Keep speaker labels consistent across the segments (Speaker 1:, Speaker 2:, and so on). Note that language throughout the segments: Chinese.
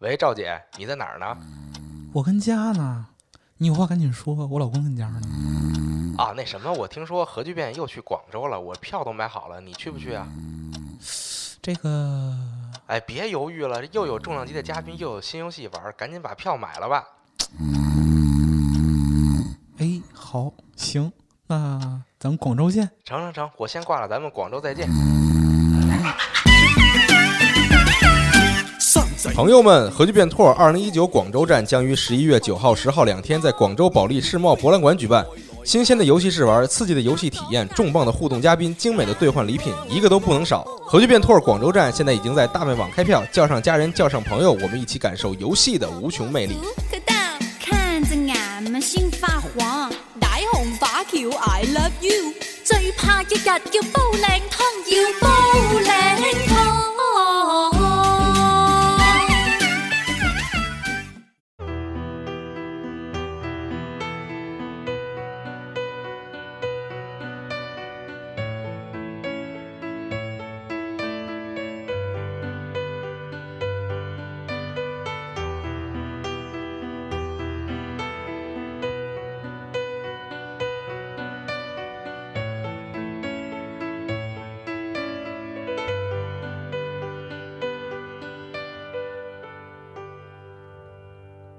Speaker 1: 喂，赵姐，你在哪儿呢？
Speaker 2: 我跟家呢，你有话赶紧说，我老公跟家呢。
Speaker 1: 啊，那什么，我听说核聚变又去广州了，我票都买好了，你去不去啊？
Speaker 2: 这个
Speaker 1: 哎，别犹豫了，又有重量级的嘉宾，又有新游戏玩，赶紧把票买了吧。
Speaker 2: 哎，好，行，那咱们广州见。
Speaker 1: 成成成，我先挂了，咱们广州再见。
Speaker 3: 朋友们，核聚变 Tour 二零一九广州站将于十一月九号、十号两天在广州保利世贸博览馆举办。新鲜的游戏试玩，刺激的游戏体验，重磅的互动嘉宾，精美的兑换礼品，一个都不能少。核聚变 Tour 广州站现在已经在大麦网开票，叫上家人，叫上朋友，我们一起感受游戏的无穷魅力。
Speaker 4: 佢得看着眼们先发黄，大雄把橋 I love you，最怕一日要煲靚湯，要煲靚湯。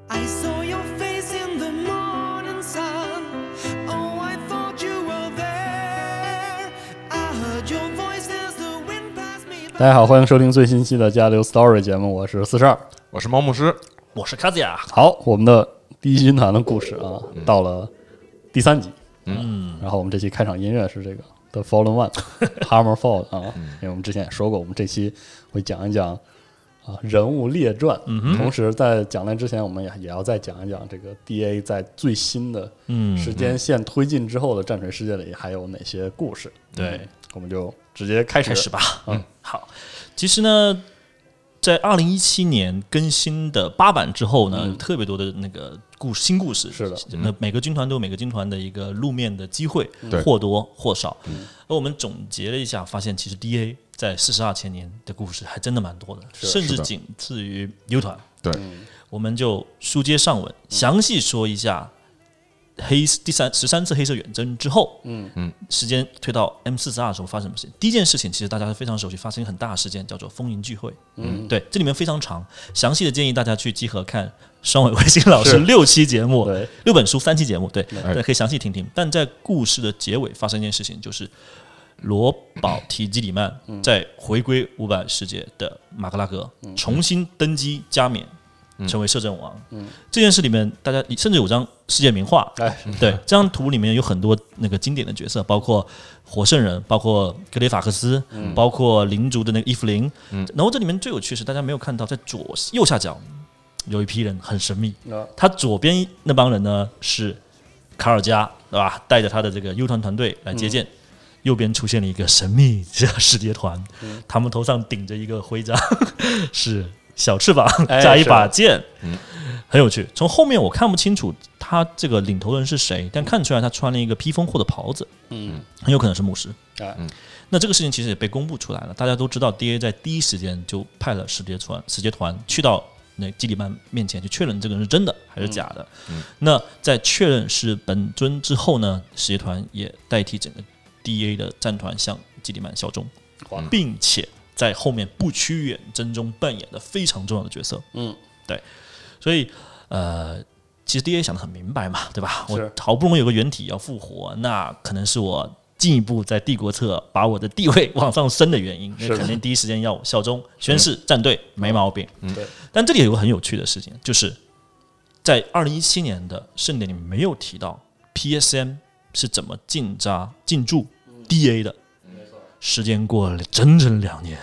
Speaker 5: I saw your face in the morning sun. Oh, I thought you were there. I heard your voice as the wind passed me
Speaker 6: 大
Speaker 5: by.
Speaker 6: 家好，欢迎收听最新期的《加流 Story》节目，我是四十二。
Speaker 7: 我是猫牧师，
Speaker 8: 我是卡子雅，
Speaker 6: 好，我们的第一军团的故事啊，到了第三集，
Speaker 8: 嗯，
Speaker 6: 然后我们这期开场音乐是这个《The Fallen One》，Hammer Fall 啊，因为我们之前也说过，我们这期会讲一讲啊人物列传，同时在讲那之前，我们也也要再讲一讲这个 D A 在最新的
Speaker 8: 嗯
Speaker 6: 时间线推进之后的战锤世界里还有哪些故事。
Speaker 8: 对
Speaker 6: 嗯，我们就直接开始
Speaker 8: 开始吧。
Speaker 6: 嗯，
Speaker 8: 好，其实呢，在二零一七年更新的八版之后呢，
Speaker 6: 嗯
Speaker 8: 特别多的那个故事新故事，
Speaker 6: 是的嗯
Speaker 8: 那每个军团都有每个军团的一个露面的机会
Speaker 3: 对，
Speaker 8: 或多或少。
Speaker 6: 嗯
Speaker 8: 而我们总结了一下，发现其实 D A 在四十二千年的故事还真的蛮多的，甚
Speaker 3: 是
Speaker 8: 至
Speaker 3: 的
Speaker 8: 仅次于 U 团。嗯
Speaker 3: 对，
Speaker 8: 我们就书接上
Speaker 6: 嗯
Speaker 8: 文，详细说一下黑第三十三次黑色远征之后，嗯
Speaker 3: 嗯，
Speaker 8: 时间推到 M 四十二的时候发生什么事情？第一件事情其实大家非常熟悉，发生一个很大的事件，叫做风云聚会。嗯，对，这里面非常长，详细的建议大家去集合看双尾卫星老师
Speaker 6: 是
Speaker 8: 六期节目，
Speaker 6: 对，嗯
Speaker 8: 六本书三期节目，对，
Speaker 6: 对
Speaker 8: 大家可以详细听听。但在故事的结尾发生一件事情，就是罗保提基里曼
Speaker 6: 嗯
Speaker 8: 在回归五百世界的马格拉格重新登基加冕，
Speaker 6: 嗯
Speaker 8: 成为摄政王。这件事里面，大家甚至有张世界名画，
Speaker 6: 哎，
Speaker 8: 对，这张图里面有很多那个经典的角色，包括火圣人，包括格雷法克斯，
Speaker 6: 嗯
Speaker 8: 包括灵族的那个伊芙琳。然后这里面最有趣是，大家没有看到，在左右下角有一批人很神秘，
Speaker 6: 啊
Speaker 8: 他左边那帮人呢是卡尔加，对吧？带着他的这个 U 团团队来接见。
Speaker 6: 嗯
Speaker 8: 右边出现了一个神秘的使节团，
Speaker 6: 嗯
Speaker 8: 他们头上顶着一个徽章， 是小翅膀
Speaker 6: 哎
Speaker 8: 加一
Speaker 6: 是嗯
Speaker 8: 把剑，很有趣。从后面我看不清楚他这个领头人是谁，但看出来他穿了一个披风或者袍子，
Speaker 6: 嗯，
Speaker 8: 很有可能是牧师。
Speaker 6: 哎，
Speaker 8: 那这个事情其实也被公布出来了，大家都知道，DA 在第一时间就派了使节团使节团去到那基里曼面前去确认这个人是真的还是假的。
Speaker 6: 嗯
Speaker 8: 那在确认是本尊之后呢，使节团也代替整个 DA 的战团向基里曼效忠
Speaker 6: 哇，
Speaker 8: 并且在后面不屈远征中扮演了非常重要的角色。
Speaker 6: 嗯，
Speaker 8: 对，所以呃。其实 D A 想的很明白嘛，对吧？我
Speaker 6: 是
Speaker 8: 好不容易有个原体要复活，那可能是我进一步在帝国侧把我的地位往上升的原因。那
Speaker 6: 是的
Speaker 8: 肯定第一时间要我效忠、宣誓、站队，没毛病。
Speaker 6: 对，
Speaker 8: 但这里有个很有趣的事情，就是在二零一七年的盛典里没有提到 PSM 是怎么进扎进驻 DA 的。时间过了整整两年，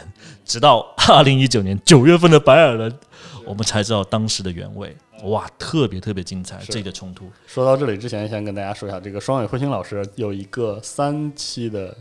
Speaker 8: 直到二零一九年九月份的白矮人，我们才知道当时的原委。哇，特别特别精彩，这个冲突
Speaker 6: 说到这里之前，先跟大家说一下，这个双尾彗星老师有一个三期的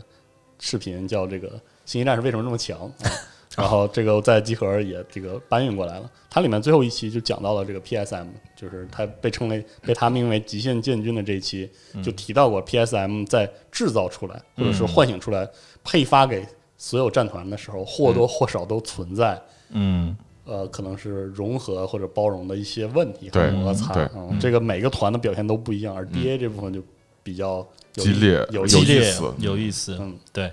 Speaker 6: 视频，叫这个《星际战士为什么这么强》啊。然后这个在集合也这个搬运过来了。它里面最后一期就讲到了这个 PSM，就是它被称为被它命为极限建军的这一期，就提到过 PSM 在制造出来或者说唤醒出来、配发给所有战团的时候，或多或少都存在、
Speaker 8: 嗯，
Speaker 6: 呃，可能是融合或者包容的一些问题和
Speaker 7: 对
Speaker 6: 摩擦。
Speaker 7: 对嗯
Speaker 6: 嗯，这个每个团的表现都不一样，而 DA 这部分就比较有
Speaker 7: 激烈
Speaker 6: 有
Speaker 7: 有
Speaker 8: 激
Speaker 6: 意
Speaker 8: 烈
Speaker 7: 意思
Speaker 8: 有意思，
Speaker 6: 嗯
Speaker 8: 对，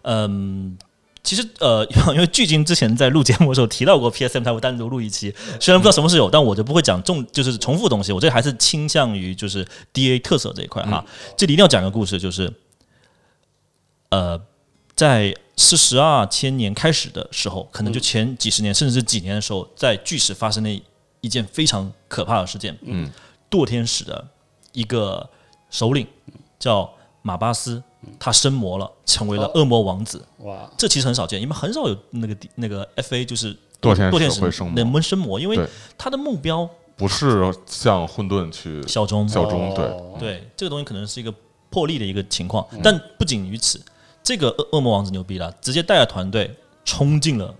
Speaker 8: 嗯。其实，呃， 因为巨鲸之前在录节目的时候提到过 PSM，他会单独录一期。虽然不知道什么时候有，但我就不会讲重，就是重复东西。我这还是倾向于就是 DA 特色这一块哈。
Speaker 7: 嗯
Speaker 8: 这里一定要讲个故事，就是，呃，在四十二千年开始的时候，可能
Speaker 7: 嗯
Speaker 8: 就前几十年、甚至是几年的时候，在巨石发生了一件非常可怕的事件。
Speaker 7: 嗯，
Speaker 8: 堕天使的一个首领叫马巴斯，他身魔了，成为了恶魔王子。
Speaker 6: 哇，
Speaker 8: 这其实很少见，因为很少有那个地那个 FA 就是
Speaker 7: 堕天
Speaker 8: 堕天
Speaker 7: 使会生
Speaker 8: 能
Speaker 7: 魔，
Speaker 8: 不能身魔，因为
Speaker 7: 对
Speaker 8: 他的目标
Speaker 7: 不是像混沌去
Speaker 8: 效忠
Speaker 7: 效忠，对，
Speaker 6: 哦
Speaker 8: 对，这个东西可能是一个破例的一个情况，但不仅于此，这个恶恶魔王子牛逼了，直接带着团队冲进了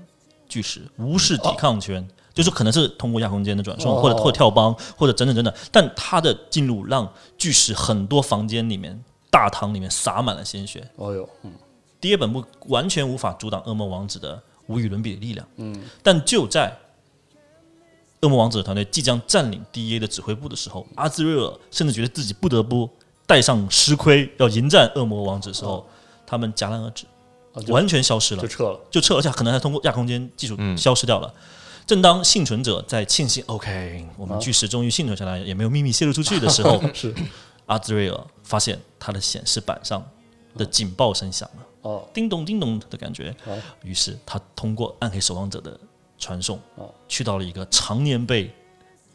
Speaker 8: 巨石，无视抵抗圈，就是可能是通过亚空间的转送，
Speaker 6: 哦
Speaker 8: 或者或者跳帮，或者等等等等。但他的进入让巨石很多房间里面、大堂里面洒满了鲜血。
Speaker 6: 哦哟，嗯
Speaker 8: 第一本部完全无法阻挡恶魔王子的无与伦比的力量。嗯，但就在恶魔王子的团队即将占领 DA 的指挥部的时候，阿兹瑞尔甚至觉得自己不得不带上石盔，要迎战恶魔王子的时候，他们戛然而止，
Speaker 6: 啊就
Speaker 8: 完全消失了
Speaker 6: 就，撤 了，
Speaker 8: 就撤，而且可能还通过亚空间技术
Speaker 7: 嗯
Speaker 8: 消失掉了。正当幸存者在庆幸 “OK，我们巨石终于幸存下来，也没有秘密泄露出去”的时候，
Speaker 6: 是
Speaker 8: 阿兹瑞尔发现他的显示板上的警报声响了。
Speaker 6: 哦，
Speaker 8: 叮咚叮咚的感觉
Speaker 6: 哦。
Speaker 8: 于是他通过暗黑守望者的传送
Speaker 6: 哦，
Speaker 8: 去到了一个常年被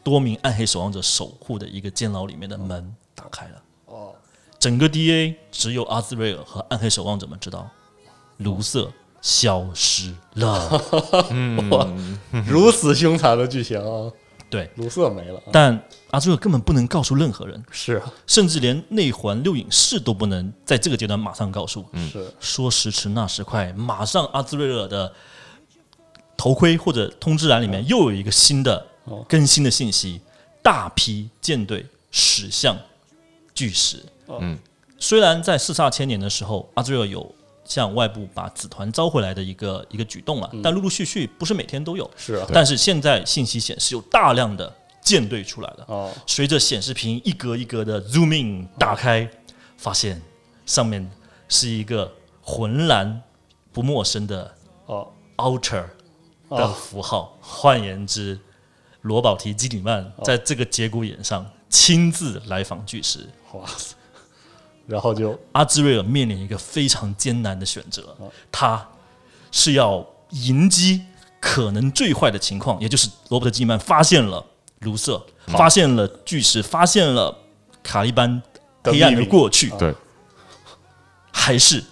Speaker 8: 多名暗黑守望者守护的一个监牢里面的门打开了。
Speaker 6: 哦，
Speaker 8: 整个 DA 只有阿兹瑞尔和暗黑守望者们知道，卢瑟消失了。
Speaker 7: 嗯
Speaker 6: 如此凶残的剧情啊，
Speaker 8: 对，
Speaker 6: 卢瑟没了啊，
Speaker 8: 但阿兹瑞尔根本不能告诉任何人，
Speaker 6: 是啊
Speaker 8: 甚至连内环六隐士都不能在这个阶段马上告诉。
Speaker 7: 嗯
Speaker 6: 是
Speaker 8: 说时迟，那时快，马上阿兹瑞尔的头盔或者通知栏里面又有一个新的
Speaker 6: 哦
Speaker 8: 更新的信息，大批舰队驶向巨石。
Speaker 7: 嗯，
Speaker 8: 虽然在四煞千年的时候，阿兹瑞尔有向外部把子团招回来的一个一个举动啊，但陆陆续续不是每天都有。
Speaker 6: 是啊
Speaker 8: 但是现在信息显示有大量的舰队出来了。
Speaker 6: 哦，
Speaker 8: 随着显示屏一格一格的 zoom in 打开，发现上面是一个浑然不陌生的
Speaker 6: 哦
Speaker 8: outer 的
Speaker 6: 哦
Speaker 8: 符号。换言之，罗保提基里曼在这个节骨眼上亲自来访巨石，
Speaker 6: 哇塞，然后就
Speaker 8: 阿兹瑞尔面临一个非常艰难的选择，他是要迎击可能最坏的情况，也就是罗伯特基里曼发现了卢瑟，发现了巨石，发现了卡利班
Speaker 6: 的
Speaker 8: 黑暗
Speaker 6: 秘
Speaker 8: 的
Speaker 6: 密
Speaker 8: 过去，
Speaker 7: 对，
Speaker 8: 还是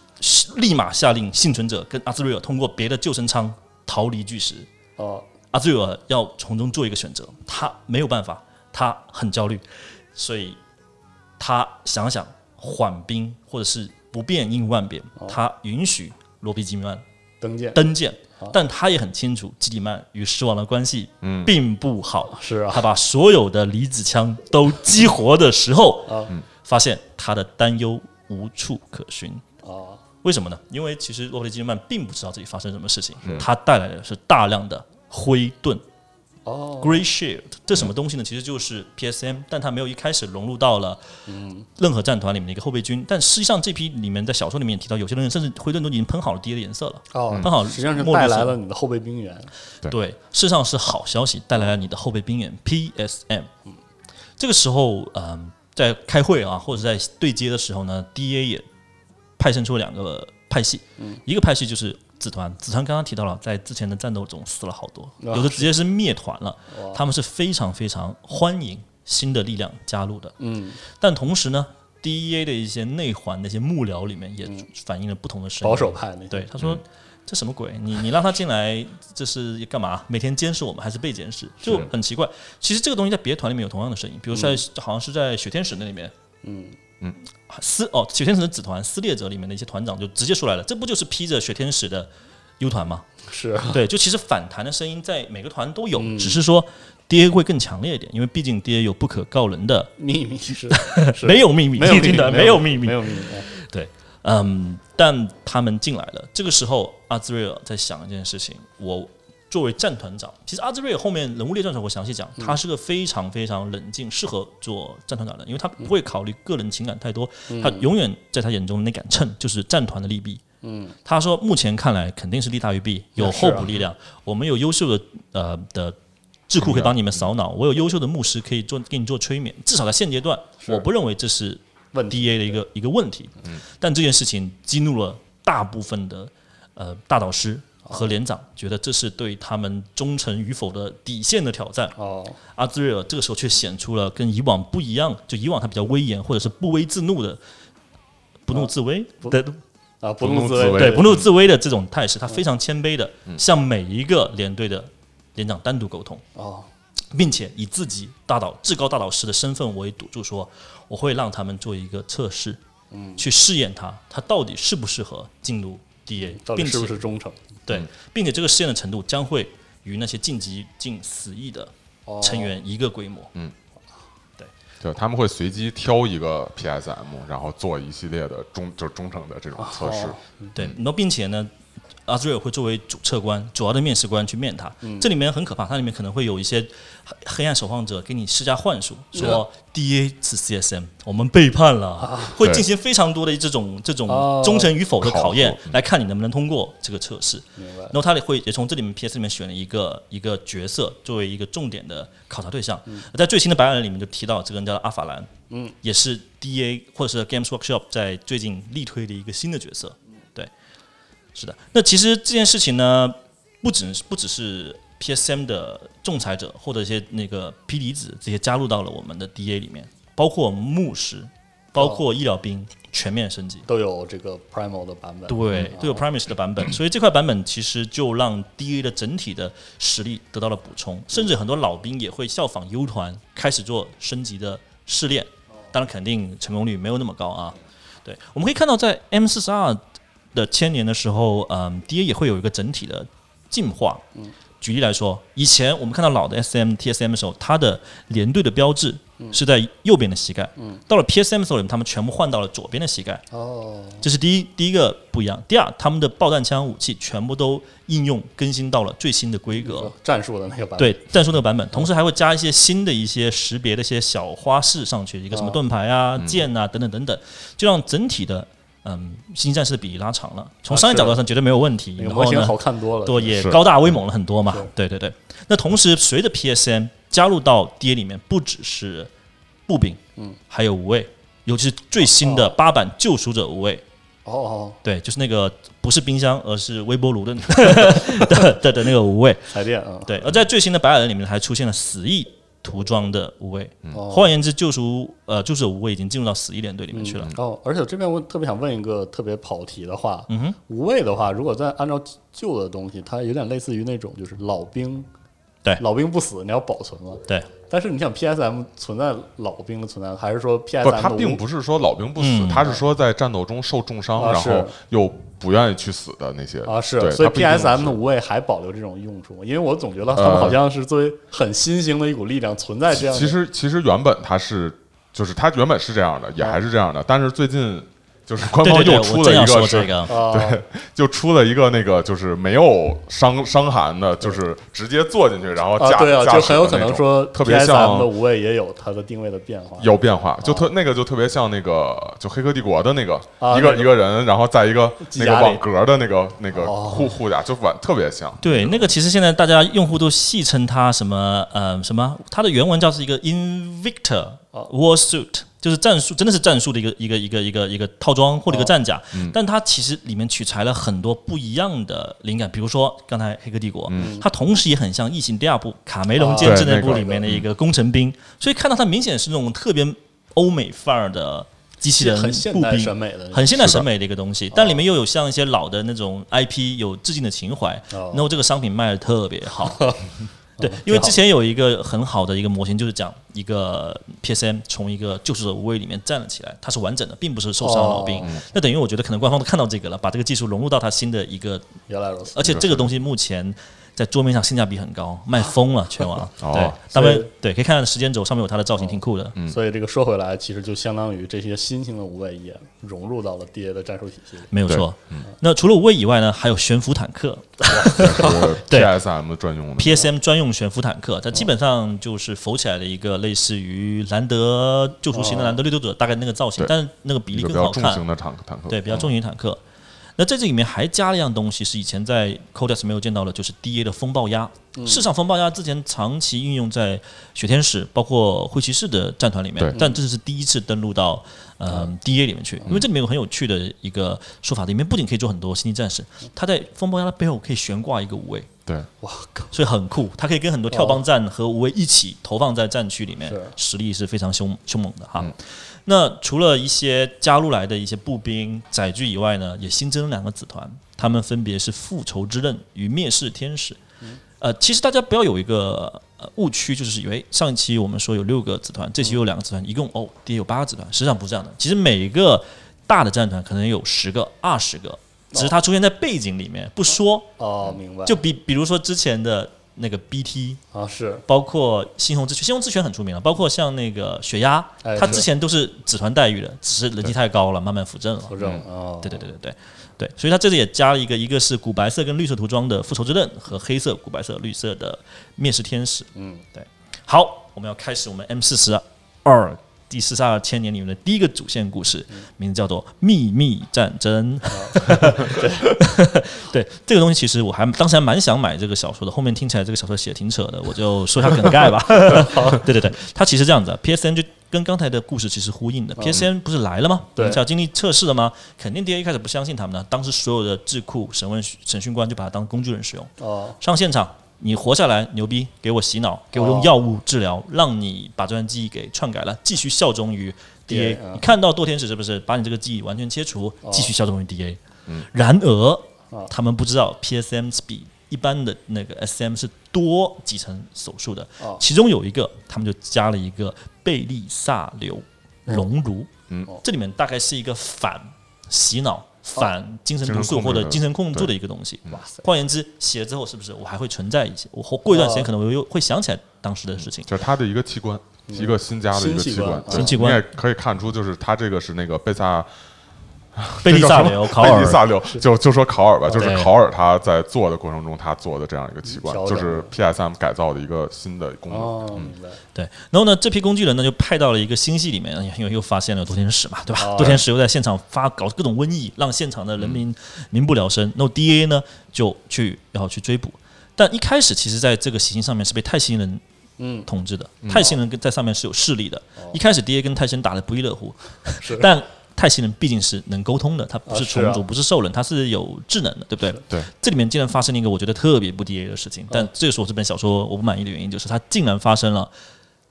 Speaker 8: 立马下令幸存者跟阿兹瑞尔通过别的救生舱逃离巨石。
Speaker 6: 哦
Speaker 8: 阿兹瑞尔要从中做一个选择，他没有办法，他很焦虑，所以他想想缓兵，或者是不变应万变，他允许罗比基曼
Speaker 6: 登舰
Speaker 8: 登舰，但他也很清楚基里曼与狮王的关系并不好，
Speaker 6: 是啊
Speaker 8: 他把所有的离子枪都激活的时候，嗯发现他的担忧无处可寻，
Speaker 6: 哦
Speaker 8: 为什么呢？因为其实洛克基曼并不知道自己发生什么事情，他带来的是大量的灰盾。
Speaker 6: 哦
Speaker 8: Grey Shield 这什么东西呢？其实就是 PSM，但它没有一开始融入到了任何战团里面的一个后备军。但实际上，这批里面在小说里面也提到，有些人甚至灰盾都已经喷好了 D 的颜色了。
Speaker 6: 哦，
Speaker 7: 嗯
Speaker 8: 刚好
Speaker 6: 实际上是
Speaker 8: 末日
Speaker 6: 带来
Speaker 8: 色
Speaker 6: 了你的后备兵员，
Speaker 8: 对，事实上是好消息，带来了你的后备兵员 PSM。这个时候，嗯、在开会啊，或者在对接的时候呢，DA 也派生出两个派系，
Speaker 6: 嗯
Speaker 8: 一个派系就是子团，子团刚刚提到了，在之前的战斗中死了好多，
Speaker 6: 啊
Speaker 8: 有的直接是灭团了，他们是非常非常欢迎新的力量加入的，
Speaker 6: 嗯，
Speaker 8: 但同时呢。DEA 的一些内环、那些幕僚里面也
Speaker 6: 嗯
Speaker 8: 反映了不同的声音，
Speaker 6: 保守派那些
Speaker 8: 对，他说、这什么鬼？你你让他进来，这是干嘛？每天监视我们还是被监视，就很奇怪。其实这个东西在别的团里面有同样的声音，比如在、好像是在雪天使那里面，嗯嗯，撕哦，雪天使的子团撕裂者里面的一些团长就直接出来了，这不就是披着雪天使的 U 团吗？
Speaker 6: 是啊
Speaker 8: 对，就其实反弹的声音在每个团都有，只是说 DA 会更强烈一点，因为毕竟 DA 有不可告人的，
Speaker 6: 秘密是是
Speaker 8: 没有秘密，
Speaker 6: 没有
Speaker 8: 听
Speaker 6: 秘密
Speaker 8: 的没有秘密
Speaker 6: 没，有秘密，哎
Speaker 8: 对，嗯，但他们进来了。这个时候，阿兹瑞尔在想一件事情：我作为战团长，其实阿兹瑞尔后面人物列传上我详细讲，他是个非常非常冷静，适合做战团长的，因为他不会考虑个人情感太多，他永远在他眼中那杆秤就是战团的利弊。嗯，他说目前看来肯定是利大于弊，有
Speaker 6: 是
Speaker 8: 候
Speaker 6: 啊
Speaker 8: 补力量，我们有优秀的呃的智库可以帮你们扫脑，我有优秀的牧师可以做给你做催眠，至少在现阶段，我不认为这是
Speaker 6: 问题
Speaker 8: D A 的一个一个问题。但这件事情激怒了大部分的呃大导师和连长，觉得这是对他们忠诚与否的底线的挑战。
Speaker 6: 哦，
Speaker 8: 阿兹瑞尔这个时候却显出了跟以往不一样，就以往他比较威严或者是不威自怒的。不怒自威的，
Speaker 6: 啊，不
Speaker 7: 不
Speaker 6: 怒
Speaker 7: 怒
Speaker 6: 自
Speaker 7: 自
Speaker 6: 威，
Speaker 7: 威
Speaker 8: 对不怒自威的这种态势，他非常谦卑的向每一个连队的连长单独沟通。
Speaker 6: 哦，
Speaker 8: 并且以自己大导至高大导师的身份为赌注说，我会让他们做一个测试，去试验他，他到底适不适合进入 DA，
Speaker 6: 嗯到底
Speaker 8: 并且
Speaker 6: 是不是忠诚？
Speaker 8: 对，并且这个试验的程度将会与那些晋级近死亿的
Speaker 6: 哦
Speaker 8: 成员一个规模。
Speaker 7: 对，他们会随机挑一个 PSM，然后做一系列的忠就是忠诚的这种测
Speaker 8: 哦
Speaker 7: 试。
Speaker 6: 嗯
Speaker 8: 对，然后并且呢，阿兹瑞尔会作为主测官、主要的面试官去面他。
Speaker 6: 嗯
Speaker 8: 这里面很可怕，它里面可能会有一些黑黑暗守望者给你施加幻术，说 DA 是 CSM，我们背叛了，会进行非常多的这种这种
Speaker 6: 啊哦
Speaker 8: 忠诚与否的考验
Speaker 7: 考核，
Speaker 8: 来看你能不能通过这个测试。
Speaker 6: 白
Speaker 8: 然后他也会也从这里面 PS 里面选了一个一个角色作为一个重点的考察对象。在最新的白矮人里面就提到这个人叫阿法兰，嗯，也是 DA 或者是 Games Workshop 在最近力推的一个新的角色。对，是的。那其实这件事情呢，不只不只是 PSM 的仲裁者或者一些那个皮离子这些加入到了我们的 DA 里面，包括牧师，包括医疗兵全面升级。
Speaker 6: 都有这个 primal 的版本，嗯哦
Speaker 8: 对，都有 Promise 的版本，所以这块版本其实就让 DA 的整体的实力得到了补充，甚至很多老兵也会效仿 U 团开始做升级的试炼，
Speaker 6: 哦
Speaker 8: 当然肯定成功率没有那么高啊。对，我们可以看到在 M 四十二的千年的时候，嗯，DA 也会有一个整体的进化。
Speaker 6: 嗯
Speaker 8: 举例来说，以前我们看到老的 SM、TSM 的时候，它的连队的标志
Speaker 6: 嗯
Speaker 8: 是在右边的膝盖，到了 PSM 的时候，他们全部换到了左边的膝盖。
Speaker 6: 哦，
Speaker 8: 这是第一第一个不一样。第二，他们的爆弹枪武器全部都应用更新到了最新的规格。
Speaker 6: 战术的那个版本，
Speaker 8: 对，战术那个版本，同时还会加一些新的一些识别的一些小花式上去，一个什么盾牌啊、剑啊等等等等，就让整体的嗯新战士的比例拉长了。从商业角度上绝对没有问题。
Speaker 6: 那
Speaker 8: 然
Speaker 6: 个
Speaker 8: 后
Speaker 6: 模型
Speaker 8: 呢，
Speaker 6: 好看多了，
Speaker 8: 多也
Speaker 7: 是
Speaker 8: 高大威猛了很多嘛。对对对。那同时，随着 PSM 加入到 DA 里面，不只是步兵，嗯，还有无畏，尤其是最新的八版救赎者无畏。
Speaker 6: 哦哦，
Speaker 8: 对，就是那个不是冰箱，而是微波炉的 的的的那个无畏。
Speaker 6: 彩电啊，
Speaker 8: 对，而在最新的白矮人里面还出现了死翼涂装的无畏。
Speaker 6: 哦
Speaker 8: 换言之，救赎呃救赎无畏已经进入到死翼连队里面去了。
Speaker 6: 哦，而且我这边我特别想问一个特别跑题的话，嗯哼，无畏的话，如果再按照旧的东西，它有点类似于那种就是老兵，
Speaker 8: 对
Speaker 6: 老兵不死，你要保存了。
Speaker 8: 对，
Speaker 6: 但是你想 PSM 存在老兵的存在，还是说 PSM
Speaker 7: 不，
Speaker 6: 的
Speaker 7: 他
Speaker 6: 无
Speaker 7: 并不是说老兵不死，
Speaker 8: 嗯
Speaker 7: 他是说在战斗中受重伤，
Speaker 6: 啊
Speaker 7: 然
Speaker 6: 是
Speaker 7: 后又不愿意去死的那些
Speaker 6: 啊，
Speaker 7: 对
Speaker 6: 是，所以
Speaker 7: 他不一定是
Speaker 6: PSM 的无畏还保留这种用处，因为我总觉得他们
Speaker 7: 呃
Speaker 6: 好像是作为很新兴的一股力量存在这样的。
Speaker 7: 其实其实原本它是，就是它原本是这样的，也还是这样的，但是最近就是官
Speaker 8: 啊对
Speaker 7: 方
Speaker 8: 对对，
Speaker 7: 又出
Speaker 8: 我
Speaker 7: 了
Speaker 8: 正
Speaker 7: 一
Speaker 8: 要说
Speaker 7: 个
Speaker 8: 这
Speaker 7: 是，
Speaker 8: 个，
Speaker 6: 啊，
Speaker 7: 就出了一个那个就是没有伤伤寒的，就是直接坐进去，然后
Speaker 6: 啊，
Speaker 7: 驾
Speaker 6: 对啊，
Speaker 7: 驾
Speaker 6: 就
Speaker 7: 驶
Speaker 6: 很有
Speaker 7: 的
Speaker 6: 可
Speaker 7: 那
Speaker 6: 能
Speaker 7: 种
Speaker 6: 说
Speaker 7: 特别
Speaker 6: PSM 的
Speaker 7: 像
Speaker 6: 无畏也有它的定位的变化。
Speaker 7: 有变化，就特那个就特别像那个就《黑客帝国》的那个
Speaker 6: 啊
Speaker 7: 一个
Speaker 6: 那个
Speaker 7: 一个人，然后在一个
Speaker 6: 机
Speaker 7: 那
Speaker 6: 甲
Speaker 7: 个
Speaker 6: 里
Speaker 7: 网格的那个那个
Speaker 6: 哦
Speaker 7: 护护甲，就完特别像。
Speaker 8: 对，那个其实现在大家用户都戏称它什么呃什么，它的原文叫是一个 Invictor War Suit，就是战术，真的是战术的一个一个一个一个一个套装或者一个战甲，但它其实里面取材了很多不一样的灵感，比如说刚才《黑客帝国》它同时也很像《异形》第二部卡梅隆监制嗯哦那部里面的一个工嗯程兵，所以看到它明显是那种特别欧美范儿的机器人
Speaker 6: 很现
Speaker 8: 步
Speaker 6: 代
Speaker 8: 兵，
Speaker 6: 审美的那哦种，
Speaker 8: 很现代审美的一个东西，但里面又有像一些老的那种 IP 有致敬的情怀，
Speaker 6: 哦
Speaker 8: 然后这个商品卖的特别 好。对，因为之前有一个很好的一个模型，就是讲一个 PSM 从一个救赎者无畏里面站了起来，它是完整的，并不是受伤的老
Speaker 6: 哦
Speaker 8: 兵。那等于我觉得可能官方都看到这个了，把这个技术融入到它新的一个，
Speaker 7: 嗯
Speaker 6: 原来如此。
Speaker 8: 而且这个东西目前在桌面上性价比很高，卖疯了全网。
Speaker 7: 哦
Speaker 8: 对，他
Speaker 6: 所以
Speaker 8: 们对可以看看时间轴上面有它的造型，挺酷的。
Speaker 7: 嗯
Speaker 6: 所以这个说回来，其实就相当于这些新兴的无畏也融入到了 DA 的战术体系里。
Speaker 8: 没有
Speaker 7: 对
Speaker 8: 错。那除了无畏以外呢，还有悬浮坦克
Speaker 7: 是
Speaker 8: 对
Speaker 7: PSM 专用的
Speaker 8: PSM 专用悬浮坦克，它基本上就是浮起来的一个类似于兰德救赎型
Speaker 6: 哦
Speaker 8: 的兰德掠夺者大概那个造型
Speaker 7: 对，
Speaker 8: 但是那个比
Speaker 7: 一
Speaker 8: 例
Speaker 7: 个比
Speaker 8: 更
Speaker 7: 较
Speaker 8: 好
Speaker 7: 重
Speaker 8: 看。
Speaker 7: 型的坦克坦克，
Speaker 8: 对，比较
Speaker 7: 嗯
Speaker 8: 重型坦克。那在这里面还加了一样东西，是以前在 Codex 没有见到的，就是 DA 的风暴鸭。市场风暴鸭之前长期运用在雪天使，包括灰骑士的战团里
Speaker 7: 对嗯
Speaker 8: 面，但这是第一次登陆到呃 DA 里面去，因为这里面有很有趣的一个说法，里面不仅可以做很多星际战士，它在风暴鸭的背后可以悬挂一个无畏，
Speaker 7: 对，
Speaker 8: 所以很酷，它可以跟很多跳帮战和无畏一起投放在战区里面
Speaker 6: 是，
Speaker 8: 实力是非常凶凶猛的哈。
Speaker 7: 嗯
Speaker 8: 那除了一些加入来的一些步兵载具以外呢，也新增了两个子团，他们分别是复仇之刃与灭世天使。呃，其实大家不要有一个呃误区，就是以为上一期我们说有六个子团，这期有两个子团，一共哦，也有八个子团，实际上不是这样的。其实每一个大的战团可能有十个、二十个，只是它出现在背景里面不说。
Speaker 7: 嗯
Speaker 6: 哦，明白。
Speaker 8: 就比比如说之前的那个 BT，
Speaker 6: 啊是
Speaker 8: 包括猩红之拳，猩红之拳很出名了，包括像那个雪鸭
Speaker 6: 哎，
Speaker 8: 它
Speaker 6: 是
Speaker 8: 之前都是子团待遇的，只是人气太高了，慢慢扶正了。
Speaker 6: 不正
Speaker 7: 嗯
Speaker 6: 哦，
Speaker 8: 对对对对对对，所以它这里也加了一个，一个是古白色跟绿色涂装的复仇之刃和黑色、古白色、绿色的面试天使。
Speaker 6: 嗯，
Speaker 8: 对。好，我们要开始我们 M 四十二第四十二千年里面的第一个主线故事，名字叫做《秘密战争》。 对这个东西，其实我还当时还蛮想买这个小说的，后面听起来这个小说写得挺扯的，我就说一下梗概吧。 对对对，它其实这样子啊，PSN 就跟刚才的故事其实呼应的。PSN 不是来了吗？
Speaker 6: 对
Speaker 8: 要经历测试了吗？肯定 DA 一开始不相信他们的，当时所有的智库审问审讯官就把它当工具人使用。
Speaker 6: 哦
Speaker 8: 上现场，你活下来牛逼，给我洗脑，给我
Speaker 6: 哦
Speaker 8: 用药物治疗，让你把这段记忆给篡改了，继续效忠于 DA
Speaker 6: 对嗯。
Speaker 8: 你看到堕天使是不是把你这个记忆完全切除，继续效忠于 DA？然而
Speaker 6: 嗯哦，
Speaker 8: 他们不知道 PSM 是比一般的那个 SM 是多几层手术的
Speaker 6: 哦，
Speaker 8: 其中有一个他们就加了一个贝利萨流熔炉，
Speaker 7: 嗯
Speaker 8: 这里面大概是一个反洗脑。
Speaker 6: 哦
Speaker 8: 反精神毒素
Speaker 7: 精神控制
Speaker 8: 或者
Speaker 7: 的
Speaker 8: 精神控制
Speaker 7: 对
Speaker 8: 的一个东西，
Speaker 6: 哇塞，
Speaker 8: 换言之，写了之后是不是我还会存在一些？我后过一段时
Speaker 6: 哦
Speaker 8: 间可能我又会想起来当时的事情。
Speaker 7: 就是它的一个器官，一个新加的一
Speaker 6: 嗯
Speaker 7: 个
Speaker 6: 新器
Speaker 7: 器
Speaker 6: 官嗯
Speaker 7: 对
Speaker 8: 新器官
Speaker 7: 你也可以看出，就是它这个是那个贝萨
Speaker 8: 贝利萨
Speaker 7: 这叫
Speaker 8: 流、
Speaker 7: 什么
Speaker 8: 考
Speaker 7: 贝利萨
Speaker 8: 尔，
Speaker 7: 流，就就说考尔吧，就是
Speaker 8: 对
Speaker 7: 考尔他在做的过程中，他做的这样一个器官，
Speaker 6: 调
Speaker 7: 就
Speaker 6: 整
Speaker 7: 是 PSM 改造的一个新的功能。
Speaker 6: 哦，明白。
Speaker 8: 对。然后呢，这批工具人呢就派到了一个星系里面，因为又发现了多天使嘛，对吧？
Speaker 6: 哦
Speaker 8: 多天使又在现场发搞各种瘟疫，让现场的人民
Speaker 6: 嗯
Speaker 8: 民不聊生。那 DA 呢就去要去追捕，但一开始其实在这个行星上面是被泰星人
Speaker 6: 嗯，哦
Speaker 8: 统治的，泰星人跟在上面是有势力的。一开始 DA 跟泰星人打得不亦乐 乎，但泰星人毕竟是能沟通的，他不
Speaker 6: 啊
Speaker 8: 是
Speaker 6: 是
Speaker 8: 虫
Speaker 6: 啊
Speaker 8: 族，不是兽人，他是有智能的，对不对？
Speaker 7: 对，
Speaker 8: 这里面竟然发生了一个我觉得特别不 DA 的事情，但这也是我这本小说我不满意的原因，就是它竟然发生了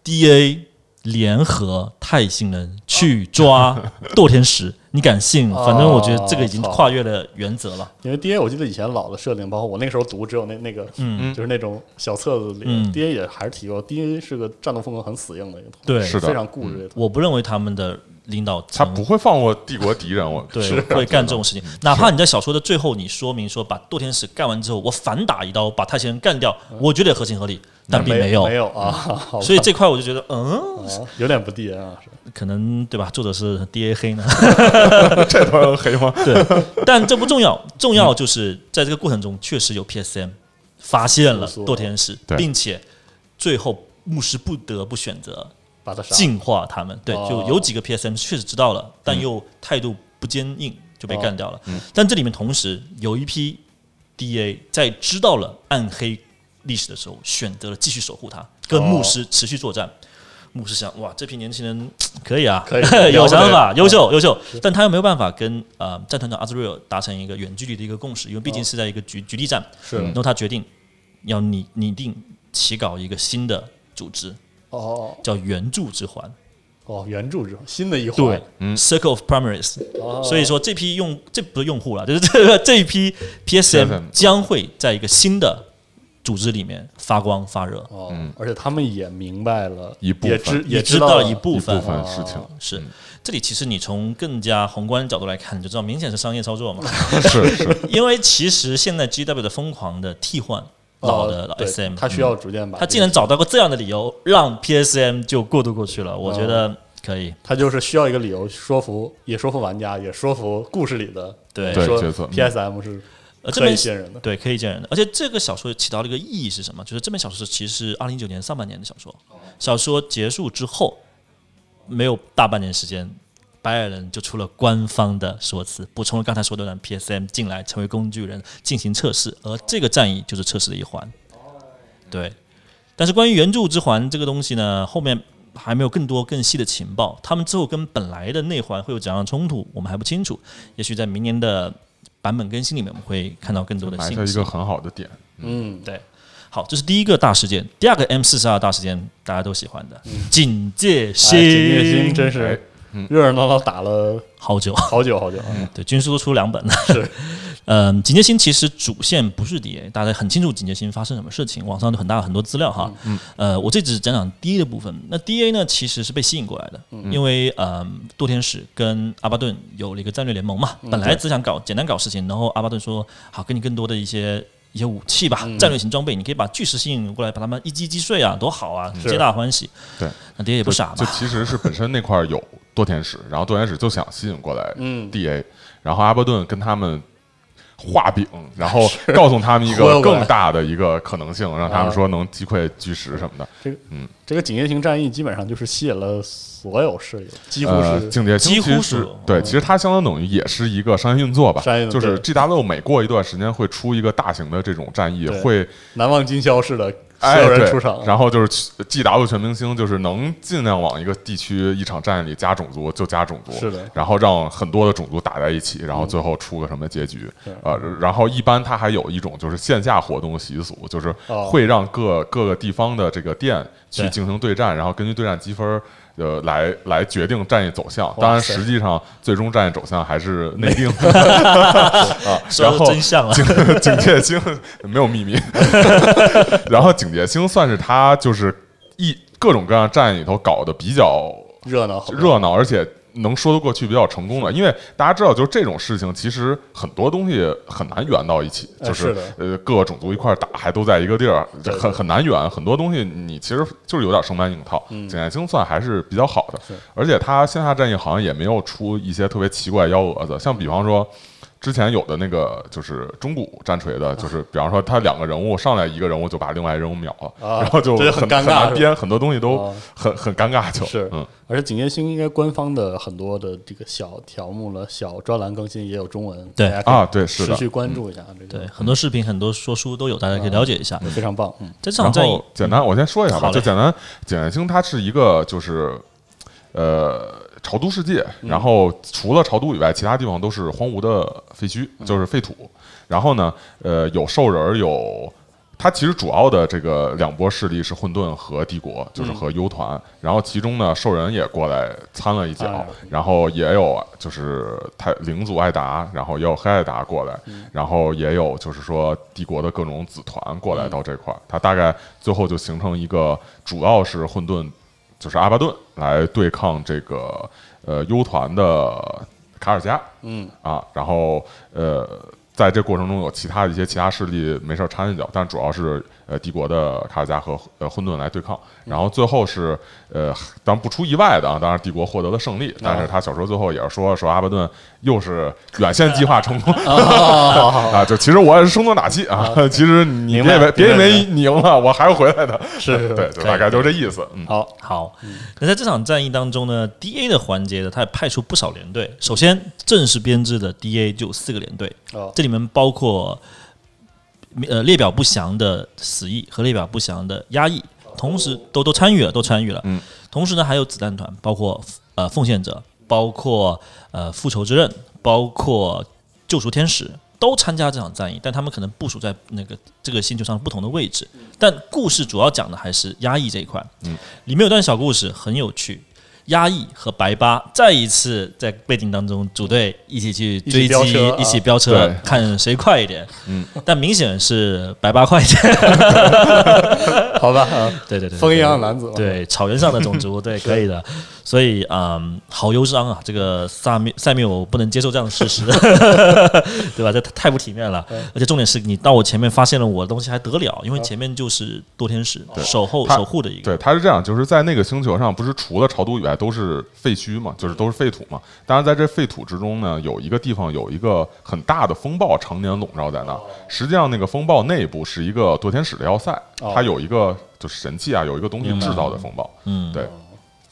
Speaker 8: DA 联合泰星人去抓堕天使，你敢信？
Speaker 6: 哦
Speaker 8: 反正我觉得这个已经
Speaker 6: 操
Speaker 8: 跨越了原则了。
Speaker 6: 因为 DA 我记得以前老的设定，包括我那个时候读，只有那那个，嗯，就是那种小册子里、
Speaker 8: 嗯
Speaker 6: d a 也还是提过，DA 是个战斗风格很死硬的一个，
Speaker 8: 对嗯
Speaker 7: 是的
Speaker 6: 非常固执的一个团
Speaker 8: 我不认为他们的领导
Speaker 7: 他
Speaker 8: 层
Speaker 7: 不会放过帝国敌人，我
Speaker 8: 对
Speaker 7: 是，
Speaker 8: 会干这种事情。哪怕你在小说的最后，你说明说把堕天使干完之后，我反打一刀把泰星人干掉，我觉得也合情合理，但并
Speaker 6: 没
Speaker 8: 有嗯
Speaker 6: 没。有啊， 好吧
Speaker 8: 所以这块我就觉得，嗯，
Speaker 6: 啊有点不 DA 啊，是
Speaker 8: 可能对吧？作者是 D A 黑呢，
Speaker 7: 这段黑 吗？
Speaker 8: 但这不重要，重要就是在这个过程中确实有 P S M 发现了
Speaker 6: 搜索
Speaker 8: 堕天使
Speaker 7: 对，
Speaker 8: 并且最后牧师不得不选择
Speaker 6: 把他杀了，
Speaker 8: 净化他们。对，
Speaker 6: 哦嗯
Speaker 8: 就有几个 PSM 确实知道了，但又态度不坚硬，就
Speaker 6: 哦
Speaker 8: 被干掉了。但这里面同时有一批 DA 在知道了暗黑历史的时候，选择了继续守护他，
Speaker 6: 哦
Speaker 8: 跟牧师持续作战。牧师想，哇，这批年轻人可以啊，
Speaker 6: 可 以
Speaker 8: 有
Speaker 6: 了不得嗯
Speaker 8: 想法，优秀，优秀。但他又没有办法跟呃战团长阿兹瑞尔达成一个远距离的一个共识，因为毕竟是在一个局局地战。
Speaker 6: 哦是
Speaker 8: 然后他决定要拟拟定起搞一个新的组织，
Speaker 6: 哦
Speaker 8: 叫援助之环。
Speaker 6: 哦，原著之后新的一环，
Speaker 8: 对，
Speaker 7: 嗯
Speaker 8: c i r c l e of Primaries，、
Speaker 6: 哦
Speaker 8: 所以说这批用这不是用户了，就是 这个这一批
Speaker 7: PSM
Speaker 8: PSM 将会在一个新的组织里面发光发热，
Speaker 6: 哦，而且他们也明白了
Speaker 7: 嗯一部
Speaker 6: 也
Speaker 7: 分
Speaker 6: 知
Speaker 8: 也
Speaker 6: 知
Speaker 8: 道
Speaker 6: 道哦
Speaker 8: 了一部
Speaker 7: 一
Speaker 8: 分。
Speaker 7: 部分事情
Speaker 8: 是，这里其实你从更加宏观的角度来看，你就知道明显是商业操作嘛。
Speaker 7: 是是，
Speaker 8: 因为其实现在 GW 的疯狂的替换老的老
Speaker 6: 哦对
Speaker 8: SM，
Speaker 6: 他需要逐渐把
Speaker 8: 他
Speaker 6: 这
Speaker 8: 竟
Speaker 6: 个
Speaker 8: 然找到个这样的理由，让 PSM 就过渡过去了，我觉
Speaker 6: 哦
Speaker 8: 得可以。
Speaker 6: 他就是需要一个理由说服，也说服玩家，也说服故事里的
Speaker 8: 对
Speaker 6: 说
Speaker 7: 角色嗯
Speaker 6: PSM 是
Speaker 8: 呃，这
Speaker 6: 可以
Speaker 8: 本
Speaker 6: 信任的。
Speaker 8: 对可以见人的，而且这个小说起到了一个意义是什么？就是这本小说其实是二零一九年上半年的小说，小说结束之后没有大半年时间，白矮人就出了官方的说辞，补充了刚才说的让 PSM 进来成为工具人进行测试，而这个战役就是测试的一环。对，但是关于原著之环这个东西呢，后面还没有更多更细的情报，他们之后跟本来的内环会有怎样的冲突，我们还不清楚。也许在明年的版本更新里面，我们会看到更多的
Speaker 7: 埋
Speaker 8: 信
Speaker 7: 下一
Speaker 8: 息。
Speaker 7: 个很好的点。
Speaker 6: 嗯，
Speaker 8: 对，好，这是第一个大事件。第二个 M 四十二大事件，大家都喜欢的警戒
Speaker 6: 嗯哎，
Speaker 8: 心，
Speaker 6: 警戒心真
Speaker 7: 哎
Speaker 6: 是热热闹闹打了
Speaker 8: 好久。
Speaker 6: 好久好久。嗯
Speaker 8: 对，军书都出两本了。是， 嗯，警戒心其实主线不是 DA，大家很清楚警戒心发生什么事情，网上有很大很多资料哈。嗯，呃，我这只讲讲 DA 的部分。那 DA 呢，其实是被吸引过来的，
Speaker 7: 嗯
Speaker 8: 因为呃，堕天使跟阿巴顿有了一个战略联盟嘛，
Speaker 7: 嗯
Speaker 8: 本来只想搞简单搞事情，然后阿巴顿说好，给你更多的一些。一些武器
Speaker 7: 嗯
Speaker 8: 吧，战略型装备，你可以把巨石吸引过来，把他们一击击碎啊，多好啊，皆大欢喜。
Speaker 7: 对，
Speaker 8: 那 DA 也不
Speaker 7: 就
Speaker 8: 傻嘛，
Speaker 7: 就 其实是本身那块儿有堕天使，然后堕天使就想吸引过来
Speaker 6: 嗯
Speaker 7: DA，然后阿伯顿跟他们画饼，然后告诉他 们一
Speaker 6: 忽悠
Speaker 7: 个
Speaker 6: 过来
Speaker 7: 更大的一个可能性，让他
Speaker 6: 啊
Speaker 7: 们说能击溃巨石什么的。
Speaker 6: 这个警戒型战役基本上就是吸引了所有势力，几乎
Speaker 7: 呃，
Speaker 6: 是
Speaker 7: 警戒
Speaker 8: 几
Speaker 7: 心
Speaker 8: 乎
Speaker 7: 其实
Speaker 8: 是
Speaker 7: 是对，其实它相当等于也是一个商业运作吧
Speaker 6: 商业运，
Speaker 7: 就
Speaker 6: 作
Speaker 7: 是
Speaker 6: 对
Speaker 7: GW 每过一段时间会出一个大型的这种战役，
Speaker 6: 对
Speaker 7: 会
Speaker 6: 难忘今宵似的，所
Speaker 7: 哎
Speaker 6: 有
Speaker 7: 对
Speaker 6: 人出场。
Speaker 7: 然后就是去 GW 全明星，就是能尽量往一个地区一场战役里加种族就加种族，
Speaker 6: 是的嗯
Speaker 7: 然后让很多的种族打在一起，然后最后出个什么结局，呃，然后一般它还有一种就是线下活动习俗，就是
Speaker 6: 哦
Speaker 7: 会让各各个地方的这个店去
Speaker 8: 对
Speaker 7: 进行对战，然后根据对战积分儿。呃，来来决定战役走向，当然
Speaker 6: 塞
Speaker 7: 实际上最终战役走向还是内定啊。
Speaker 8: 说
Speaker 7: 然
Speaker 8: 到
Speaker 7: 后
Speaker 8: 真相了。
Speaker 7: 警 警戒星没有秘密， 然后警戒星算是他就是一各种各样战役里头搞得比较
Speaker 6: 热闹，好
Speaker 7: 热闹，而且能说得过去、比较成功的。因为大家知道，就是这种事情，其实很多东西很难圆到一起，
Speaker 6: 哎
Speaker 7: 就是
Speaker 6: 的
Speaker 7: 呃各个种族一块儿打，还都在一个地儿，
Speaker 6: 对
Speaker 7: 很很难圆。很多东西你其实就是有点生搬硬套。
Speaker 6: 嗯
Speaker 7: 警戒星算还是比较好的，而且它线下战役好像也没有出一些特别奇怪的幺蛾子，像比方说。之前有的那个就是中古战锤
Speaker 6: 啊
Speaker 7: 的，就是比方说他两个人物上来一个人物就把另外一人物秒了，
Speaker 6: 啊
Speaker 7: 然后就
Speaker 6: 这就
Speaker 7: 很
Speaker 6: 很尴尬
Speaker 7: 难
Speaker 6: 是吧
Speaker 7: 编，很多东西都
Speaker 6: 啊
Speaker 7: 很很尴尬就，
Speaker 6: 是
Speaker 7: 嗯，
Speaker 6: 而且警戒星应该官方的很多的这个小条目了、小专栏更新也有中文，
Speaker 8: 对
Speaker 6: 大家可以
Speaker 7: 啊对是的
Speaker 6: 持续关注一下这个，
Speaker 8: 对，很多视频、很多说书都有，大家
Speaker 7: 嗯
Speaker 8: 可以了解一下。
Speaker 6: 非常棒，嗯，
Speaker 8: 在这场
Speaker 7: 然
Speaker 8: 战役
Speaker 7: 后，简单，我先说一下吧，
Speaker 8: 好嘞
Speaker 7: 就简单，简单星它是一个就是呃朝都世界，
Speaker 8: 嗯
Speaker 7: 然后除了朝都以外，其他地方都是荒芜的废墟，
Speaker 8: 嗯
Speaker 7: 就是废土。然后呢，呃，有兽人儿，有它其实主要的这个两波势力是混沌和帝国，
Speaker 8: 嗯
Speaker 7: 就是和 U 团。然后其中呢，兽人也过来参了一脚，
Speaker 6: 哎呀
Speaker 7: 然后也有就是太领主艾达，然后也有黑艾达过来，然后也有就是说帝国的各种子团过来到这块儿，它大概最后就形成一个主要是混沌，就是阿巴顿来对抗这个呃 U 团的卡尔加，
Speaker 6: 嗯
Speaker 7: 啊，然后呃。在这过程中，有其他一些其他势力没事儿掺一脚，但主要是呃帝国的卡尔加和呃混沌来对抗，
Speaker 6: 嗯
Speaker 7: 然后最后是呃，当然不出意外的啊，当然帝国获得了胜利，
Speaker 6: 啊
Speaker 7: 但是他小说最后也是说说阿巴顿又是远线计划成 功 啊，就其实我也是声东打西啊， 其实你
Speaker 6: 哦明
Speaker 7: 别
Speaker 6: 白
Speaker 7: 以为别以
Speaker 6: 明白
Speaker 7: 为你赢了，我还会回来的，
Speaker 6: 是是是
Speaker 7: 对，就大概就是这意思，嗯，
Speaker 6: 好，
Speaker 8: 好，那在这场战役当中呢，DA 的环节呢，他也派出不少连队。首先，正式编制的 DA 就有四个连队，
Speaker 6: 哦
Speaker 8: 这里面包括呃列表不详的死役和列表不详的压抑，
Speaker 6: 哦
Speaker 8: 同时都都参与了，都参与了。
Speaker 7: 嗯，
Speaker 8: 同时呢，还有子弹团，包括呃奉献者，包括呃复仇之刃，包括救赎天使。都参加这场战役，但他们可能部署在那个这个星球上不同的位置，
Speaker 6: 嗯
Speaker 8: 但故事主要讲的还是压抑这一块。里面有段小故事很有趣。压抑和白八再一次在背景当中组队一起去追
Speaker 6: 一起飙
Speaker 8: 击
Speaker 6: 车，啊
Speaker 8: 一起飙车，
Speaker 7: 对
Speaker 8: 看谁快一点。嗯，但明显是白八快一 点。
Speaker 6: 好吧，啊
Speaker 8: 对对对对，
Speaker 6: 风一样的男子嘛
Speaker 8: 对草原上的种族，对可以的。所以嗯，好忧伤啊，这个萨缪塞缪尔不能接受这样的事 实，对吧？这太不体面了。
Speaker 7: 嗯
Speaker 8: 而且重点是你到我前面发现了我的东西还得了，因为前面就是多天使守候
Speaker 7: 他
Speaker 8: 守护的一个，
Speaker 7: 嗯对，它是这样，就是在那个星球上，不是除了潮都以外都是废墟嘛，就是都是废土嘛。当然，在这废土之中呢，有一个地方有一个很大的风暴，常年笼罩在那儿。实际上，那个风暴内部是一个堕天使的要塞，
Speaker 6: 哦
Speaker 7: 它有一个就是神器啊，有一个东西
Speaker 6: 明白
Speaker 7: 制造的风暴。
Speaker 8: 嗯，
Speaker 7: 对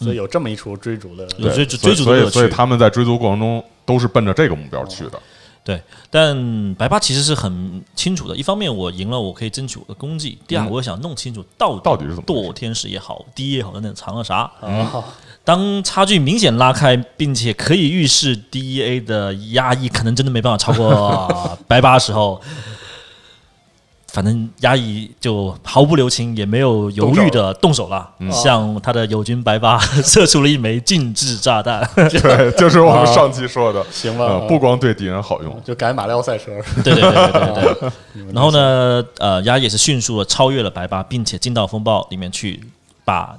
Speaker 6: 所以有这么一出追逐的，
Speaker 8: 有追
Speaker 7: 所以
Speaker 8: 追逐
Speaker 7: 所
Speaker 8: 的
Speaker 7: 以
Speaker 8: 乐
Speaker 7: 所以
Speaker 8: 趣。
Speaker 7: 他们在追逐过程中都是奔着这个目标去
Speaker 8: 哦
Speaker 7: 的。
Speaker 8: 但白八其实是很清楚的，一方面我赢了，我可以争取我的功绩；第二，
Speaker 7: 嗯
Speaker 8: 我又想弄清楚到底
Speaker 7: 到底是怎么回事
Speaker 8: 堕天使也好，第一也好，等等藏了啥。
Speaker 6: 啊，
Speaker 8: 当差距明显拉开，并且可以预示 DEA 的压抑可能真的没办法超过白八时候，反正压抑就毫不留情，也没有犹豫的动手了，向他的友军白八射出了一枚静置炸弹。
Speaker 7: 对，就是
Speaker 8: 哦
Speaker 7: 我们上期说的，
Speaker 6: 行吧，
Speaker 7: 呃，
Speaker 6: 啊
Speaker 7: 不光对敌人好用，
Speaker 6: 就改马里奥赛车，
Speaker 8: 对对对对对对。
Speaker 6: 你们
Speaker 8: 然后呢，呃，压抑也是迅速的超越了白八，并且进到风暴里面去，把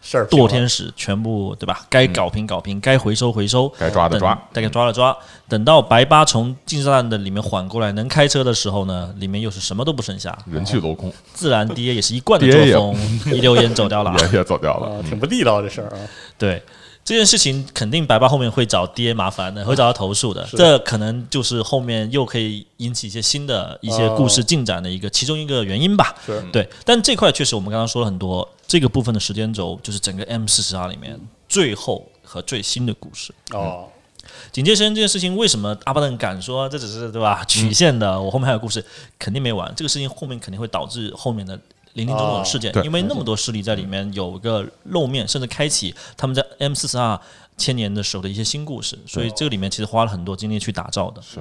Speaker 6: 事儿
Speaker 8: 堕
Speaker 6: 多
Speaker 8: 天使全部对吧？该搞平搞平，该回收回收，
Speaker 7: 该抓的抓
Speaker 8: 等，大概抓了抓。等到白八从进站的里面缓过来，能开车的时候呢，里面又是什么都不剩下，
Speaker 7: 人去楼空，
Speaker 8: 自然 D A 也是一贯的
Speaker 7: DA 也
Speaker 8: 作风，一溜烟走掉了。哦
Speaker 7: 也也走掉了。
Speaker 6: 啊，
Speaker 7: 嗯
Speaker 6: 挺不地道这事儿啊，
Speaker 8: 对这件事情，肯定白八后面会找 D A 麻烦的，会找他投诉的。
Speaker 6: 是
Speaker 8: 这可能就是后面又可以引起一些新的一些故事进展的一个其中一个原因吧。
Speaker 6: 是
Speaker 8: 对，但这块确实我们刚刚说了很多，这个部分的时间轴就是整个 M 四十二里面最后和最新的故事。
Speaker 6: 哦，
Speaker 8: 警戒声这件事情，为什么阿巴顿敢说这只是对
Speaker 7: 嗯
Speaker 8: 吧曲线的？我后面还有故事，肯定没完。这个事情后面肯定会导致后面的零零总总的事件
Speaker 7: 哦，对嗯
Speaker 8: 因为那么多势力在里面有一个露面，甚至开启他们在 M 四十二千年的时候的一些新故事，所以这个里面其实花了很多精力去打造的。是，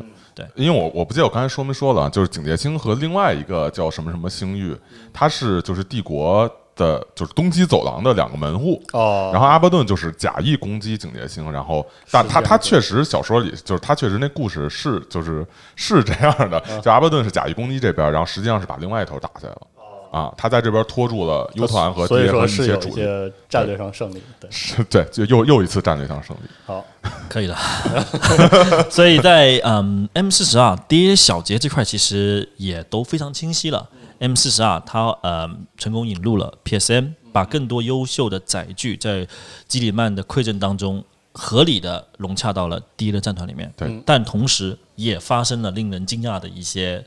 Speaker 7: 因为我我不记得我刚才说没说了，就是警戒星和另外一个叫什么什么星域，
Speaker 6: 嗯
Speaker 7: 它是就是帝国的，就是东西走廊的两个门户。
Speaker 6: 哦，
Speaker 7: 然后阿伯顿就是假意攻击警戒星，然后但
Speaker 6: 是这
Speaker 7: 他
Speaker 6: 样
Speaker 7: 他
Speaker 6: 子
Speaker 7: 确实小说里就是他确实那故事是就是是这样的，
Speaker 6: 嗯
Speaker 7: 就阿伯顿是假意攻击这边，然后实际上是把另外一头打下来了。啊，他在这边拖住了 U 团和
Speaker 6: 哦所以
Speaker 7: D
Speaker 6: 说
Speaker 7: 和一
Speaker 6: 是
Speaker 7: 些
Speaker 6: 有
Speaker 7: 主
Speaker 6: 一
Speaker 7: 力，
Speaker 6: 些战略上胜利，对，
Speaker 7: 是对，就又又一次战略上胜利。
Speaker 6: 好，
Speaker 8: 可以了。 所以在嗯 M 四十二 DA 小节这块，其实也都非常清晰了。M 四十二它呃成功引入了 PSM，把更多优秀的载具在基里曼的馈赠当中合理的融洽到了 D 的战团里面。
Speaker 7: 对
Speaker 6: 嗯
Speaker 8: 但同时也发生了令人惊讶的一些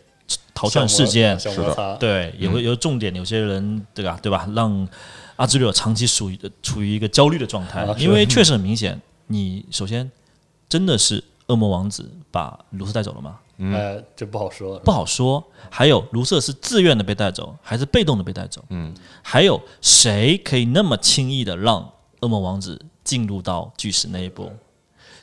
Speaker 8: 逃窜事件，
Speaker 6: 小摩擦，
Speaker 8: 对，也
Speaker 6: 嗯
Speaker 8: 会有重点，有些人对吧，对吧？让阿兹略长期属于处于一个焦虑的状态
Speaker 6: 啊，是
Speaker 8: 因为确实很明显，你首先真的是恶魔王子把卢瑟带走了吗？
Speaker 7: 嗯
Speaker 6: 哎，这不好说，
Speaker 8: 不好说。还有卢瑟是自愿的被带走，还是被动的被带走？
Speaker 7: 嗯，
Speaker 8: 还有谁可以那么轻易的让恶魔王子进入到巨石那一步？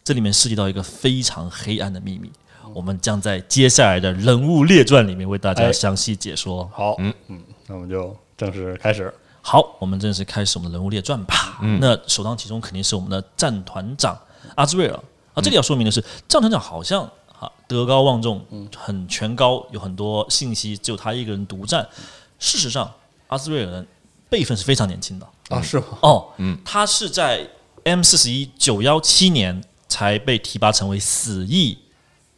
Speaker 8: 这里面涉及到一个非常黑暗的秘密，我们将在接下来的人物列传里面为大家
Speaker 6: 嗯哎
Speaker 8: 详细解说。
Speaker 6: 好，嗯嗯，那我们就正式开始，
Speaker 8: 好，我们正式开始我们的人物列传吧。那首当其冲肯定是我们的战团长阿兹瑞尔啊。这里要说明的是，战团长好像啊德高望重，很权高，有很多信息，只有他一个人独占。事实上，阿兹瑞尔人辈分是非常年轻的
Speaker 7: 嗯
Speaker 6: 啊，是吗？
Speaker 8: 哦，他是在 M 四十一九幺七年才被提拔成为死翼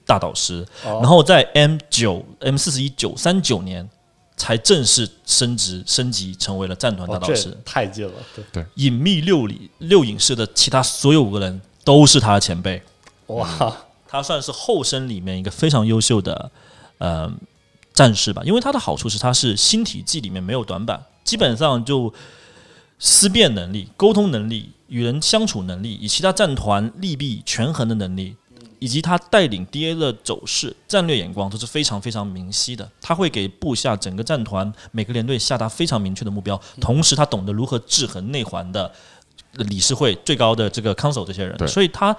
Speaker 8: 大导师，
Speaker 6: 哦
Speaker 8: 然后在 M 九 M 四十一九三九年才正式升职升级成为了战团大
Speaker 6: 哦，
Speaker 8: 导
Speaker 6: 这
Speaker 8: 师。
Speaker 6: 太近了，对，
Speaker 8: 隐秘六里六隐士的其他所有五个人都是他的前辈，
Speaker 7: 嗯
Speaker 6: 哇，
Speaker 8: 他算是后生里面一个非常优秀的呃战士吧，因为他的好处是他是新体系里面没有短板，基本上就思辨能力、沟通能力、与人相处能力，以其他战团利弊权衡的能力，以及他带领 DA 的走势、战略眼光都是非常非常明晰的。他会给部下整个战团每个连队下达非常明确的目标，
Speaker 7: 嗯
Speaker 8: 同时他懂得如何制衡内环的理事会最高的这个 council 这些人，
Speaker 7: 对
Speaker 8: 所以他。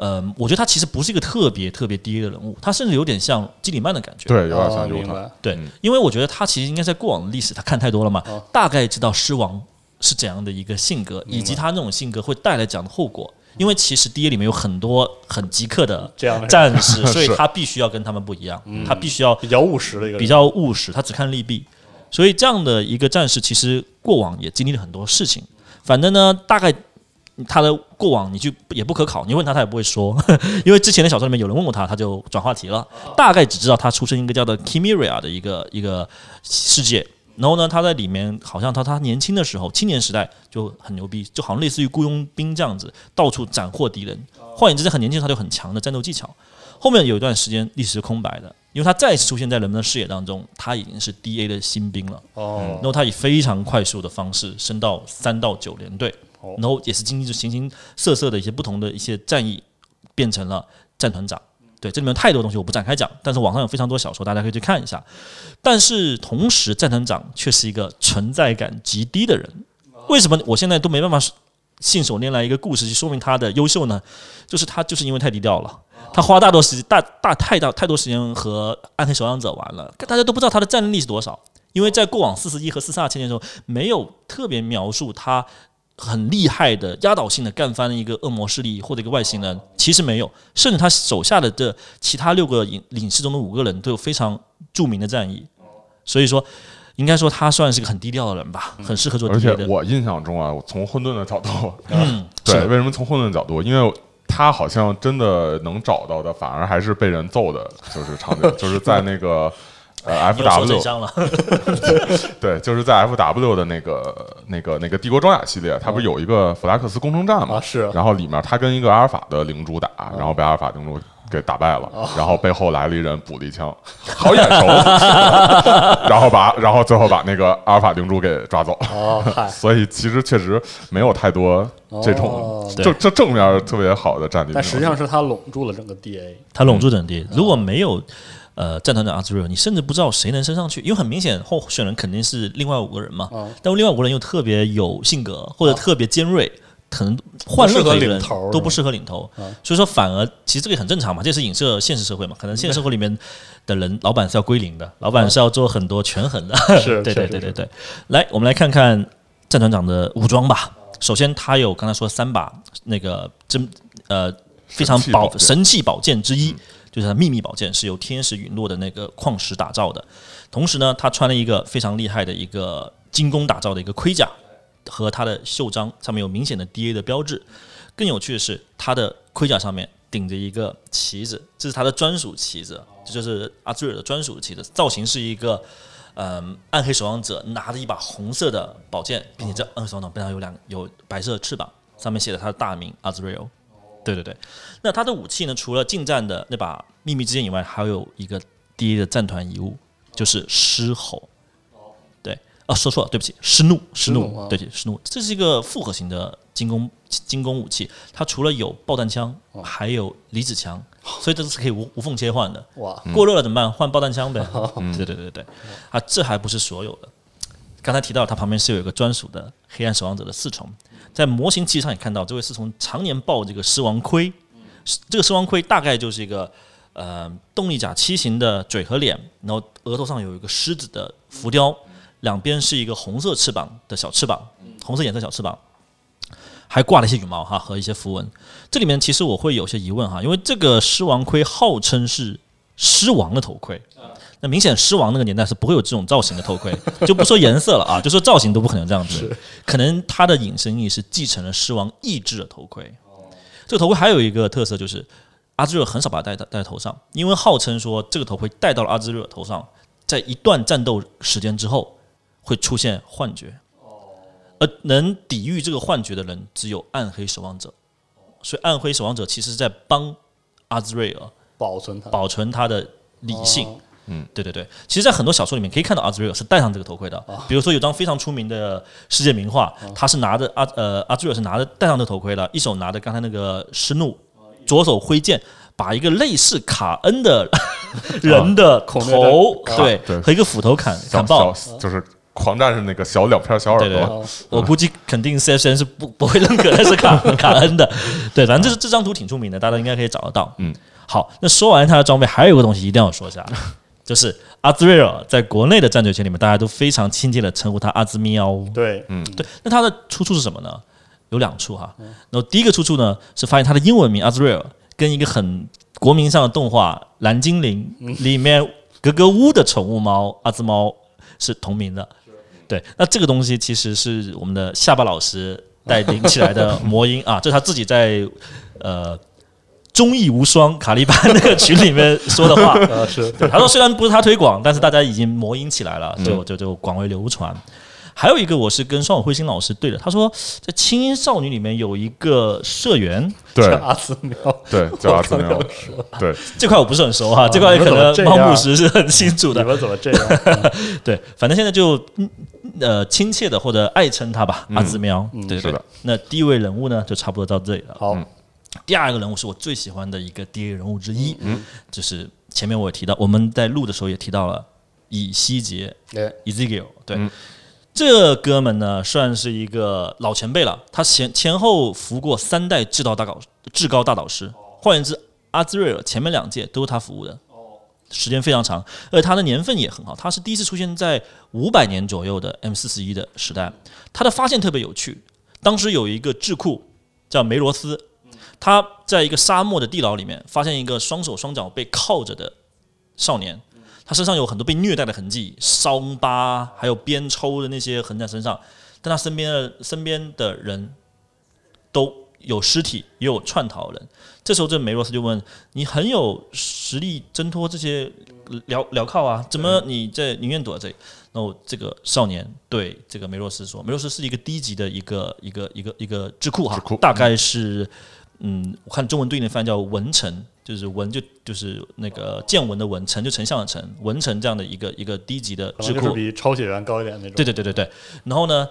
Speaker 8: 呃，我觉得他其实不是一个特别特别 DA 的人物，他甚至有点像基里曼的感觉。
Speaker 7: 对，有点
Speaker 6: 哦
Speaker 7: 像 U
Speaker 6: 明
Speaker 7: 团。
Speaker 6: 白，
Speaker 8: 啊对，
Speaker 7: 嗯
Speaker 8: 因为我觉得他其实应该在过往的历史，他看太多了嘛，
Speaker 6: 哦
Speaker 8: 大概知道狮王是怎样的一个性格，
Speaker 6: 明白
Speaker 8: 以及他那种性格会带来讲的后果。因为其实 DA 里面有很多很极客的
Speaker 6: 这样的人
Speaker 8: 战士，所以
Speaker 7: 是
Speaker 8: 他必须要跟他们不一样，
Speaker 6: 嗯
Speaker 8: 他必须要
Speaker 6: 比较务实的一个，
Speaker 8: 比，较务实，他只看利弊。所以这样的一个战士，其实过往也经历了很多事情。反正呢，大概他的过往你去也不可考，你问他他也不会说， 因为之前的小说里面有人问过他，他就转话题了，大概只知道他出身一个叫做 Kimiria 的一个一个世界。然后呢，他在里面好像他他年轻的时候，青年时代就很牛逼，就好像类似于雇佣兵这样子，到处斩获敌人。换言之，在很年轻的时候他就很强的战斗技巧。后面有一段时间历史是空白的，因为他再次出现在人们的视野当中，他已经是 D A 的新兵了。
Speaker 6: 哦
Speaker 7: 嗯
Speaker 8: 然，后他以非常快速的方式升到三到九连队，
Speaker 6: 哦
Speaker 8: 然后也是经历着形形色色的一些不同的一些战役，变成了战团长。对，这里面有太多东西我不展开讲，但是网上有非常多小说，大家可以去看一下。但是同时，战团长却是一个存在感极低的人。
Speaker 6: 哦
Speaker 8: 为什么我现在都没办法信手拈来一个故事去说明他的优秀呢？就是他就是因为太低调了。他花大多时大大太大太多时间和暗黑守望者玩了，大家都不知道他的战力是多少，因为在过往四十一和四十二千年的时候，没有特别描述他很厉害的压倒性的干翻一个恶魔势力或者一个外星人，其实没有，甚至他手下的这其他六个领领事中的五个人都有非常著名的战役，所以说应该说他算是个很低调的人吧，很适合做
Speaker 7: 而
Speaker 8: D
Speaker 7: 且
Speaker 8: A 的，
Speaker 7: 我印象中啊，我从混沌的角度，
Speaker 8: 嗯，
Speaker 7: 对，
Speaker 8: 是
Speaker 7: 为什么从混沌角度？因为他好像真的能找到的，反而还是被人揍的，就是场景，就是在那个呃 F
Speaker 8: 又说
Speaker 7: W
Speaker 8: 真相了，
Speaker 7: 对，就是在 F W 的那个、那个、那个帝国装甲系列，它不是有一个弗拉克斯工程战吗？
Speaker 6: 啊是啊
Speaker 7: 然后里面他跟一个阿尔法的领主打，然后被阿尔法领主给打败了，
Speaker 6: 哦
Speaker 7: 然后背后来了一人补了一枪，好眼 熟。然后把，然后最后把那个阿尔法领主给抓走。
Speaker 6: 哦， 嗨，
Speaker 7: 所以其实确实没有太多这种、
Speaker 6: 哦
Speaker 7: 就这正面特别好的战力。
Speaker 6: 但实际上是他笼住了整个 DA，
Speaker 8: 他笼住整地。
Speaker 6: 嗯
Speaker 8: 如果没有呃战团长阿兹瑞尔，你甚至不知道谁能升上去，因为很明显候选人肯定是另外五个人嘛。
Speaker 6: 哦
Speaker 8: 但另外五个人又特别有性格或者特别尖锐，可能换任何一个人
Speaker 6: 不适合领头嗯
Speaker 8: 都不适合领头。所以说，反而其实这个也很正常嘛，这也是影射现实社会嘛。可能现实社会里面的人，老板是要归零的，老板是要做很多权衡的。
Speaker 6: 嗯 是
Speaker 8: 对
Speaker 6: 确
Speaker 8: 对
Speaker 6: 实
Speaker 8: 对对
Speaker 6: 是
Speaker 8: 对。来，我们来看看战团长的武装吧。首先，他有刚才说三把那个真呃非常
Speaker 7: 神器
Speaker 8: 宝
Speaker 7: 宝剑嗯
Speaker 8: 神器宝剑之一，就是他的秘密宝剑，是由天使陨落的那个矿石打造的。同时呢，他穿了一个非常厉害的一个精工打造的一个盔甲，和他的袖章上面有明显的 DA 的标志。更有趣的是，他的盔甲上面顶着一个旗子，这是他的专属旗子，这就是阿兹瑞尔的专属旗子。造型是一个，嗯，暗黑守望者拿着一把红色的宝剑，并且这暗黑守望者背上有两有白色的翅膀，上面写着他的大名阿兹瑞尔。对对对，那他的武器呢？除了近战的那把秘密之剑以外，还有一个 D A 的战团遗物，就是狮吼。对，啊，说错了，对不起，狮怒，狮
Speaker 6: 狮怒
Speaker 8: 怒
Speaker 6: 啊，
Speaker 8: 对不起，狮怒，这是一个复合型的进攻进攻武器，它除了有爆弹枪，
Speaker 6: 哦
Speaker 8: 还有离子枪，所以这是可以无无缝切换的。
Speaker 6: 哇，
Speaker 7: 嗯
Speaker 8: 过热了怎么办？换爆弹枪呗。嗯对对对对，啊，这还不是所有的。刚才提到，它旁边是有一个专属的黑暗守望者的侍从，在模型机上也看到，这位侍从常年抱这个狮王盔，是这个狮王盔大概就是一个呃动力甲七型的嘴和脸，然后额头上有一个狮子的浮雕，两边是一个红色翅膀的小翅膀，红色颜色小翅膀，还挂了一些羽毛哈和一些符文。这里面其实我会有些疑问哈，因为这个狮王盔号称是狮王的头盔，那明显狮王那个年代是不会有这种造型的头盔， 就不说颜色了啊，就说造型都不可能这样子。可能它的隐身意是继承了狮王意志的头盔。这个头盔还有一个特色就是，阿兹瑞尔很少把它戴在戴在头上，因为号称说这个头盔戴到了阿兹瑞尔头上，在一段战斗时间之后会出现幻觉，而能抵御这个幻觉的人只有暗黑守望者，所以暗黑守望者其实是在帮阿兹瑞尔
Speaker 6: 保存它，
Speaker 8: 保存他的理性。
Speaker 6: 哦
Speaker 7: 嗯
Speaker 8: 对对对，其实，在很多小说里面可以看到阿兹瑞尔是戴上这个头盔的。比如说，有张非常出名的世界名画，他是拿着阿呃阿兹瑞尔是拿着戴上这个头盔的，一手拿着刚才那个狮怒，左手挥剑，把一个类似卡恩的 人的
Speaker 6: 恐略症
Speaker 8: 头，对
Speaker 7: 对
Speaker 8: 和一个斧头砍
Speaker 7: 小
Speaker 8: 砍爆。
Speaker 7: 小就是狂战士那个小两片小耳朵，
Speaker 8: 对对，
Speaker 6: 哦
Speaker 8: 对我估计肯定 CSN 是不不会认可那是卡卡恩的。对，反正这是这张图挺出名的，大家应该可以找得到。
Speaker 7: 嗯，
Speaker 8: 好，那说完他的装备，还有一个东西一定要说一下，就是阿兹瑞尔在国内的战队圈里面，大家都非常亲切的称呼他阿兹喵。
Speaker 6: 对，
Speaker 8: 对，那它的出处是什么呢？有两处哈。然后第一个出处呢是发现它的英文名阿兹瑞尔跟一个很国民上的动画《蓝精灵》里面格格巫的宠物猫阿兹猫是同名的。对，那这个东西其实是我们的下巴老师带领起来的魔音啊，这是他自己在呃。忠义无双卡利班那个群里面说的话，
Speaker 7: 嗯
Speaker 6: 啊，是
Speaker 8: 对，他说虽然不是他推广，但是大家已经魔音起来了，
Speaker 7: 嗯
Speaker 8: 就就就广为流传。还有一个我是跟双尾彗星老师对的，他说在青音少女里面有一个社员，
Speaker 7: 对
Speaker 6: 阿兹苗，
Speaker 7: 对，叫阿兹
Speaker 6: 我刚
Speaker 7: 苗
Speaker 6: 要，说
Speaker 7: 对，
Speaker 8: 这块我不是很熟哈、
Speaker 6: 啊
Speaker 8: 这块
Speaker 6: 你们
Speaker 8: 可
Speaker 6: 怎么
Speaker 8: 能
Speaker 6: 这
Speaker 8: 猫
Speaker 6: 样
Speaker 8: 牧师是很清楚
Speaker 6: 你
Speaker 8: 的。
Speaker 6: 们怎么这 样？
Speaker 8: 对，反正现在就嗯呃亲切的或者爱称他
Speaker 6: 嗯
Speaker 8: 吧，阿兹喵。对
Speaker 7: 是
Speaker 8: 对
Speaker 7: 的。
Speaker 8: 那第一位人物呢，就差不多到这里了。
Speaker 7: 嗯
Speaker 6: 好，
Speaker 8: 第二个人物是我最喜欢的一个 DA 人物之一，
Speaker 6: 嗯
Speaker 8: 就是前面我也提到，我们在录的时候也提到了以西杰
Speaker 6: 对
Speaker 8: Ezekiel，对。
Speaker 7: 嗯
Speaker 8: 这哥们呢，算是一个老前辈了，他前前后服过三代至高大导至高大导师，换言之，阿兹瑞尔前面两届都是他服务的，时间非常长，而且他的年份也很好，他是第一次出现在五百年左右的 M 四十一的时代，他的发现特别有趣，当时有一个智库叫梅罗斯，他在一个沙漠的地牢里面发现一个双手双脚被铐着的少年，他身上有很多被虐待的痕迹，伤疤还有鞭抽的那些痕在身上，但他身边的身边的人都有尸体，也有窜逃人。这时候，这梅洛斯就问：“你很有实力挣脱这些镣镣铐啊，怎么你这宁愿躲在这里？”然后这个少年对这个梅洛斯说：“梅洛斯是一个低级的一个一个一个一个智库哈，
Speaker 7: 智库
Speaker 8: 大概是嗯，我看中文对应的翻译叫文臣，就是文就就是那个见闻的闻，丞就丞相的丞，文臣这样的一个一个低级的
Speaker 6: 可
Speaker 8: 智
Speaker 6: 能就
Speaker 8: 库
Speaker 6: 是。比抄写员高一点那种。
Speaker 8: 对对对对对。然后呢，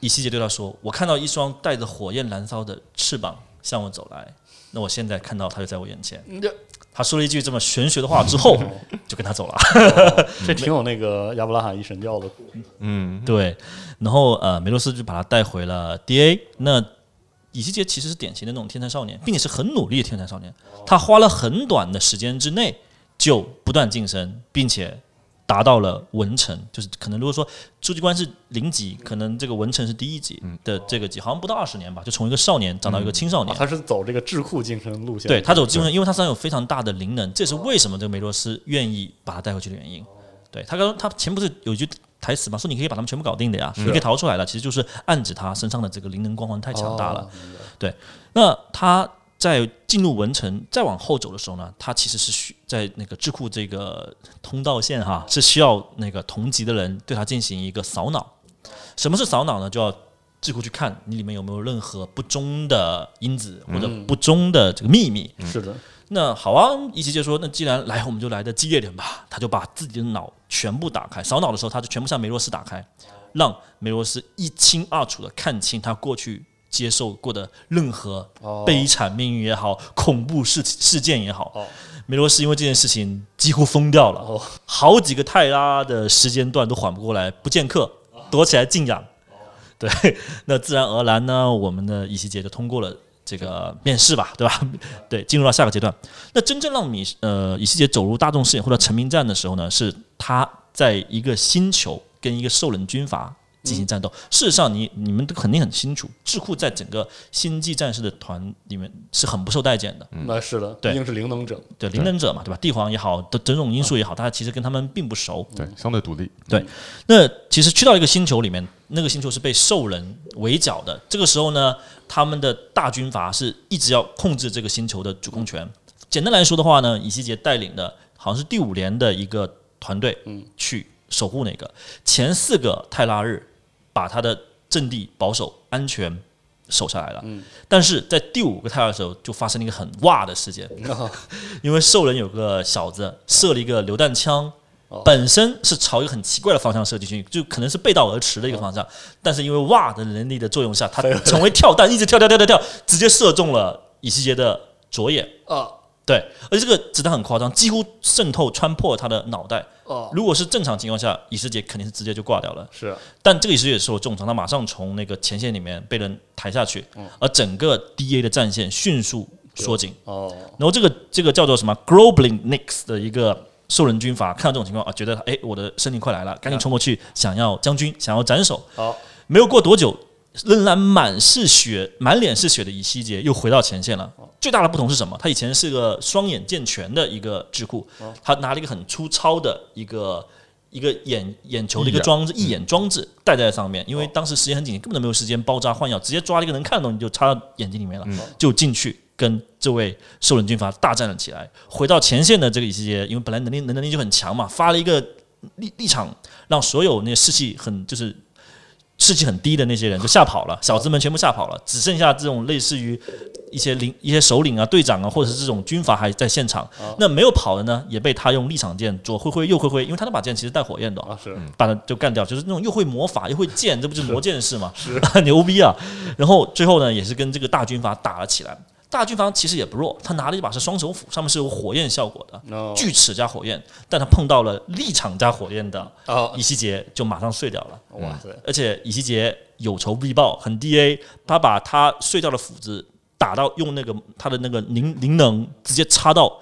Speaker 8: 以西结对他说：“我看到一双带着火焰燃烧的翅膀向我走来，那我现在看到它就在我眼前。”他说了一句这么玄学的话之后，就跟他走了。嗯
Speaker 6: 这挺有那个亚伯拉罕一神教的故事。
Speaker 7: 嗯，
Speaker 8: 对，然后呃，梅洛斯就把他带回了 DA。那以西结其实是典型的那种天才少年，并且是很努力的天才少年。他花了很短的时间之内就不断晋升，并且达到了文臣，就是可能如果说书记官是零级，可能这个文臣是第一级的这个级，好像不到二十年吧，就从一个少年长到一个青少
Speaker 6: 啊
Speaker 8: 年。
Speaker 6: 他是走这个智库晋升路线，哦
Speaker 8: 对他走基本上，因为他身上有非常大的灵能，这也是为什么这个梅洛斯愿意把他带回去的原因。对他刚他前不是有一句台词嘛，说你可以把他们全部搞定的呀，你可以逃出来了，其实就是暗指他身上的这个灵能光环太强大了。
Speaker 6: 哦。明白
Speaker 8: 那他在进入文城再往后走的时候呢，他其实是需在那个智库这个通道线哈，是需要那个同级的人对他进行一个扫脑。什么是扫脑呢？就要智库去看你里面有没有任何不忠的因子或者不忠的这个秘密。
Speaker 6: 是的，
Speaker 8: 那好啊，一奇就说，那既然来，我们就来的激烈点吧。他就把自己的脑全部打开，扫脑的时候，他就全部向梅罗斯打开，让梅罗斯一清二楚的看清他过去接受过的任何
Speaker 6: 哦
Speaker 8: 悲惨命运也好，恐怖事事件也好，
Speaker 6: 哦
Speaker 8: 梅罗斯因为这件事情几乎疯掉了，
Speaker 6: 哦
Speaker 8: 好几个泰拉的时间段都缓不过来，不见客，躲起来静养。对， 那自然而然呢，我们的乙希杰就通过了这个面试吧，对吧？对，进入到下个阶段。那真正让米呃乙希杰走入大众视野或者成名战的时候呢，是他在一个星球跟一个兽人军阀进行战斗。事实上你，你们都肯定很清楚，智库在整个星际战士的团里面是很不受待见的。
Speaker 6: 那是的，
Speaker 8: 嗯对
Speaker 6: 毕竟是灵能者，
Speaker 8: 对灵能者嘛，对吧？帝皇也好，的种种因素也好，大家其实跟他们并不熟。
Speaker 7: 对，相对独立，
Speaker 8: 那其实去到一个星球里面，那个星球是被兽人围剿的。这个时候呢，他们的大军阀是一直要控制这个星球的主控权。简单来说的话呢，以西杰带领的好像是第五联的一个团队，嗯，去守护那个前四个泰拉日，把他的阵地保守安全守下来了。嗯，但是在第五个泰拉的时候，就发生了一个很哇的事 件，因为兽人有个小子射了一个榴弹枪，本身是朝一个很奇怪的方向射进去，就可能是背道而驰的一个方向，但是因为哇的能力的作用下，他成为跳弹，一直跳跳跳跳跳，直接射中了以西杰的左眼。
Speaker 6: 啊
Speaker 8: 对，而且这个子弹很夸张，几乎渗透穿破他的脑袋。
Speaker 6: 哦，
Speaker 8: 如果是正常情况下，以西杰肯定是直接就挂掉了。
Speaker 6: 是啊
Speaker 8: 但这个也是也受重伤，他马上从那个前线里面被人抬下去，而整个 DA 的战线迅速缩紧。
Speaker 6: 哦，
Speaker 8: 然后这个这个叫做什么 Grobling Nix 的一个兽人军阀，看到这种情况啊，觉得哎我的生命快来了，赶紧冲过去，想要将军，想要斩首。
Speaker 6: 好，
Speaker 8: 没有过多久，仍然满是血、满脸是血的以西杰又回到前线了。最大的不同是什么？他以前是个双眼健全的一个智库，他拿了一个很粗糙的一个。一个眼眼球的一个
Speaker 7: 义眼
Speaker 8: 装置，义眼装置戴在上面，因为当时时间很紧，根本就没有时间包扎换药，直接抓了一个能看的东西就插到眼睛里面了，就进去跟这位兽人军阀大战了起来。回到前线的这个以色列，因为本来能力能能力就很强嘛，发了一个立立场，让所有那些士气很就是士气很低的那些人就吓跑了，小子们全部吓跑了，只剩下这种类似于一些领、一些首领啊、队长啊，或者是这种军阀还在现场。那没有跑的呢，也被他用立场剑左挥挥右挥挥，因为他那把剑其实带火焰的哦、
Speaker 6: 啊是
Speaker 8: 把他就干掉，就是那种又会魔法又会剑，这不就是魔剑 士吗？ 牛逼啊！然后最后呢，也是跟这个大军阀打了起来。大军阀其实也不弱，他拿了一把是双手斧，上面是有火焰效果的，
Speaker 6: 哦
Speaker 8: 锯齿加火焰，但他碰到了立场加火焰的
Speaker 6: 哦
Speaker 8: 以西结，就马上碎掉了。
Speaker 6: 哇塞
Speaker 8: 而且以西结有仇必报，很 DA，他把他睡觉的斧子打到用那个他的那个灵灵能直接插到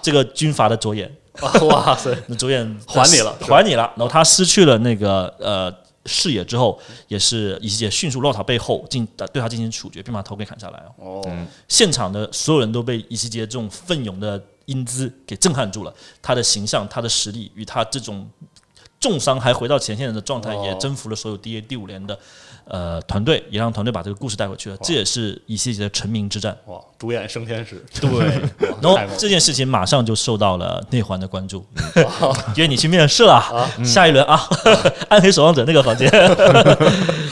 Speaker 8: 这个军阀的左眼，
Speaker 6: 啊哇塞
Speaker 8: 那左眼
Speaker 6: 还你了
Speaker 8: 还你了。然后他失去了那个呃视野之后，也是以西结迅速落到背后进对他进行处决，并把头给砍下来哦。
Speaker 6: 哦
Speaker 8: 现场的所有人都被以西结这种奋勇的英姿给震撼住了，他的形象、他的实力与他这种重伤还回到前线的状态，
Speaker 6: 哦
Speaker 8: 也征服了所有 DA 第五连的呃团队，也让团队把这个故事带回去了。这也是以西结的成名之战。
Speaker 6: 哇主演升天使
Speaker 8: 对，
Speaker 6: 哇
Speaker 8: 然后
Speaker 6: 太猛了嗯
Speaker 8: 这件事情马上就受到了内环的关注， 因为你去面试了，下一轮 啊，暗黑守望者那个房间，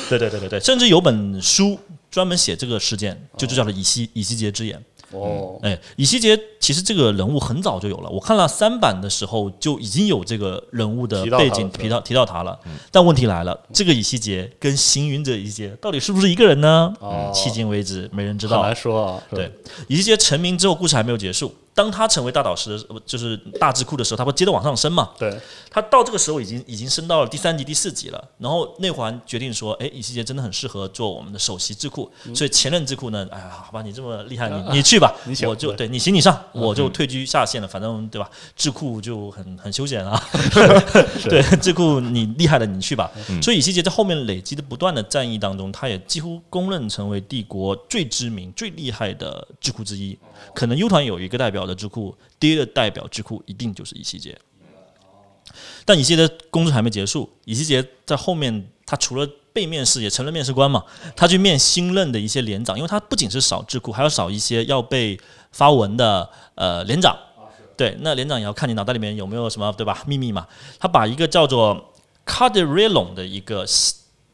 Speaker 8: 对对对对对，甚至有本书专门写这个事件，
Speaker 6: 啊
Speaker 8: 就就叫做以西以西结之眼。
Speaker 6: 哦
Speaker 8: 哎，以西结其实这个人物很早就有了，我看了三版的时候就已经有这个人物的
Speaker 6: 提到他
Speaker 8: 背
Speaker 6: 了
Speaker 8: 景，
Speaker 6: 对嗯
Speaker 8: 提到提到他了。但问题来了，这个以西结跟行云者以西结到底是不是一个人呢？
Speaker 6: 哦
Speaker 8: 嗯迄今为止没人知
Speaker 6: 很
Speaker 8: 道
Speaker 6: 难。说啊是
Speaker 8: 对，以西结成名之后，故事还没有结束。当他成为大导师的时候，呃就是大智库的时候，他会接着往上升嘛？
Speaker 6: 对
Speaker 8: 他到这个时候已经已经升到了第三级、第四级了。然后内环决定说，哎，尹希杰真的很适合做我们的首席智库，所以前任智库呢，哎呀，好吧，你这么厉害，你你去吧，
Speaker 6: 嗯啊你请
Speaker 8: 我就
Speaker 6: 对嗯
Speaker 8: 对你行你上，我就退居下线了，反正对吧？智库就很很休闲啊， 对，智库你厉害的你去吧。
Speaker 6: 嗯
Speaker 8: 所以尹希杰在后面累积的不断的战役当中，他也几乎公认成为帝国最知名、最厉害的智库之一。可能 U 团有一个代表的智库，D 的代表智库一定就是尹希杰。但以西结的工作还没结束，以西结在后面，他除了被面试，也成了面试官嘛。他去面新任的一些连长，因为他不仅是少智库，还要少一些要被发文的呃连长。对，那连长也要看你脑袋里面有没有什么对吧秘密嘛。他把一个叫做 c a d r e l o n 的一个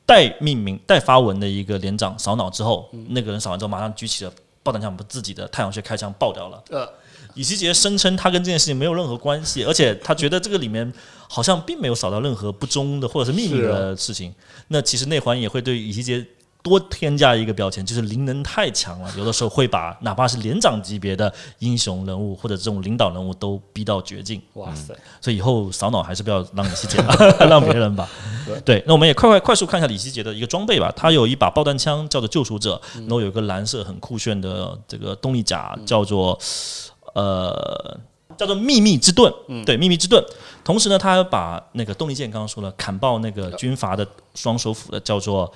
Speaker 8: 代命名、代发文的一个连长扫脑之后，那个人扫完之后马上举起了爆弹枪，把自己的太阳穴开枪爆掉了。
Speaker 6: 呃
Speaker 8: 以西结声称他跟这件事情没有任何关系，而且他觉得这个里面好像并没有扫到任何不忠的或者是秘密的事情。那其实内环也会对以西结多添加一个标签，就是灵能太强啊了，有的时候会把哪怕是连长级别的英雄人物或者这种领导人物都逼到绝境。
Speaker 6: 哇塞
Speaker 8: 所以以后扫脑还是不要让李希杰了，让别人吧。 对，那我们也快快快速看一下李希杰的一个装备吧。他有一把爆弹枪，叫做救赎者，然后有一个蓝色很酷炫的这个动力甲，叫做呃。叫做秘密之盾，对，秘密之盾。同时呢，他还把那个动力剑，刚刚说了，砍爆那个军阀的双手斧的，叫做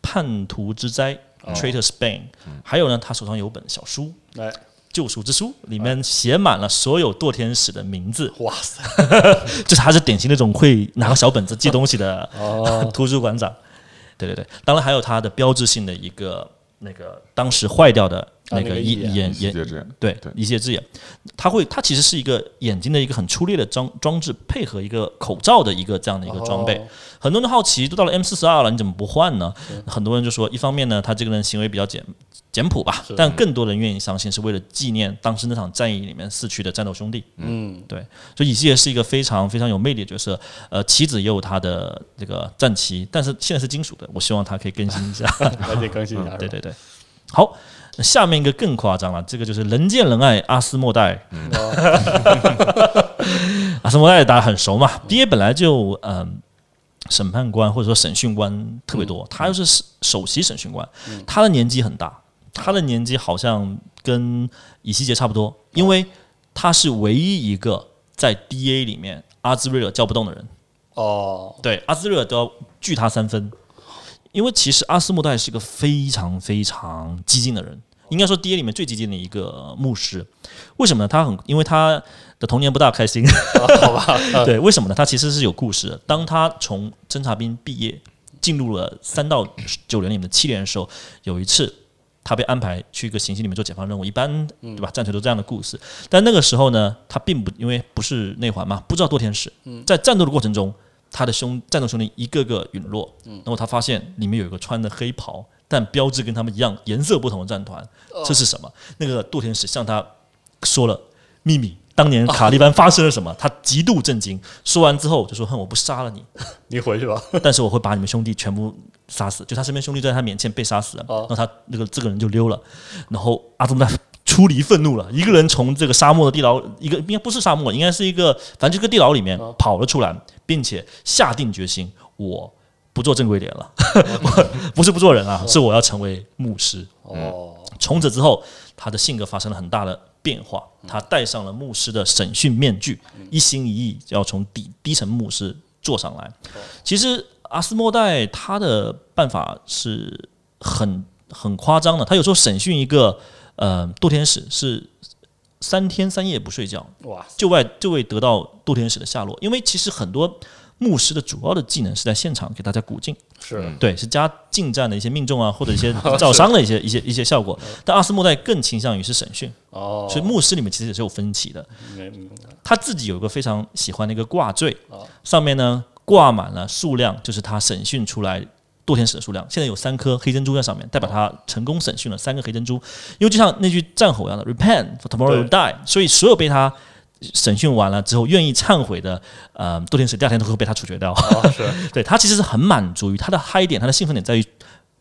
Speaker 8: 叛徒之灾 （Traitor's Bane）。还有呢，他手上有本小书
Speaker 6: 哎
Speaker 8: 《救赎之书》，里面写满了所有堕天使的名字。
Speaker 6: 哇塞
Speaker 8: 就是他是典型那种会拿个小本子记东西的
Speaker 6: 哦
Speaker 8: 图书馆长。对对对，当然还有他的标志性的一个那个当时坏掉的那
Speaker 6: 啊那
Speaker 8: 个
Speaker 6: 个
Speaker 8: 一
Speaker 6: 一眼
Speaker 8: 眼
Speaker 7: 一
Speaker 8: 眼
Speaker 7: 界之眼
Speaker 8: 对
Speaker 7: 对
Speaker 8: 一些字眼，它会它其实是一个眼睛的一个很粗略的装装置，配合一个口罩的一个这样的一个装备。
Speaker 6: 哦
Speaker 8: 很多人好奇，都到了 M 四十二了，你怎么不换呢？很多人就说，一方面呢，他这个人行为比较简简朴吧，但更多人愿意相信是为了纪念当时那场战役里面逝去的战斗兄弟。
Speaker 6: 嗯
Speaker 8: 对，所以以西结是一个非常非常有魅力的角色。呃，棋子也有他的这个战旗，但是现在是金属的，我希望他可以更新一下。
Speaker 6: 赶紧更新一下
Speaker 8: 嗯对对对，好，那下面一个更夸张了，这个就是人见人爱阿斯莫代。 阿斯莫代大家很熟嘛，D A 本来就嗯、审判官或者说审讯官特别多，他又是首首席审讯官，他的年纪很大，他的年纪好像跟以西结差不多，因为他是唯一一个在 D A 里面阿兹瑞尔叫不动的人。
Speaker 6: 哦
Speaker 8: 对，阿兹瑞尔都要拒他三分，因为其实阿斯莫代是一个非常非常激进的人，应该说 DA 里面最激进的一个牧师。为什么呢？他很，因为他的童年不大开心，
Speaker 6: 哦好吧？
Speaker 8: 对，为什么呢？他其实是有故事的。当他从侦察兵毕业，进入了三到九年里面的七年的时候，有一次他被安排去一个行星里面做解放任务，一般
Speaker 6: 嗯
Speaker 8: 对吧？战锤都这样的故事。但那个时候呢，他并不因为不是内环嘛，不知道堕天使，
Speaker 6: 嗯
Speaker 8: 在战斗的过程中，他的兄战斗兄弟一个个陨落，然后他发现里面有一个穿的黑袍。但标志跟他们一样，颜色不同的战团，这是什么？那个堕天使向他说了秘密。当年卡利班发生了什么？他极度震惊。说完之后就说：“哼，我不杀了你，
Speaker 6: 你回去吧。
Speaker 8: 但是我会把你们兄弟全部杀死。”就他身边兄弟在他面前被杀死了，啊
Speaker 6: 哦
Speaker 8: 然后他那个这个人就溜了。然后阿宗在出离愤怒了，一个人从这个沙漠的地牢，一个应该不是沙漠，应该是一个反正这个地牢里面跑了出来，并且下定决心，我不做正规脸了，不是不做人啊，是我要成为牧师。
Speaker 6: 哦，
Speaker 8: 从此之后，他的性格发生了很大的变化，他戴上了牧师的审讯面具，一心一意要从底低层牧师做上来。其实阿斯莫代他的办法是很很夸张的，他有时候审讯一个呃堕天使是三天三夜不睡觉，
Speaker 6: 哇，
Speaker 8: 就外就会得到堕天使的下落，因为其实很多牧师的主要的技能是在现场给大家鼓劲。
Speaker 6: 是
Speaker 8: 对，是加近战的一些命中啊，或者 一些
Speaker 6: 哦
Speaker 8: 造伤的一些一些一些效果。但阿斯莫代更倾向于是审讯，
Speaker 6: 哦，
Speaker 8: 所以牧师里面其实也是有分歧的。
Speaker 6: 没明白
Speaker 8: 他自己有一个非常喜欢的一个挂坠，
Speaker 6: 哦
Speaker 8: 上面呢挂满了数量，就是他审讯出来堕天使的数量。现在有三颗黑珍珠在上面，代表他成功审讯了三个黑珍珠。因为就像那句战吼一样的 “Repent for tomorrow you
Speaker 6: 对
Speaker 8: die”，所以所有被他审讯完了之后愿意忏悔的，呃，堕天使第二天都会被他处决掉。
Speaker 6: 哦，是
Speaker 8: 对他其实是很满足于他的嗨点，他的兴奋点在于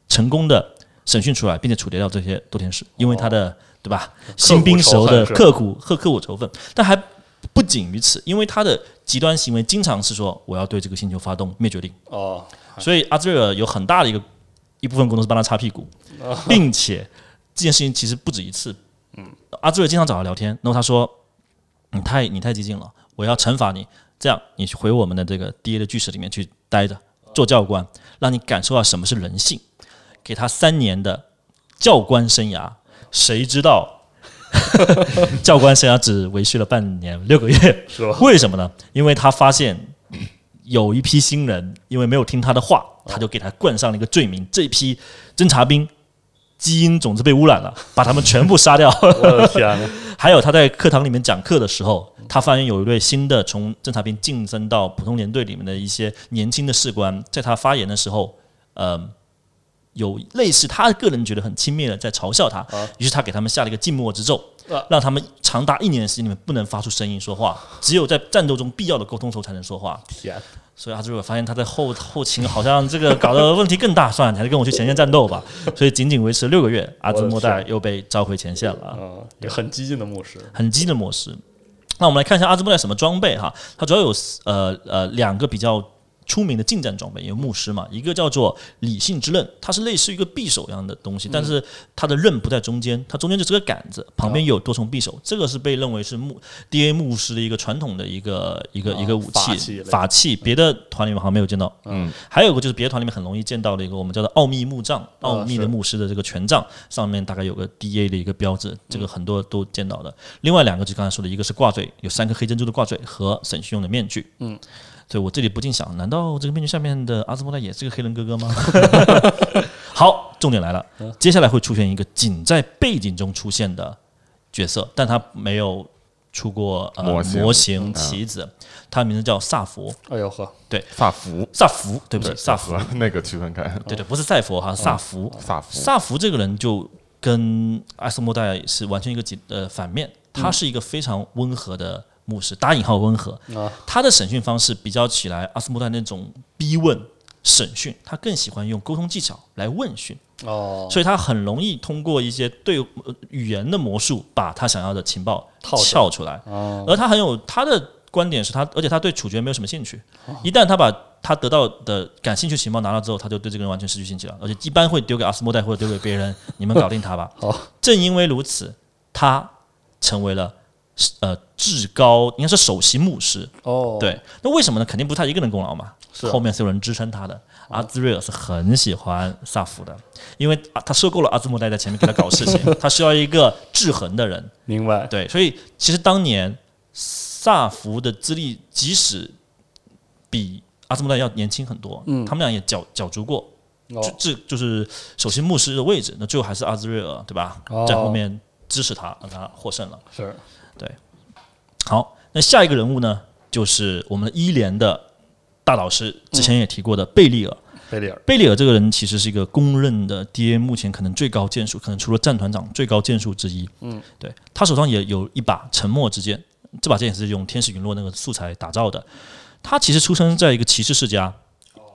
Speaker 8: 成功的审讯出来，并且处决掉这些多天使，因为他的、对吧，新兵时候的
Speaker 6: 哦仇恨是吧
Speaker 8: 刻苦刻刻苦仇恨，但还不仅于此，因为他的极端行为经常是说我要对这个星球发动灭绝令，
Speaker 6: 哦，
Speaker 8: 所以阿兹瑞尔有很大的一个一部分工作是帮他擦屁股，
Speaker 6: 哦
Speaker 8: 并且这件事情其实不止一次。嗯，阿兹瑞尔经常找他聊天，然后他说：“你太你太激进了，我要惩罚你。这样你去回我们的这个 DA 的剧室里面去待着，做教官，让你感受到什么是人性。给他三年的教官生涯，谁知道 教官生涯只维续了半年六个月？
Speaker 6: 是吧？
Speaker 8: 为什么呢？因为他发现有一批新人，因为没有听他的话，他就给他冠上了一个罪名。这批侦察兵基因种子被污染了，把他们全部杀掉。
Speaker 6: 我的天呐，
Speaker 8: 还有他在课堂里面讲课的时候，他发现有一位新的从侦察兵晋升到普通连队里面的一些年轻的士官，在他发言的时候，呃，有类似他个人觉得很轻蔑的在嘲笑他，于是他给他们下了一个静默之咒
Speaker 6: 啊，
Speaker 8: 让他们长达一年的时间里面不能发出声音说话，只有在战斗中必要的沟通时候才能说话。
Speaker 6: 天，
Speaker 8: 所以阿朱尔发现他在后后勤好像这个搞得问题更大，算了，你还是跟我去前线战 斗吧。所以仅仅维持六个月，阿朱莫代又被召回前线了啊。
Speaker 6: 嗯，也很激进的牧师，
Speaker 8: 很激的模式。那我们来看一下阿兹莫代什么装备哈，它主要有呃呃两个比较出名的近战装备，因为牧师嘛，一个叫做理性之刃，它是类似于一个匕首一样的东
Speaker 6: 嗯
Speaker 8: 西，但是它的刃不在中间，它中间就是个杆子，旁边有多重匕首，
Speaker 6: 嗯
Speaker 8: 这个是被认为是牧 D A 牧师的一个传统的一个一个一个武
Speaker 6: 啊法器类
Speaker 8: 器法器，别的团里面好像没有见到。嗯，还有一个就是别的团里面很容易见到的一个我们叫做奥秘木杖，奥秘
Speaker 6: 是
Speaker 8: 的牧师的这个权杖上面大概有个 D A 的一个标志，这个很多都见到的。另外两个就刚才说的，一个是挂坠，有三颗黑珍珠的挂坠和审讯用的面具。嗯，所以我这里不禁想，难道这个面具下面的阿兹莫代也是个黑人哥哥吗？ 好，重点来了，接下来会出现一个仅在背景中出现的角色，但他没有出过呃
Speaker 7: 模型
Speaker 8: 模型棋子，他的名字叫萨佛，
Speaker 6: 哎呦呵，
Speaker 7: 萨福，
Speaker 8: 萨福，对不起，萨福
Speaker 7: 和，那个区分开，
Speaker 8: 对对，不是赛佛哈，萨福，
Speaker 7: 萨福，
Speaker 8: 萨福这个人就跟艾斯莫代是完全一个极呃反面，他是一个非常温和的牧师，打引号温和。他的审讯方式比较起来，阿斯莫代那种逼问审讯，他更喜欢用沟通技巧来问讯，
Speaker 6: 哦，
Speaker 8: 所以他很容易通过一些对呃语言的魔术，把他想要的情报
Speaker 6: 套哦出来
Speaker 8: 撬出来。而他很有他的观点是他，而且他对处决没有什么兴趣。
Speaker 6: 哦
Speaker 8: 一旦他把他得到的感兴趣情报拿到之后，他就对这个人完全失去兴趣了，而且一般会丢给阿斯莫代或者
Speaker 6: 哦
Speaker 8: 丢给别人，你们搞定他吧。正因为如此，他成为了呃至高，应该是首席牧师。
Speaker 6: 哦，，
Speaker 8: 对，那为什么呢？肯定不是他一个人功劳嘛，
Speaker 6: 是啊
Speaker 8: 后面是有人支撑他的。阿兹瑞尔是很喜欢萨福的，因为啊他受够了阿兹莫代在前面给他搞事 情，他需要一个制衡的人。
Speaker 6: 明白，
Speaker 8: 对，所以其实当年萨福的资历即使比阿兹莫代要年轻很多，
Speaker 6: 嗯
Speaker 8: 他们俩也角角逐过，
Speaker 6: 哦
Speaker 8: 就这就是首席牧师的位置，那最后还是阿兹瑞尔对吧？
Speaker 6: 哦
Speaker 8: 在后面支持他，让他获胜了。
Speaker 6: 是
Speaker 8: 好，那下一个人物呢，就是我们一连的大导师，之前也提过的贝利尔。
Speaker 6: 贝利尔，
Speaker 8: 贝利尔这个人其实是一个公认的 DA 目前可能最高剑术，可能除了战团长最高剑术之一。嗯，对他手上也有一把沉默之剑，这把剑也是用天使陨落那个素材打造的。他其实出生在一个骑士世家，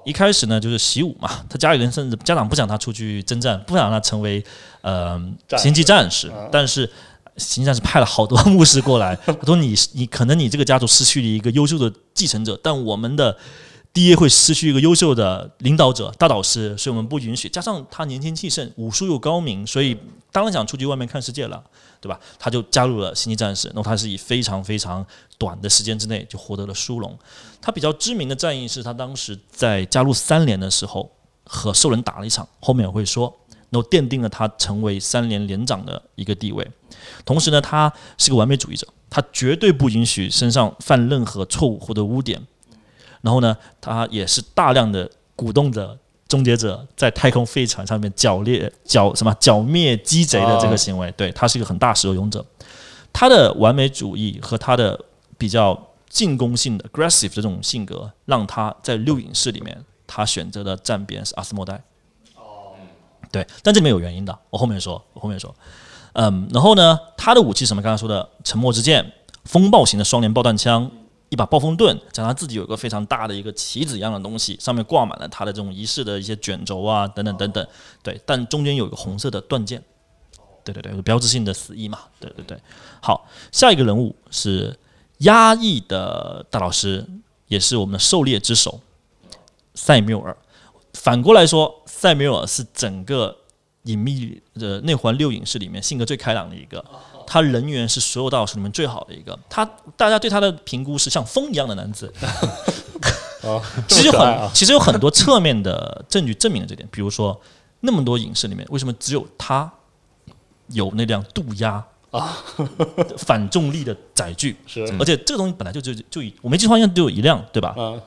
Speaker 8: 一开始呢就是习武嘛，他家里人甚至家长不想他出去征战，不想让他成为呃
Speaker 6: 战士啊
Speaker 8: 星际战士，但是。行战士派了好多牧师过来，他说你：“你可能你这个家族失去了一个优秀的继承者，但我们的 DA 会失去一个优秀的领导者、大导师，所以我们不允许。加上他年轻气盛，武术又高明，所以当然想出去外面看世界了，对吧？他就加入了星际战士，那么他是以非常非常短的时间之内就获得了殊荣。他比较知名的战役是他当时在加入三连的时候和兽人打了一场，后面我会说，然后奠定了他成为三连连长的一个地位。同时呢，他是个完美主义者，他绝对不允许身上犯任何错误或者污点。然后呢，他也是大量的鼓动着终结者在太空飞船上面剿猎、剿什么剿灭鸡贼的这个行为。对他是一个很大使用者，他的完美主义和他的比较进攻性的 aggressive 这种性格，让他在六影室里面，他选择的站边是阿斯莫代。哦，对，但这里面有原因的，我后面说，我后面说。嗯，然后呢，他的武器是什么？刚才说的沉默之剑、风暴型的双联爆弹枪、一把暴风盾，加上他自己有一个非常大的一个旗子一样的东西，上面挂满了他的这种仪式的一些卷轴啊，等等等等。对，但中间有一个红色的断剑，对对对，有标志性的死翼嘛，对对对。好，下一个人物是压抑的大老师，也是我们的狩猎之首塞缪尔。反过来说，塞缪尔是整个隐秘的内环六影室里面性格最开朗的一个，他人缘是所有大老师里面最好的一个。他大家对他的评估是像风一样的男子，
Speaker 6: 哦，
Speaker 8: 其实
Speaker 6: 这
Speaker 8: 有
Speaker 6: 么可爱啊
Speaker 8: 很，其实有很多侧面的证据证明了这点。比如说，那么多影视里面，为什么只有他有那辆渡鸦
Speaker 6: 啊
Speaker 8: 反重力的载具？
Speaker 6: 是
Speaker 8: 而且这个东西本来就就就以我没记错，应该只有一辆，对吧？
Speaker 6: 嗯，
Speaker 8: 啊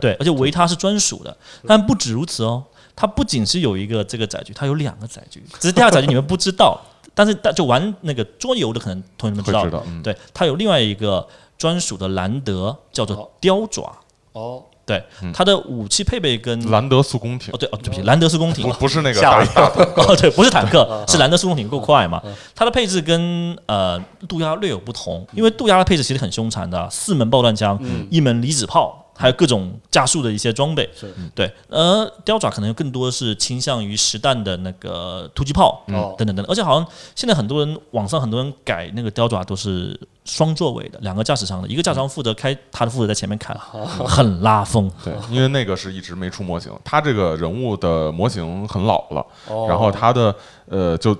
Speaker 8: 对，而且维他是专属的。但不止如此哦，它不仅是有一个这个载具，它有两个载具，只是第二个载具你们不知道， 但是大就玩那个桌游的可能同学们知道，
Speaker 7: 会知道嗯
Speaker 8: 对，它有另外一个专属的兰德，叫做雕爪。
Speaker 6: 哦，
Speaker 8: 对，它的武器配备跟
Speaker 7: 兰德速宫廷
Speaker 8: 哦，对哦，对不起，兰德斯宫廷
Speaker 7: 不，不是那个
Speaker 6: 吓我
Speaker 7: 大
Speaker 6: 一
Speaker 7: 大
Speaker 8: 哦，对，不是坦克，是兰德斯宫廷够快嘛？它的配置跟呃渡鸦略有不同，因为渡鸦的配置其实很凶残的，啊四门爆弹枪、一门离子炮，还有各种加速的一些装备。对，呃，雕爪可能更多是倾向于实弹的那个突击炮，
Speaker 7: 嗯
Speaker 6: 哦
Speaker 8: 等等等等。而且好像现在很多人网上很多人改那个雕爪都是双座位的，两个驾驶舱的，一个驾驶舱负责开，他的负责在前面看，很拉风。
Speaker 7: 对，因为那个是一直没出模型，他这个人物的模型很老了，
Speaker 6: 哦
Speaker 7: 然后他的呃，就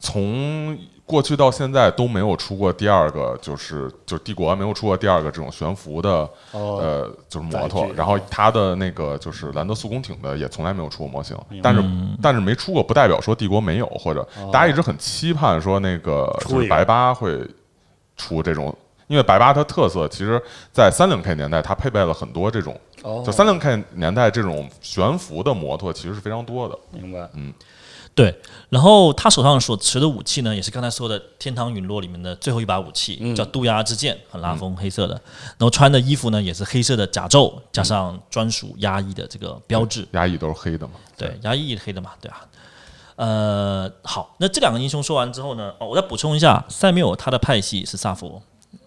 Speaker 7: 从过去到现在都没有出过第二个，就是就是帝国没有出过第二个这种悬浮的、
Speaker 6: 哦
Speaker 7: 呃，就是摩
Speaker 6: 载
Speaker 7: 托
Speaker 6: 具，
Speaker 7: 然后他的那个就是兰德速宫艇的也从来没有出过模型，
Speaker 6: 嗯
Speaker 7: 但是、但是没出过不代表说帝国没有，或者大家一直很期盼说那个
Speaker 6: 哦出
Speaker 7: 就
Speaker 6: 一
Speaker 7: 是
Speaker 6: 个
Speaker 7: 白八会出这种。因为白八它特色，其实，在三零 K 年代，它配备了很多这种
Speaker 6: 哦，
Speaker 7: 就三零 K 年代这种悬浮的摩托其实是非常多的，
Speaker 6: 明白，
Speaker 7: 嗯
Speaker 8: 对，然后他手上所持的武器呢，也是刚才说的《天堂陨落》里面的最后一把武器，
Speaker 7: 嗯
Speaker 8: 叫渡鸦之剑，很拉风，黑色的。然后穿的衣服呢，也是黑色的甲胄，
Speaker 7: 嗯
Speaker 8: 加上专属压抑的这个标志。
Speaker 7: 压抑都嗯是黑的嘛。
Speaker 8: 对，压抑黑的嘛，对啊。呃，好，那这两个英雄说完之后呢，哦，我再补充一下，塞缪尔他的派系是萨佛，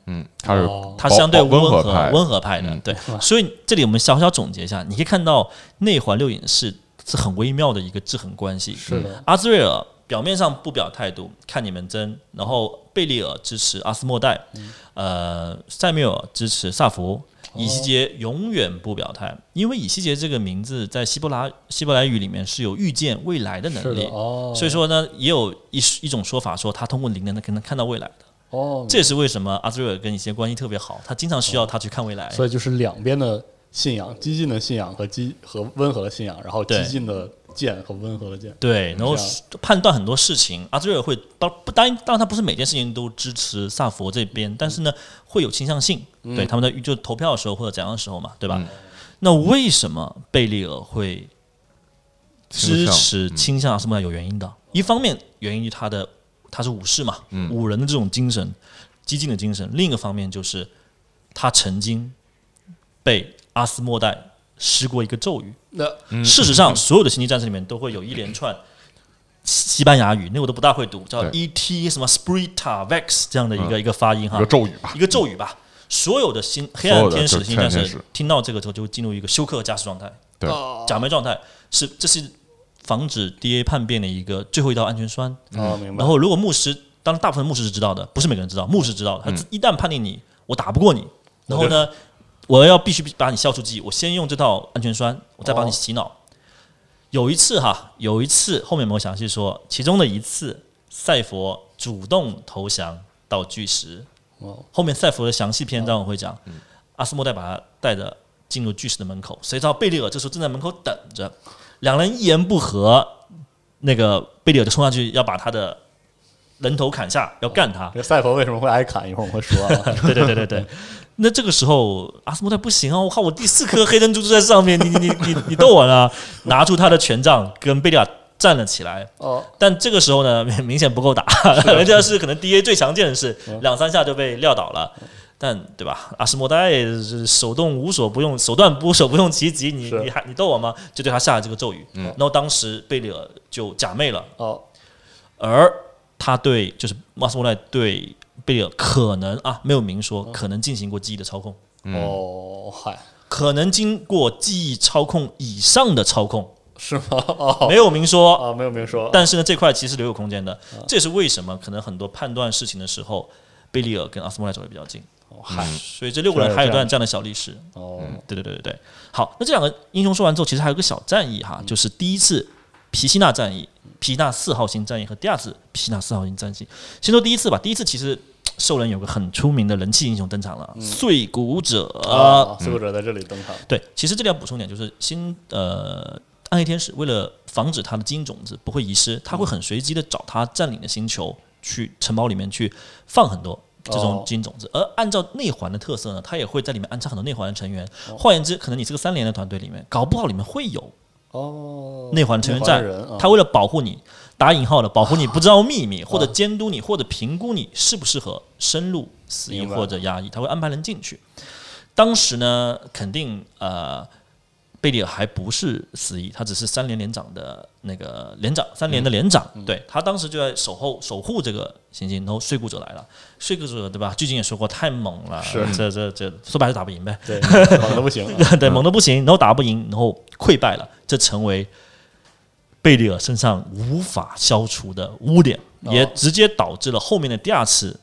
Speaker 7: 嗯，它是
Speaker 6: 哦
Speaker 8: 他
Speaker 7: 保
Speaker 8: 相对
Speaker 7: 保
Speaker 8: 温
Speaker 7: 温
Speaker 8: 和
Speaker 7: 派，
Speaker 8: 温和派的，
Speaker 7: 嗯
Speaker 8: 对。所以这里我们小小总结一下，你可以看到内环六影是是很微妙的一个制衡关系。
Speaker 6: 是
Speaker 7: 嗯
Speaker 6: 的，
Speaker 8: 阿兹瑞尔表面上不表态度，看你们争；然后贝利尔支持阿斯莫代，
Speaker 6: 嗯
Speaker 8: 呃，塞缪尔支持萨
Speaker 6: 哦
Speaker 8: 福，以西结永远不表态，因为以西结这个名字在希伯来希伯来语里面是有预见未来的能
Speaker 6: 是
Speaker 8: 力
Speaker 6: 的，，哦，
Speaker 8: 所以说呢，也有一一种说法说他通过灵能能看到未来的。
Speaker 6: 哦，
Speaker 8: 这也是为什么阿兹瑞尔跟以前关系特别好，他经常需要他去看未来。
Speaker 6: 所以就是两边的信仰，激进的信仰和激和温和的信仰，然后激
Speaker 8: 对
Speaker 6: 进的剑和温和的剑。
Speaker 8: 对，然后
Speaker 6: 这样
Speaker 8: 是判断很多事情，阿兹瑞尔会当不当然，当然他不是每件事情都支持萨佛这边，但是呢，会有倾向性。对，他们在就投票的时候或者怎样的时候嘛，对吧？那为什么贝利尔会
Speaker 7: 倾
Speaker 8: 支
Speaker 7: 向
Speaker 8: 持
Speaker 7: 嗯
Speaker 8: 倾向阿斯莫亚有原因的？一方面源于他的他是武士嘛，武人的这种精神，激进的精神；另一个方面就是他曾经被阿斯莫代施过一个咒语，
Speaker 6: 那
Speaker 7: 嗯
Speaker 8: 事实上，所有的星际战士里面都会有一连串西西班牙语，那我都不大会读，叫
Speaker 7: 对嗯
Speaker 8: E T 什么 Sprita Vex 这样的一个、一个发音哈，
Speaker 7: 一个咒语吧
Speaker 8: 一个咒语吧。所有的星黑暗
Speaker 7: 所有的
Speaker 8: 天使
Speaker 7: 就、是
Speaker 8: 星际战
Speaker 7: 黑暗天
Speaker 8: 士
Speaker 7: 使
Speaker 8: 听到这个之后，就会进入一个休克和假死状态，
Speaker 7: 对
Speaker 6: 哦
Speaker 8: 假寐状态是这是防止 D A 叛变的一个最后一道安全栓。
Speaker 6: 哦，明白。
Speaker 8: 然后，如果牧师，当然大部分牧师是知道的，不是每个人知道，牧师知道的。
Speaker 7: 嗯
Speaker 8: 他一旦判定你，我打不过你，然后呢，我要必须把你消除记忆，我先用这套安全栓，我再把你洗脑。有一次哈，有一次后面没有详细说，其中的一次，赛佛主动投降到巨石。
Speaker 6: 哦
Speaker 8: 后面赛佛的详细篇章我会讲。阿斯莫代把他带着进入巨石的门口，谁知道贝利尔这时候正在门口等着，两人一言不合，那个贝利尔就冲上去要把他的人头砍下，要干他
Speaker 6: 这。个赛佛为什么会挨砍？一会儿我们会说啊。
Speaker 8: 对对对对对。那这个时候，阿斯莫代不行啊！我靠，我第四颗黑珍珠就在上面，你你你你你逗我呢？拿出他的权杖，跟贝利尔站了起来。
Speaker 6: 哦，
Speaker 8: 但这个时候呢， 明明显不够打， 人家是啊嗯可能 DA 最强健的是两三下就被撂倒了。但对吧？阿斯莫代是手动无所不用，手段无所不用其极，你
Speaker 6: 是
Speaker 8: 你还你逗我吗？就对他下了这个咒语。然后当时贝利尔就假寐了，
Speaker 6: 哦，
Speaker 8: 而他对就是马斯莫奈对贝尔可能啊没有明说，可能进行过记忆的操控，
Speaker 7: 嗯
Speaker 6: 哦，嗨，
Speaker 8: 可能经过记忆操控以上的操控，
Speaker 6: 是吗？哦，
Speaker 8: 没有明说。
Speaker 6: 啊，没有没有说，
Speaker 8: 但是呢，这块其实留有空间的，这也是为什么可能很多判断事情的时候，贝利尔跟阿斯莫奈走的比较近。
Speaker 6: 哦嗨，
Speaker 8: 所以这六个人还有一段这样的小历史。
Speaker 7: 嗯
Speaker 6: 哦，
Speaker 8: 对对对对对。好，那这两个英雄说完之后，其实还有一个小战役哈，就是第一次皮西纳战役、皮纳四号星战役和第二次皮纳四号星战役。先说第一次吧，第一次其实兽人有个很出名的人气英雄登场了，碎骨者。
Speaker 6: 啊，苏者在这里登场，
Speaker 8: 对，其实这里要补充一点，就是新呃暗黑天使为了防止他的基因种子不会遗失，他会很随机的找他占领的星球去城堡里面去放很多。这种基因种子，而按照内环的特色呢，他也会在里面安插很多内环的成员。换言之，可能你是个三连的团队里面，搞不好里面会有
Speaker 6: 哦，
Speaker 8: 内环成员在
Speaker 6: 内环人啊，
Speaker 8: 他为了保护你，打引号的保护你不知道秘密，或者监督你，或者评估你适不适合深入死役
Speaker 6: 明白
Speaker 8: 或者压抑，他会安排人进去。当时呢，肯定呃，贝利尔还不是死役，他只是三连连长的那个连长，三连的连
Speaker 6: 嗯
Speaker 8: 长。对他当时就在守候守护这个行星，然后睡骨者来了，睡骨者对吧？最近也说过太猛了，
Speaker 6: 是
Speaker 8: 这这这说白了打不赢呗。
Speaker 6: 对，猛的不行啊，
Speaker 8: 对，猛的不行，然后打不赢，然后溃败了，这成为贝利尔身上无法消除的污点，
Speaker 6: 哦
Speaker 8: 也直接导致了后面的第二次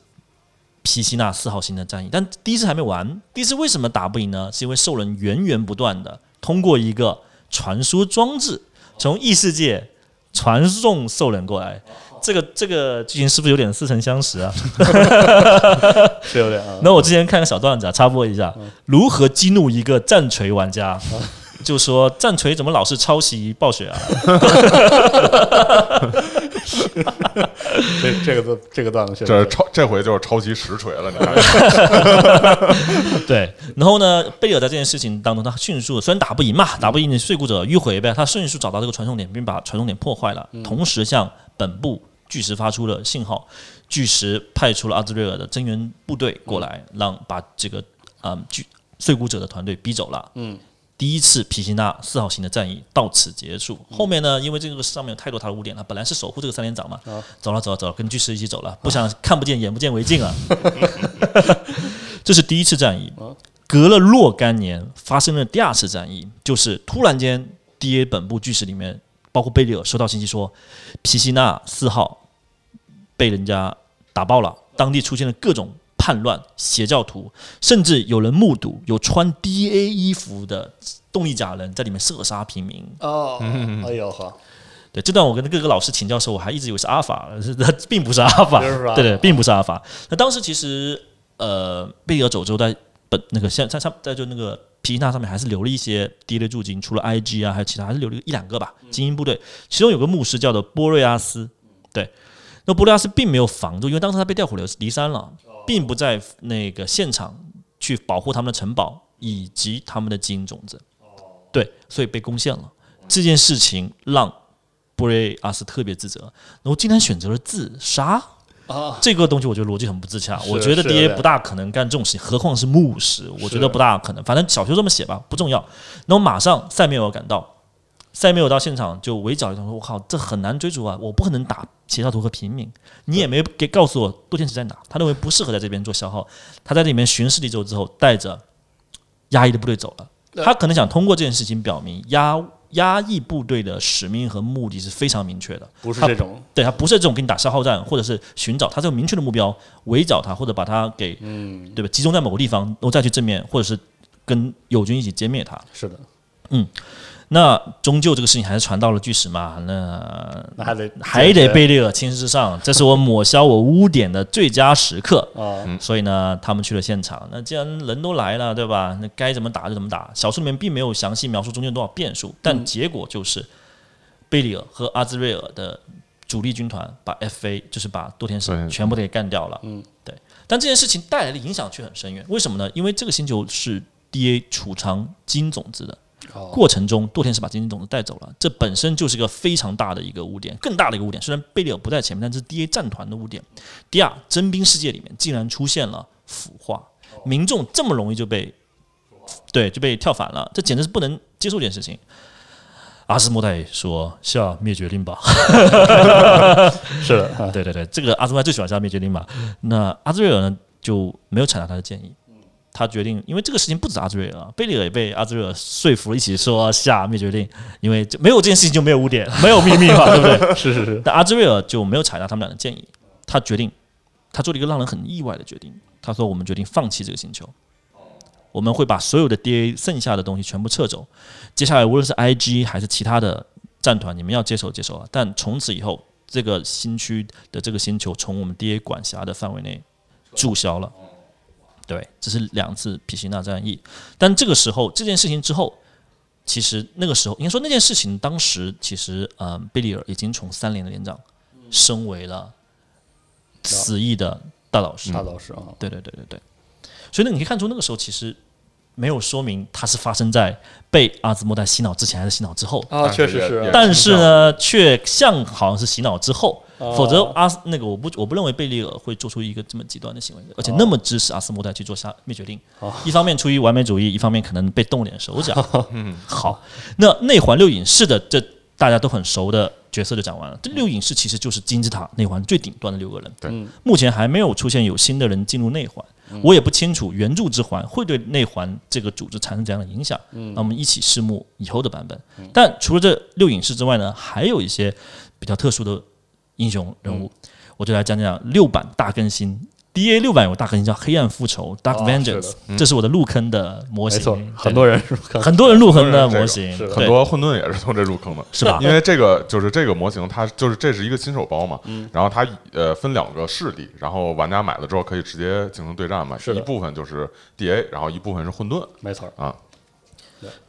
Speaker 8: 皮西纳四号星的战役。但第一次还没完，第一次为什么打不赢呢？是因为兽人源源不断的通过一个传输装置从异世界传送兽人过来。这个这个剧情是不是有点似曾相识啊？
Speaker 6: 是有点啊，
Speaker 8: 那我之前看个小段子啊，插播一下，如何激怒一个战锤玩家？就说战锤怎么老是抄袭暴雪啊？
Speaker 6: 这这个段这个段子确实
Speaker 7: 这是
Speaker 6: 是
Speaker 7: 超这回就是超级实锤了，你看，
Speaker 8: 对，然后呢，贝尔在这件事情当中，他迅速虽然打不赢嘛，打不赢你碎骨者迂回呗，他迅速找到这个传送点，并把传送点破坏了，同时向本部巨石发出了信号，巨石派出了阿兹瑞尔的增援部队过来，让把这个啊巨碎骨者的团队逼走了。嗯。第一次皮辛纳四号型的战役到此结束。后面呢，因为这个上面有太多他的污点了，本来是守护这个三连长嘛，走了走了走了，跟巨石一起走了，不想看不见眼不见为净啊。 这是第一次战役，隔了若干年发生了第二次战役，就是突然间 DA 本部巨石里面，包括贝利尔收到信息说，皮西纳四号被人家打爆了，当地出现了各种叛乱、邪教徒，甚至有人目睹有穿 DA 衣服的动力甲人在里面射杀平民。
Speaker 6: 哦，哎呦呵，
Speaker 8: 对，这段我跟各个老师请教的时候，我还一直以为是阿尔法，是它并不是阿尔法
Speaker 6: 并不是阿尔，法
Speaker 8: 对对，并不是阿尔法。那当时其实呃，贝里尔走之后，在本那个像在上在就那个皮纳上面还是留了一些第一类驻军，除了 IG 啊，还有其他还是留了一两个
Speaker 6: 嗯
Speaker 8: 吧，精英部队。其中有个牧师叫做波瑞阿斯，对，那波瑞阿斯并没有防住，因为当时他被调虎离山
Speaker 6: 哦
Speaker 8: 了，并不在那个现场去保护他们的城堡以及他们的基因种子，
Speaker 6: 哦
Speaker 8: 对，所以被攻陷了。这件事情让布瑞阿斯特别自责，那我竟然选择了自杀。
Speaker 6: 啊，
Speaker 8: 这个东西我觉得逻辑很不自洽，
Speaker 6: 是
Speaker 8: 我觉得
Speaker 6: 是
Speaker 8: DA
Speaker 6: 对
Speaker 8: 不大可能干这种事情，何况是牧师，我觉得不大可能。反正小说这么写吧，不重要。然后马上塞缪尔赶到，塞缪尔到现场就围剿一通，说：“我靠，这很难追逐啊，我不可能打邪教徒和平民，你也没给告诉我杜天池在哪。”他认为不适合在这边做消耗，他在里面巡视了一周之后，带着压抑的部队走了。他可能想通过这件事情表明压压抑部队的使命和目的是非常明确的，
Speaker 6: 不是
Speaker 8: 他
Speaker 6: 这种，
Speaker 8: 对他不是这种给你打消耗战，或者是寻找他这个明确的目标，围剿他，或者把他给
Speaker 6: 嗯，
Speaker 8: 对吧集中在某个地方，然后再去正面，或者是跟友军一起歼灭他。
Speaker 6: 是的，
Speaker 8: 那终究这个事情还是传到了巨石嘛，那
Speaker 6: 那还得
Speaker 8: 嗯还
Speaker 6: 解
Speaker 8: 得
Speaker 6: 决
Speaker 8: 贝利尔亲师上，这是我抹消我污点的最佳 时刻。
Speaker 6: 啊，
Speaker 8: 所以呢，他们去了现场。那既然人都来了，对吧？那该怎么打就怎么打。小说里面并没有详细描述中间有多少变数，但结果就是贝里尔和阿兹瑞尔的主力军团把 FA，就是把多田
Speaker 7: 对
Speaker 8: 使全部都给干掉了。嗯，对。但这件事情带来的影响却很深远，为什么呢？因为这个星球是 DA 储藏基因种子的。
Speaker 6: 哦
Speaker 8: 过程中，多田是把基因种子带走了，这本身就是一个非常大的一个污点，更大的一个污点。虽然贝利尔不在前面，但是 DA 战团的污点。第二，征兵世界里面竟然出现了腐化，民众这么容易就被对就被跳反了，这简直是不能接受这件事情。阿斯莫代说：“下灭绝令吧。
Speaker 6: 是的，啊”
Speaker 8: 对对对，这个阿斯莫代最喜欢下灭绝令嘛。那阿兹瑞尔呢就没有采纳他的建议，他决定，因为这个事情不止阿兹瑞尔，啊贝利尔也被阿兹瑞尔说服，一起说下灭绝令，因为这没有这件事情就没有污点， 没有秘密嘛，对不对？
Speaker 6: 是是是，
Speaker 8: 但阿兹瑞尔就没有采纳他们俩的建议，他决定，他做了一个让人很意外的决定。他说：“我们决定放弃这个星球，我们会把所有的 DA 剩下的东西全部撤走。接下来无论是 IG 还是其他的战团，你们要接手接手啊！但从此以后，这个新区的这个星球从我们 DA 管辖的范围内注销了。”对，这是两次皮西纳战役。但这个时候，这件事情之后，其实那个时候，应该说那件事情，当时其实呃，贝利尔已经从三连的连长升为了死役的大老师。
Speaker 6: 大老师啊，
Speaker 8: 对对对对对。所以呢，你可以看出那个时候其实没有说明它是发生在被阿兹莫代洗脑之前还是洗脑之后，
Speaker 6: 啊，确
Speaker 7: 确实
Speaker 6: 实
Speaker 7: 是
Speaker 6: 是，
Speaker 8: 但是呢，却像好像是洗脑之后，
Speaker 6: 哦
Speaker 8: 否则阿斯那个我不我不认为贝利尔会做出一个这么极端的行为，而且那么支持阿斯莫代去做下灭绝令，一方面出于完美主义，一方面可能被动了点手脚。好，那内环六隐士的这大家都很熟的角色就讲完了，这六隐士其实就是金字塔内环最顶端的六个人，
Speaker 7: 对
Speaker 6: 嗯
Speaker 8: 目前还没有出现有新的人进入内环。我也不清楚原著之环会对内环这个组织产生怎样的影响，
Speaker 6: 嗯
Speaker 8: 那我们一起拭目以后的版本。但除了这六隐士之外呢，还有一些比较特殊的英雄人物，
Speaker 6: 嗯
Speaker 8: 我就来讲讲六版大更新。D A 六版有个大更新叫《黑暗复仇》（Dark
Speaker 6: 啊是的
Speaker 8: Vengeance），、这是我的入坑的模
Speaker 6: 没
Speaker 8: 型
Speaker 6: 错，，
Speaker 8: 对
Speaker 6: 很多人是看
Speaker 8: 很多人入坑的
Speaker 7: 很多
Speaker 8: 模
Speaker 7: 人
Speaker 8: 型，
Speaker 6: 是的
Speaker 8: 对
Speaker 7: 很多混沌也是从这入坑的，
Speaker 8: 是吧
Speaker 7: 因为这个就是这个模型，它就是这是一个新手包嘛，
Speaker 8: 嗯
Speaker 7: 然后它呃分两个势力，然后玩家买了之后可以直接进行对战嘛，
Speaker 6: 是的
Speaker 7: 一部分就是 DA，然后一部分是混沌
Speaker 6: 没错，
Speaker 7: 啊，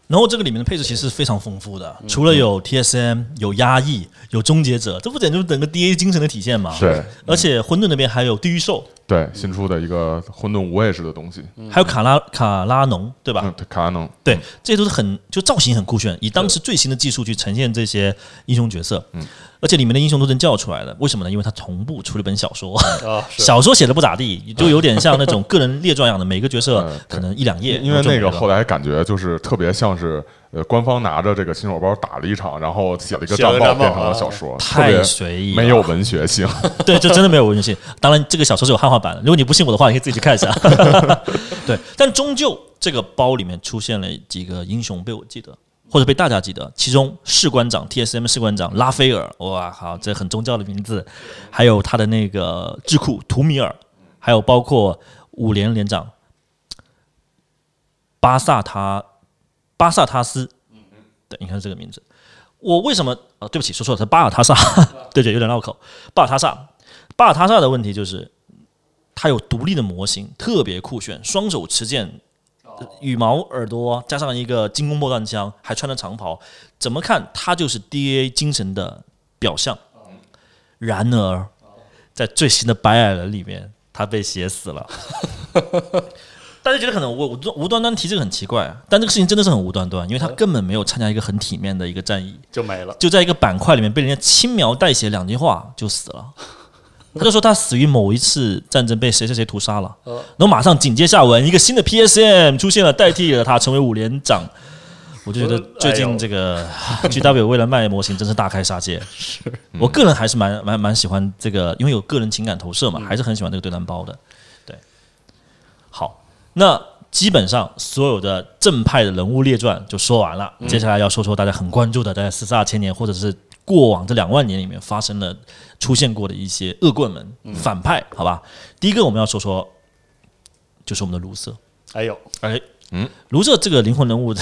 Speaker 8: 然后这个里面的配置其实是非常丰富的，
Speaker 6: 嗯
Speaker 8: 除了有 TSM、有压抑、有终结者，这不简直就是整个 DA 精神的体现嘛？
Speaker 7: 对。
Speaker 8: 而且混沌那边还有地狱兽，
Speaker 7: 对新出的一个混沌无畏式的东西，
Speaker 8: 还有卡拉卡拉农，对吧？
Speaker 7: 嗯，对卡农，
Speaker 8: 对，这些都是很就造型很酷炫，以当时最新的技术去呈现这些英雄角色。嗯，而且里面的英雄都能叫出来的，为什么呢？因为它同步出了本小 说，
Speaker 6: 啊，是
Speaker 8: 小说写的不咋地，就有点像那种个人列传一样的，每个角色
Speaker 7: 嗯对
Speaker 8: 可能一两页。
Speaker 7: 因为
Speaker 8: 然后就
Speaker 7: 那个
Speaker 8: 没了
Speaker 7: 后来感觉就是特别像是呃官方拿着这个新手包打了一场，然后写了一个
Speaker 6: 写了
Speaker 7: 战
Speaker 6: 个
Speaker 7: 报
Speaker 6: 战报
Speaker 7: 变成了
Speaker 6: 啊
Speaker 7: 小说，特别
Speaker 8: 太随意了，
Speaker 7: 没有文 学性，
Speaker 8: 对，这真的没有文学性。当然，这个小说是有汉化版的，如果你不信我的话，你可以自己去看一下。 对，但终究这个包里面出现了几个英雄被我记得，或者被大家记得，其中士官长 TSM 士官长拉斐尔，哇靠，这很宗教的名字，还有他的那个智库图米尔，还有包括五连连长巴萨塔巴萨塔斯，对，你看这个名字。我为什么？啊，对不起，说错了，是巴尔塔萨， 对对，有点绕口。巴尔塔萨，巴尔塔萨的问题就是，它有独立的模型，特别酷炫，双手持剑，羽毛耳朵加上一个精弓波段枪，还穿着长袍，怎么看它就是 D A 精神的表象。然而，在最新的《白矮人》里面，他被写死了。大家觉得可能我我无端端提这个很奇怪啊，但这个事情真的是很无端端，因为他根本没有参加一个很体面的一个战役，
Speaker 6: 就没了。
Speaker 8: 就在一个板块里面被人家轻描淡写两句话就死 了。他就说他死于某一次战争被谁谁谁屠杀 了，
Speaker 6: 哦
Speaker 8: 然后马上紧接下文，一个新的 PSM 出现了，代替了他成为五连长。我就觉得最
Speaker 6: 哎呦
Speaker 8: 近这个 GW 为了卖模型真是大开杀 戒。嗯我个人还是蛮蛮蛮喜欢这个，因为有个人情感投射嘛，
Speaker 6: 嗯
Speaker 8: 还是很喜欢这个对单包的。对，好，那基本上所有的正派的人物列传就说完了，接下来要说说大家很关注的，在四十二千年或者是过往这两万年里面发生了出现过的一些恶棍们、反派，好吧？第一个我们要说说，就是我们的卢瑟。
Speaker 6: 哎呦，
Speaker 8: 哎，
Speaker 7: 嗯，
Speaker 8: 卢瑟这个灵魂人物，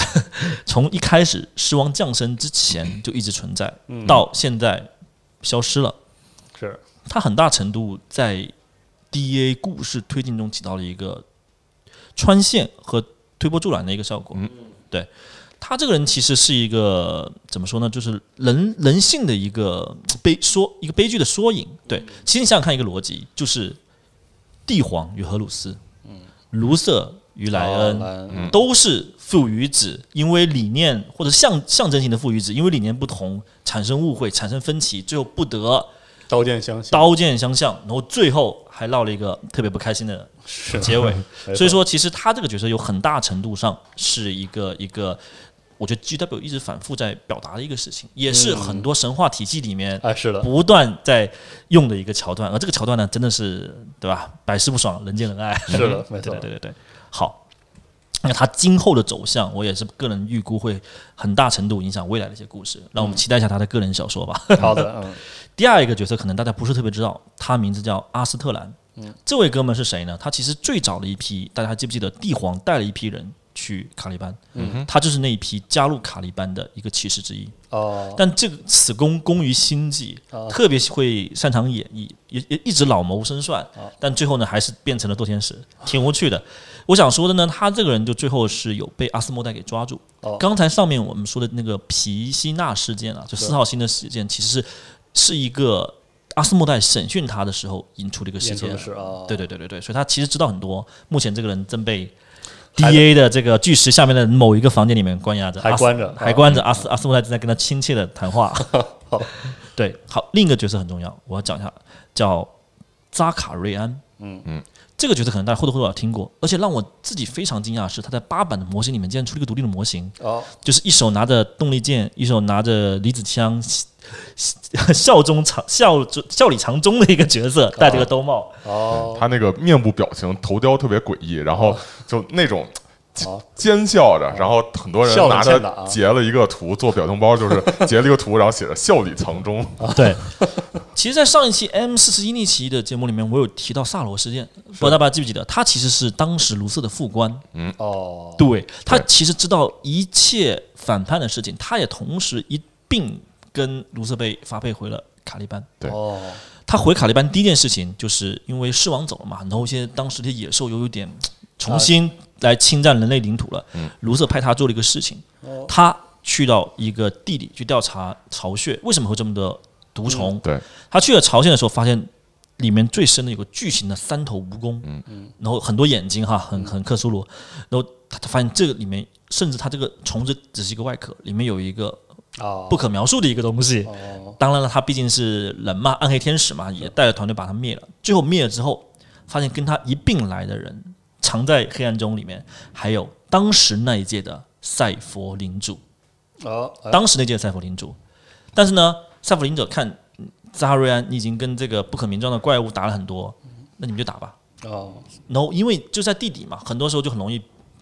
Speaker 8: 从一开始狮王降生之前就一直存在，到现在消失了。
Speaker 6: 嗯是
Speaker 8: 它很大程度在 D A 故事推进中起到了一个穿线和推波助澜的一个效果。
Speaker 7: 嗯
Speaker 8: 对他这个人其实是一个怎么说呢？就是人人性的一个悲缩，一个悲剧的缩影。对，其实你想想看，一个逻辑就是帝皇与荷鲁斯，卢瑟与嗯哦莱恩，嗯
Speaker 6: 好来
Speaker 8: 都是父与子，因为理念或者象象征性的父与子，因为理念不同产生误会、产生分歧，最后不得
Speaker 6: 刀剑相向，
Speaker 8: 刀剑相向，然后最后还落了一个特别不开心的
Speaker 6: 是
Speaker 8: 结尾。
Speaker 6: 没错
Speaker 8: 所以说，其实他这个角色有很大程度上是一个一个，我觉得 G W 一直反复在表达的一个事情，也是很多神话体系里面
Speaker 6: 哎是的，
Speaker 8: 不断在用的一个桥段。而这个桥段呢，真的是对吧？百试不爽，人见人爱。
Speaker 6: 是 的，没
Speaker 8: 嗯对
Speaker 6: 错
Speaker 8: 对，对对对，好。那他今后的走向，我也是个人预估会很大程度影响未来的一些故事。
Speaker 6: 嗯
Speaker 8: 让我们期待一下他的个人小说吧。
Speaker 6: 好的，嗯，
Speaker 8: 第二一个角色可能大家不是特别知道，他名字叫阿斯特兰。这位哥们是谁呢？他其实最早的一批，大家还记不记得帝皇带了一批人去卡利班？他就是那一批加入卡利班的一个骑士之一。
Speaker 6: 哦，
Speaker 8: 但这个此公工于心计，特别会擅长演绎，也也一直老谋深算，但最后呢，还是变成了堕天使，挺无趣的。我想说的呢，他这个人就最后是有被阿斯莫代给抓住
Speaker 6: 哦。
Speaker 8: 刚才上面我们说的那个皮西纳事件啊，就四号星的事件，其实是是一个阿斯莫代审讯他的时候引出的一个事
Speaker 6: 演出
Speaker 8: 件
Speaker 6: 的。是啊，
Speaker 8: 对对对对对，所以他其实知道很多。目前这个人正被 D A 的这个巨石下面的某一个房间里面关押着，
Speaker 6: 还
Speaker 8: 阿斯
Speaker 6: 关着啊
Speaker 8: 还关着。阿斯阿斯莫代正在跟他亲切的谈话。对，好，另一个角色很重要，我要讲一下，叫扎卡瑞安。
Speaker 6: 嗯
Speaker 7: 嗯，
Speaker 8: 这个角色可能大家或多或少听过，而且让我自己非常惊讶的是，他在八版的模型里面竟然出了一个独立的模型，
Speaker 6: 哦，
Speaker 8: 就是一手拿着动力剑，一手拿着离子枪， 笑中藏笑中笑里藏中的一个角色，戴着个兜帽。
Speaker 6: 哦，
Speaker 7: 他那个面部表情、头雕特别诡异，然后就那种
Speaker 6: 哦
Speaker 7: 奸笑着，然后很多人
Speaker 6: 笑着
Speaker 7: 拿
Speaker 6: 见的啊
Speaker 7: 它截了一个图做表情包， 就是截了一个图，然后写着“笑里藏中
Speaker 8: 对，其实，在上一期 M 四十一逆袭的节目里面，我有提到萨罗事件，不知道大家记不记得？他其实是当时卢瑟的副官，
Speaker 6: 哦，
Speaker 8: 对他其实知道一切反叛的事情，他也同时一并跟卢瑟被发配回了卡利班。
Speaker 7: 对
Speaker 6: 哦，
Speaker 8: 他回卡利班第一件事情，就是因为狮王走了嘛，然后一些当时的野兽又有点重新
Speaker 7: 啊
Speaker 8: 来侵占人类领土了。
Speaker 7: 嗯
Speaker 8: 卢瑟派他做了一个事情，他去到一个地里去调查巢穴，为什么会这么多毒虫？”。
Speaker 7: 嗯对，
Speaker 8: 他去了朝鲜的时候，发现里面最深的有个巨型的三头蜈蚣，
Speaker 7: 嗯
Speaker 8: 然后很多眼睛哈，很很克苏鲁。然后他他发现这个里面，甚至他这个虫子只是一个外壳，里面有一个
Speaker 6: 哦，
Speaker 8: 不可描述的一个东西。
Speaker 6: 哦，
Speaker 8: 当然了，他毕竟是人嘛，暗黑天使嘛，也带着团队把他灭了。最后灭了之后，发现跟他一并来的人藏在黑暗中里面，还有当时那一届的赛佛领主。
Speaker 6: 哦，哎
Speaker 8: 当时那届赛弗林主。但是呢，赛弗林主看嗯扎哈瑞安，你已经跟这个不可名状的怪物打了很多，那你们就打吧。
Speaker 6: 哦，
Speaker 8: 然后因为就在地底嘛，很多时候就很容易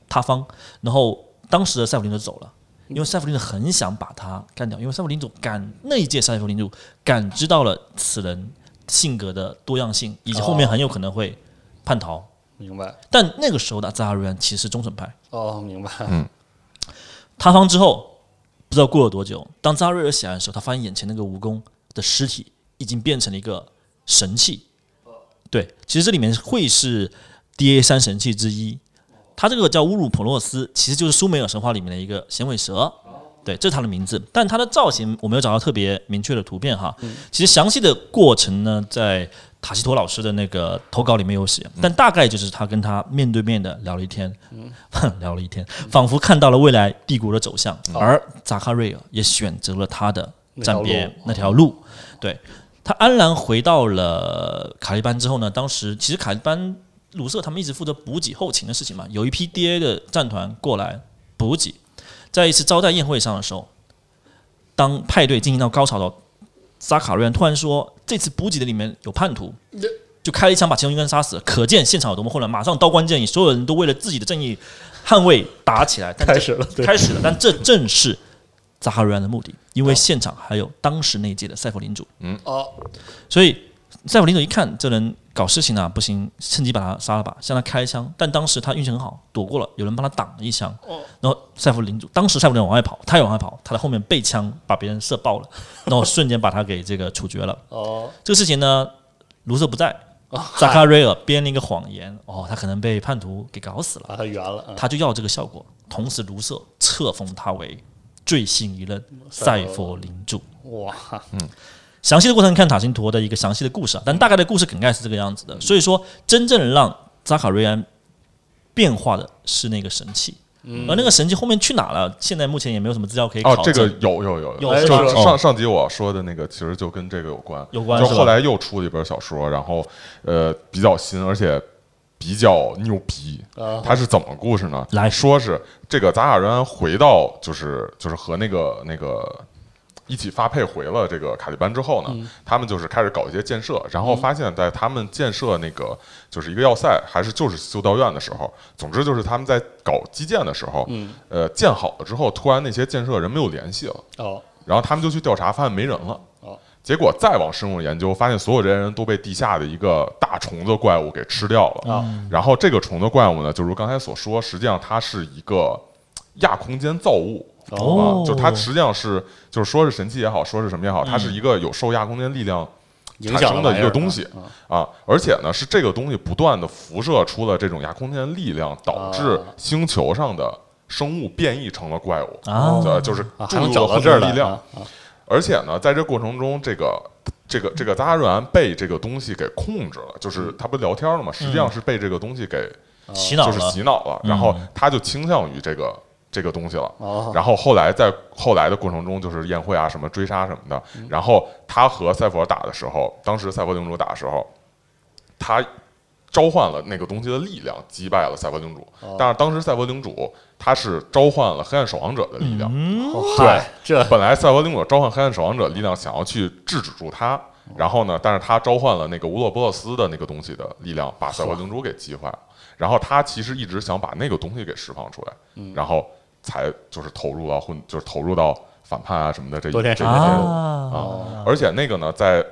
Speaker 8: 塌方。然后当时的赛弗林主走了。因为赛弗林主很想把他干掉，因为赛弗林主感那一届赛弗林主感知到了此人性格的多样性，以及后面很有可能会叛逃。
Speaker 6: 明白，
Speaker 8: 但那个
Speaker 7: 嗯
Speaker 8: 时候的扎哈瑞安其实是忠诚派，
Speaker 6: 哦，明白，
Speaker 8: 塌方之后，不知道过了多久，当扎瑞尔醒来的时候，他发现眼前那个蜈蚣的尸体已经变成了一个神器。对，其实这里面会是 D A 三神器之一，它这个叫乌鲁普诺斯，其实就是苏美尔神话里面的一个响尾蛇。对，这是它的名字，但它的造型我没有找到特别明确的图片哈。其实详细的过程呢，在塔西佗老师的那个投稿里面有写，但大概就是他跟他面对面的聊了一天，聊了一天，仿佛看到了未来帝国的走向，而扎卡瑞尔也选择了他的站边嗯那
Speaker 6: 那
Speaker 8: 条路。嗯对他安然回到了卡利班之后呢，当时其实卡利班鲁瑟他们一直负责补给后勤的事情嘛，有一批 DA 的战团过来补给，在一次招待宴会上的时候，当派对进行到高潮的时候，扎卡瑞安突然说这次补给的里面有叛徒。就开了一枪把其中一个人杀死，可见现场有多么混乱。马上刀光剑影，所有人都为了自己的正义捍卫打起来。但这
Speaker 6: 开始了，对，
Speaker 8: 开始了，但这正是扎哈瑞安的目的，因为现场还有当时那一届的赛佛领主，
Speaker 6: 哦，
Speaker 8: 所以赛佛领主一看这人搞事情啊，不行，趁机把他杀了吧，向他开枪。但当时他运气很好，躲过了，有人帮他挡了一枪。然后赛佛领主当时赛佛领主往外跑，他也往外跑，他在后面被枪把别人射爆了，然后瞬间把他给这个处决了。
Speaker 6: 哦，
Speaker 8: 这个事情呢，卢瑟不在，扎卡瑞尔编了一个谎言，哦，他可能被叛徒给搞死了。
Speaker 6: 把它圆了，啊
Speaker 8: 他就要这个效果。同时，卢瑟册封他为最新一任赛佛领主。
Speaker 6: 哇，
Speaker 8: 详细的过程看塔辛陀的一个详细的故事啊，但大概的故事梗概是这个样子的。所以说，真正让扎卡瑞安变化的是那个神器，而那个神器后面去哪了？现在目前也没有什么资料可以考
Speaker 7: 哦，
Speaker 8: 证。
Speaker 7: 这个有有有
Speaker 8: 有
Speaker 7: 就是
Speaker 8: 吧嗯
Speaker 7: 是
Speaker 6: 哦
Speaker 7: 上上集我说的那个，其实就跟这个有关，
Speaker 8: 有关
Speaker 7: 就是
Speaker 8: 吧
Speaker 7: 后来又出了一本小说，然后呃比较新，而且比较牛逼。
Speaker 6: 啊
Speaker 7: 它是怎么故事呢？
Speaker 8: 来
Speaker 7: 说是这个扎卡瑞安回到，就是就是和那个那个一起发配回了这个卡利班之后呢，
Speaker 6: 嗯
Speaker 7: 他们就是开始搞一些建设，然后发现，在他们建设那个就是一个要塞，还是就是修道院的时候，总之就是他们在搞基建的时候，
Speaker 6: 嗯
Speaker 7: 呃，建好了之后，突然那些建设人没有联系了，
Speaker 6: 哦，
Speaker 7: 然后他们就去调查，发现没人了
Speaker 6: 哦。
Speaker 7: 结果再往深入研究，发现所有这些人都被地下的一个大虫子怪物给吃掉了。
Speaker 6: 啊
Speaker 7: 然后这个虫子怪物呢，就如刚才所说，实际上它是一个亚空间造物。
Speaker 8: 哦
Speaker 7: 啊就它实际上是，就是说是神器也好，说是什么也好，它是一个有受亚空间力量
Speaker 6: 嗯影响
Speaker 7: 产生的一个东西
Speaker 6: 嗯
Speaker 7: 啊，而且呢是这个东西不断的辐射出了这种亚空间力量，导致
Speaker 6: 啊
Speaker 7: 星球上的生物变异成了怪物
Speaker 8: 啊
Speaker 7: 对就是
Speaker 6: 啊，
Speaker 7: 注
Speaker 6: 还能
Speaker 7: 入
Speaker 6: 找
Speaker 7: 了
Speaker 6: 到
Speaker 7: 混
Speaker 6: 这儿
Speaker 7: 沌
Speaker 6: 来
Speaker 7: 力量
Speaker 6: 啊。啊
Speaker 7: 而且呢，在这过程中，这个这个这个扎瑞安被这个东西给控制了，就是他不聊天了嘛，实际上是被这个东西给
Speaker 8: 洗脑
Speaker 7: 哦就
Speaker 8: 了，嗯
Speaker 7: 是洗脑了，然后他就倾向于这个这个东西了。
Speaker 8: 嗯
Speaker 6: 哦，
Speaker 7: 然后后来在后来的过程中，就是宴会啊、什么追杀什么的。
Speaker 8: 嗯
Speaker 7: 然后他和赛佛打的时候，当时赛佛领主打的时候，他召唤了那个东西的力量，击败了赛佛领主。
Speaker 8: 哦
Speaker 7: 但是当时赛佛领主他是召唤了黑暗守望者的力量，
Speaker 8: 嗯
Speaker 6: 哦
Speaker 7: 对
Speaker 6: 嗨，这
Speaker 7: 本来赛博领主召唤黑暗守望者力量，想要去制止住他，
Speaker 8: 嗯
Speaker 7: 然后呢，但是他召唤了那个乌洛波勒斯的那个东西的力量，把赛博领主给击坏了。然后他其实一直想把那个东西给释放出来，
Speaker 8: 嗯
Speaker 7: 然后才就是投入到混，就是投入到反叛啊什么的这一
Speaker 6: 多天
Speaker 7: 这一
Speaker 6: 神
Speaker 7: 些
Speaker 6: 殿
Speaker 8: 啊，
Speaker 7: 啊，而且那个呢，在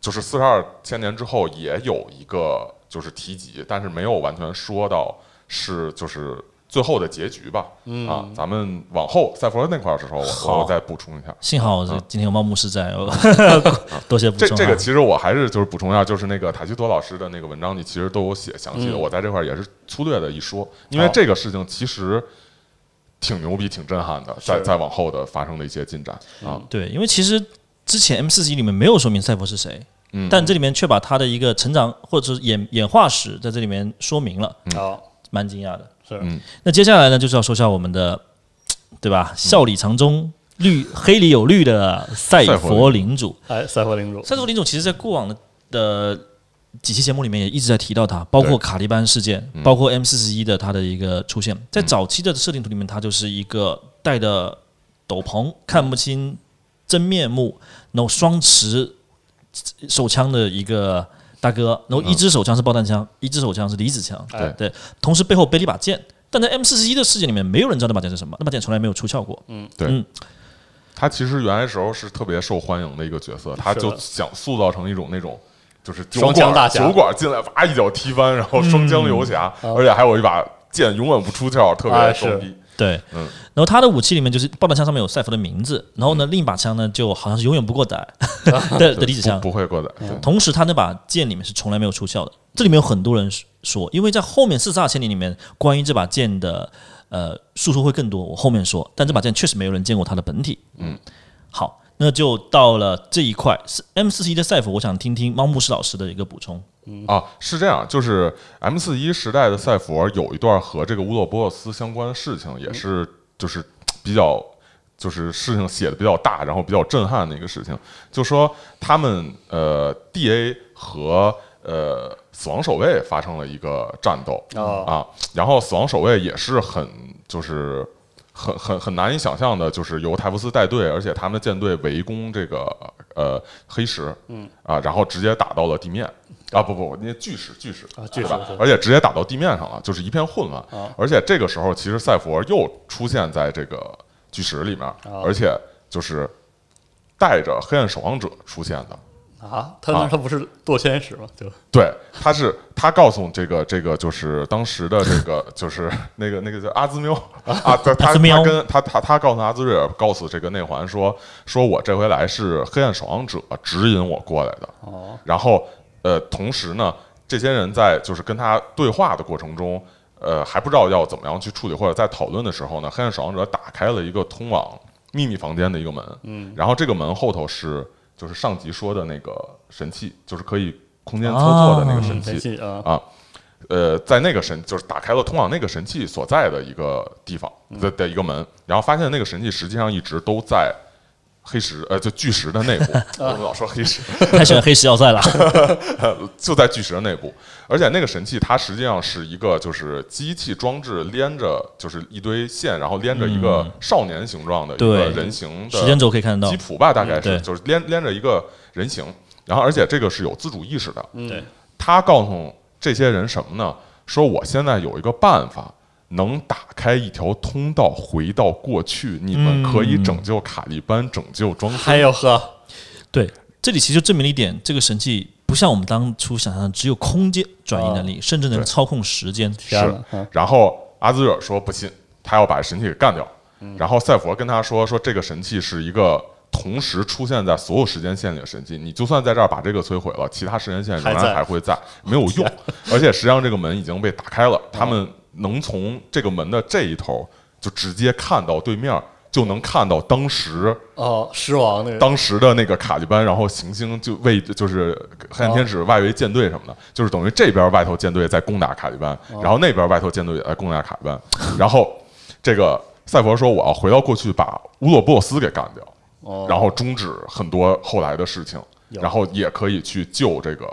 Speaker 7: 就是四十二千年之后也有一个就是提及，但是没有完全说到是就是最后的结局吧。啊，咱们往后赛佛那块儿的时候，我
Speaker 8: 嗯好
Speaker 7: 我再补充一下。
Speaker 8: 幸好这今天有茂牧师在，我 多谢补
Speaker 7: 哦这
Speaker 8: 充啊。
Speaker 7: 这个其实我还是就是补充一下，就是那个塔西佗老师的那个文章里其实都有写详细的，我在这块儿也是粗略的一说，因为
Speaker 6: 嗯好
Speaker 7: 这个事情其实挺牛逼、挺震撼的，在
Speaker 6: 是嗯
Speaker 7: 在往后的发生的一些进展啊，
Speaker 8: 对，因为其实之前 M 四十一里面没有说明赛博是谁，
Speaker 7: 嗯
Speaker 8: 但这里面却把他的一个成长或者是演演化史在这里面说明了，
Speaker 6: 好
Speaker 8: 蛮惊讶的。
Speaker 6: 哦是
Speaker 7: 嗯
Speaker 8: 那接下来呢，就是要说一下我们的，对吧？笑里藏中绿黑里有绿的赛
Speaker 7: 赛佛
Speaker 8: 佛领主，
Speaker 6: 哎，赛佛领主，
Speaker 8: 赛佛领主其实在过往的的几期节目里面也一直在提到他，包括
Speaker 7: 对
Speaker 8: 卡利班事件，包括 M 四十一的他的一个出现，在早期的设定图里面，他就是一个戴的斗篷，看不清真面目，然后双持手枪的一个大哥，然后一只手枪是爆弹枪，一只手枪是离子枪，
Speaker 6: 哎
Speaker 8: 对，同时背后背了一把剑。但在 M 四十一的世界里面，没有人知道那把剑是什么，那把剑从来没有出鞘过。
Speaker 7: 他其实原来时候是特别受欢迎的一个角色，他
Speaker 6: 是
Speaker 7: 就
Speaker 6: 的
Speaker 7: 想塑造成一种那种就是酒
Speaker 6: 双枪
Speaker 7: 馆
Speaker 6: 大侠
Speaker 7: 酒馆进来哇一脚踢翻，然后双枪游侠，
Speaker 6: 嗯
Speaker 7: 而且还有一把剑永远不出鞘，特
Speaker 6: 啊
Speaker 7: 别
Speaker 6: 是
Speaker 7: 牛逼。
Speaker 8: 对，
Speaker 7: 嗯
Speaker 8: 然后他的武器里面就是爆弹枪上面有赛弗的名字，然后呢，另一把枪呢就好像是永远不过 载的的离子枪
Speaker 7: 不，不会过载，
Speaker 6: 嗯
Speaker 7: 对
Speaker 8: 同时他那把剑里面是从来没有出鞘的。这里面有很多人说，因为在后面四十二千里里面，关于这把剑的呃述说会更多，我后面说。但这把剑确实没有人见过它的本体。嗯，好，那就到了这一块是 M 四十一的赛弗，我想听听猫牧师老师的一个补 充。
Speaker 7: 啊，是这样，就是 M 四一时代的赛佛有一段和这个乌洛波洛斯相关的事情，也是就是比较就是事情写的比较大，然后比较震撼的一个事情，就说他们呃 D A 和呃死亡守卫发生了一个战斗、
Speaker 6: 哦
Speaker 7: 啊，然后死亡守卫也是很就是。很很很难以想象的，就是由泰弗斯带队，而且他们的舰队围攻这个呃黑石，嗯啊，然后直接打到了地面，啊不不，那巨石巨石
Speaker 6: 啊巨石
Speaker 7: 对吧
Speaker 6: 对
Speaker 7: 而且直接打到地面上了，就是一片混乱。而且这个时候，其实赛佛又出现在这个巨石里面，而且就是带着黑暗守望者出现的。
Speaker 6: 啊，他那
Speaker 7: 啊
Speaker 6: 他不是堕天使吗？就
Speaker 7: 对，他是他告诉这个这个就是当时的这个就是那个那个叫阿兹喵啊，他
Speaker 8: 阿
Speaker 7: 他
Speaker 8: 兹喵
Speaker 7: 他跟他他他告诉阿兹瑞尔，告诉这个内环说说我这回来是黑暗守望者指引我过来的，
Speaker 6: 哦，
Speaker 7: 然后呃，同时呢，这些人在就是跟他对话的过程中，呃，还不知道要怎么样去处理，或者在讨论的时候呢，黑暗守望者打开了一个通往秘密房间的一个门，嗯，然后这个门后头是就是上集说的那个神器，就是可以空间操作的那个神器，
Speaker 6: 神器啊，
Speaker 7: 啊，呃，在那个神就是打开了通往那个神器所在的一个地方的的一个门，然后发现那个神器实际上一直都在黑石呃就巨石的内部，我们老说黑石，
Speaker 8: 太喜欢黑石要塞了，
Speaker 7: 就在巨石的内部，而且那个神器它实际上是一个就是机器装置连着就是一堆线，然后连着一个少年形状的一个
Speaker 8: 对
Speaker 7: 人形的
Speaker 8: 嗯时间轴可以看得到
Speaker 7: 吉。普吧，大概是、
Speaker 8: 对
Speaker 7: 就是连连着一个人形，然后而且这个是有自主意识的。
Speaker 8: 对，
Speaker 7: 他告诉这些人什么呢？说我现在有一个办法，能打开一条通道回到过去，你
Speaker 8: 嗯
Speaker 7: 们可以拯救卡利班，拯救庄森。
Speaker 6: 还有呵，
Speaker 8: 对，这里其实就证明了一点，这个神器不像我们当初想象的只有空间转移能力，甚至能
Speaker 7: 对
Speaker 8: 操控时间。
Speaker 6: 天哪，嗯
Speaker 7: 然后阿兹尔说不信，他要把神器给干掉。然后赛佛跟他说说这个神器是一个同时出现在所有时间线里的神器，你就算在这儿把这个摧毁了，其他时间线仍
Speaker 6: 还在
Speaker 7: 然还会在，没有用。而且实际上这个门已经被打开了，他们能从这个门的这一头就直接看到对面。就能看到当时
Speaker 6: 哦，狮王那个
Speaker 7: 当时的那个卡利班，然后行星就为就是黑暗天使外围舰队什么的，就是等于这边外头舰队在攻打卡利班，
Speaker 6: 哦
Speaker 7: 然后那边外头舰队也在攻打卡利班，然后这个赛佛说我要回到过去把乌洛波洛斯给干
Speaker 6: 哦
Speaker 7: 掉，然后终止很多后来的事情，然后也可以去救这个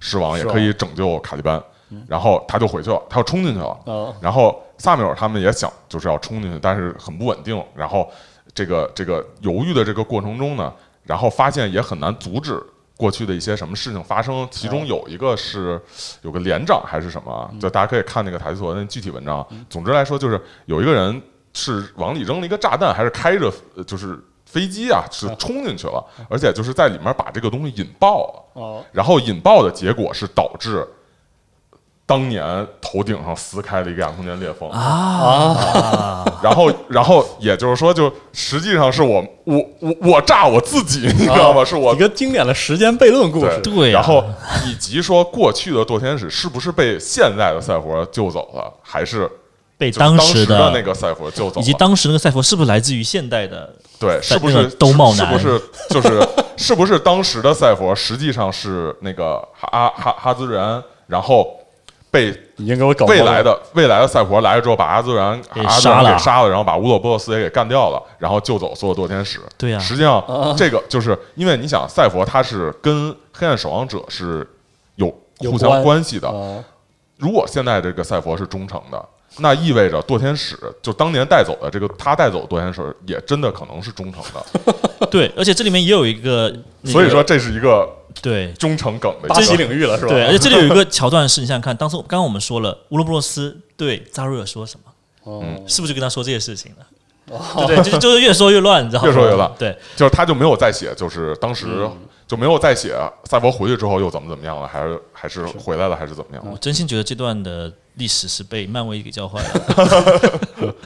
Speaker 7: 狮王，也
Speaker 6: 狮王嗯
Speaker 7: 可以拯救卡利班，然后他就回去了，他要冲进去了，
Speaker 6: 哦
Speaker 7: 然后萨米尔他们也想就是要冲进去，但是很不稳定。然后这个这个犹豫的这个过程中呢，然后发现也很难阻止过去的一些什么事情发生。其中有一个是有个连长还是什么啊，就大家可以看那个塔西佗那具体文章。总之来说，就是有一个人是往里扔了一个炸弹，还是开着呃就是飞机啊，是冲进去了，而且就是在里面把这个东西引爆了。
Speaker 6: 哦，
Speaker 7: 然后引爆的结果是导致当年头顶上撕开了一个亚空间裂缝啊，
Speaker 6: 哦
Speaker 7: 然后然后也就是说，就实际上是我我我我炸我自己，
Speaker 8: 啊
Speaker 7: 你知道吗？是我
Speaker 6: 哦一个经典的时间悖论故事，
Speaker 8: 对呀啊
Speaker 7: 然后以及说过去的堕天使是不是被现在的赛佛救走了，还是
Speaker 8: 被
Speaker 7: 就是当
Speaker 8: 时
Speaker 7: 的那个赛佛救走了，
Speaker 8: 以及当时那个赛佛是不是来自于现代 的？
Speaker 7: 对，
Speaker 8: 在
Speaker 7: 是不
Speaker 8: 那
Speaker 7: 是
Speaker 8: 个兜帽
Speaker 7: 是
Speaker 8: 男
Speaker 7: 不是就是是不是当时的赛佛实际上是那个哈哈哈哈兹瑞安，然后被
Speaker 6: 已经给我搞
Speaker 7: 未
Speaker 6: 懵了
Speaker 7: 来的未来的赛佛来了之后，把阿兹瑞安
Speaker 8: 给
Speaker 7: 阿兹
Speaker 8: 杀
Speaker 7: 瑞安
Speaker 8: 了
Speaker 7: 给杀了，然后把乌洛波洛斯也给干掉了，然后救走所有堕天使。
Speaker 8: 对呀
Speaker 7: 实际上这个就是因为你想，赛佛他是跟黑暗守望者是有
Speaker 6: 有
Speaker 7: 互相
Speaker 6: 关
Speaker 7: 关系的，
Speaker 6: 哦
Speaker 7: 如果现在这个赛佛是忠诚的，那意味着堕天使就当年带走的这个他带走的堕天使也真的可能是忠诚的，
Speaker 8: 对，而且这里面也有一个， 那个
Speaker 7: 所以说这是一个
Speaker 8: 对
Speaker 7: 忠诚梗的一个
Speaker 6: 八级领域了是吧？
Speaker 8: 对，而且这里有一个桥段是，你想想看，当时刚刚我们说了，乌罗布洛斯对扎瑞尔说什么？
Speaker 6: 哦，
Speaker 8: 是不是就跟他说这些事情了？哦 对不对，就是就是越说越乱，你知道吗？
Speaker 7: 越说越乱
Speaker 8: 对，嗯
Speaker 7: 就是他就没有再写，就是当时就没有再写赛博回去之后又怎么怎么样了，还是还是回来了，还是怎么样了
Speaker 8: 我？真心觉得这段的历史是被漫威给教坏了。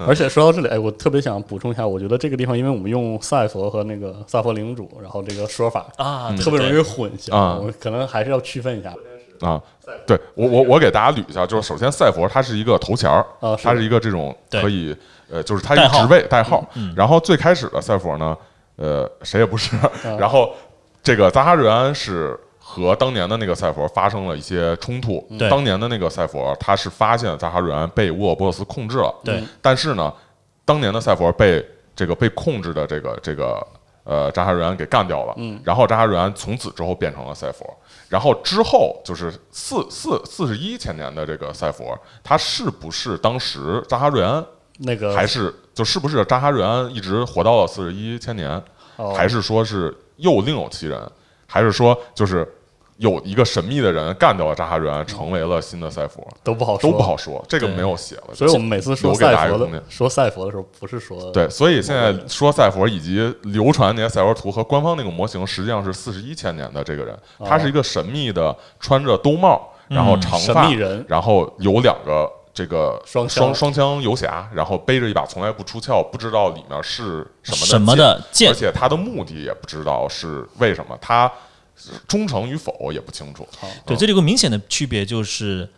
Speaker 6: 而且说到这里，哎，我特别想补充一下，我觉得这个地方，因为我们用赛佛和那个萨佛领主，然后这个说法
Speaker 8: 啊对
Speaker 6: 特别
Speaker 8: 对
Speaker 6: 容易混淆，
Speaker 7: 嗯啊
Speaker 6: 我可能还是要区分一下。
Speaker 8: 嗯
Speaker 7: 啊，对我我我给大家捋一下，就是首先赛佛它是一个头衔儿
Speaker 6: 啊，是
Speaker 7: 它是一个这种
Speaker 8: 哦对
Speaker 7: 可以呃，就是它一
Speaker 8: 代
Speaker 7: 个
Speaker 8: 号嗯
Speaker 7: 职位代号。然后最开始的赛佛呢，呃，谁也不是。
Speaker 8: 嗯
Speaker 7: 然后这个扎哈瑞安是和当年的那个赛佛发生了一些冲突。
Speaker 8: 对
Speaker 7: 当年的那个赛佛他是发现扎哈瑞安被沃尔波斯控制了，
Speaker 8: 对，
Speaker 7: 但是呢，当年的赛佛被这个被控制的这个这个呃扎哈瑞安给干掉了，嗯，然后扎哈瑞安从此之后变成了赛佛，然后之后就是四四四十一前年的这个赛佛，他是不是当时扎哈瑞安
Speaker 6: 那个
Speaker 7: 还是就是不是扎哈瑞安一直活到了四十一千年，
Speaker 6: 哦
Speaker 7: 还是说是又另有其人，还是说就是有一个神秘的人干掉了扎哈瑞安，成为了新的赛佛，
Speaker 6: 都不好哦说，
Speaker 7: 都不好。说，这个
Speaker 8: 对
Speaker 7: 没有写了，
Speaker 6: 所以我们每次说
Speaker 7: 留给大
Speaker 6: 赛
Speaker 7: 家
Speaker 6: 佛
Speaker 7: 一个空
Speaker 6: 的
Speaker 7: 间
Speaker 6: 说赛佛的时候，不是说
Speaker 7: 对，所以现在说赛佛以及流传那些赛佛图和官方那个模型，实际上是四十一千年的这个人，
Speaker 6: 哦
Speaker 7: 他是一个神秘的穿着兜帽，然后长
Speaker 6: 神
Speaker 7: 发，
Speaker 6: 秘人
Speaker 7: 然后有两个这个
Speaker 6: 双枪
Speaker 7: 双双枪游侠，然后背着一把从来不出鞘，不知道里面是什么
Speaker 8: 什么的剑
Speaker 7: 而且他的目的也不知道是为什么，他忠诚与否也不清楚。
Speaker 8: 对，这里有个明显的区别，就是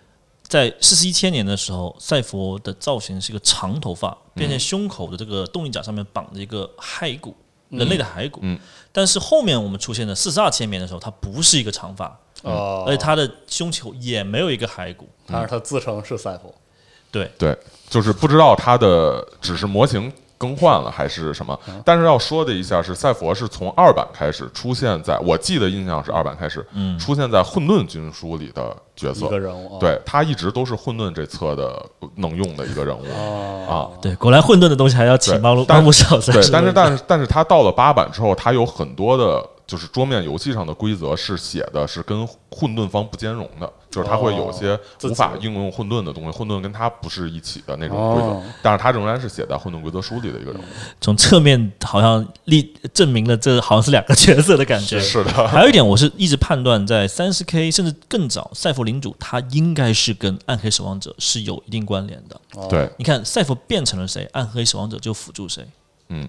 Speaker 8: 在四十一千年的时候，赛佛的造型是一个长头发，
Speaker 7: 嗯
Speaker 8: 并且胸口的这个动力甲上面绑着一个骸骨，人类的骸骨。
Speaker 7: 嗯
Speaker 8: 但是后面我们出现的四十二千年的时候，它不是一个长发，
Speaker 7: 嗯
Speaker 6: 哦，
Speaker 8: 而且嗯哎他的胸口也没有一个骸骨。
Speaker 6: 但是他自称是赛佛，
Speaker 8: 对，
Speaker 7: 对，就是不知道它的只是模型更换了还是什么。
Speaker 6: 嗯
Speaker 7: 但是要说的一下是，赛佛是从二版开始出现在我记得印象是二版开始，
Speaker 8: 嗯
Speaker 7: 出现在混沌军书里的角色
Speaker 6: 一个人物啊
Speaker 7: 对他一直都是混沌这册的能用的一个人物
Speaker 6: 哦
Speaker 7: 啊。
Speaker 8: 对，果然混沌的东西还要请
Speaker 7: 对
Speaker 8: 猫路
Speaker 7: 但
Speaker 8: 猫路小三
Speaker 7: 对，但是但是但是他到了八版之后，他有很多的。就是桌面游戏上的规则是写的是跟混沌方不兼容的，就是它会有
Speaker 8: 哦
Speaker 7: 些
Speaker 6: 自己
Speaker 7: 无法应用混沌的东西，混沌跟它不是一起的那种规则，
Speaker 6: 哦
Speaker 7: 但是他仍然是写在混沌规则书里的一个人物。
Speaker 8: 从侧面好像立证明了这好像是两个角色的感觉。
Speaker 7: 是 的，
Speaker 8: 还有一点，我是一直判断在三十 K 甚至更早，赛佛领主他应该是跟暗黑守望者是有一定关联的。
Speaker 7: 对，
Speaker 8: 你看，赛佛变成了谁，暗黑守望者就辅助谁，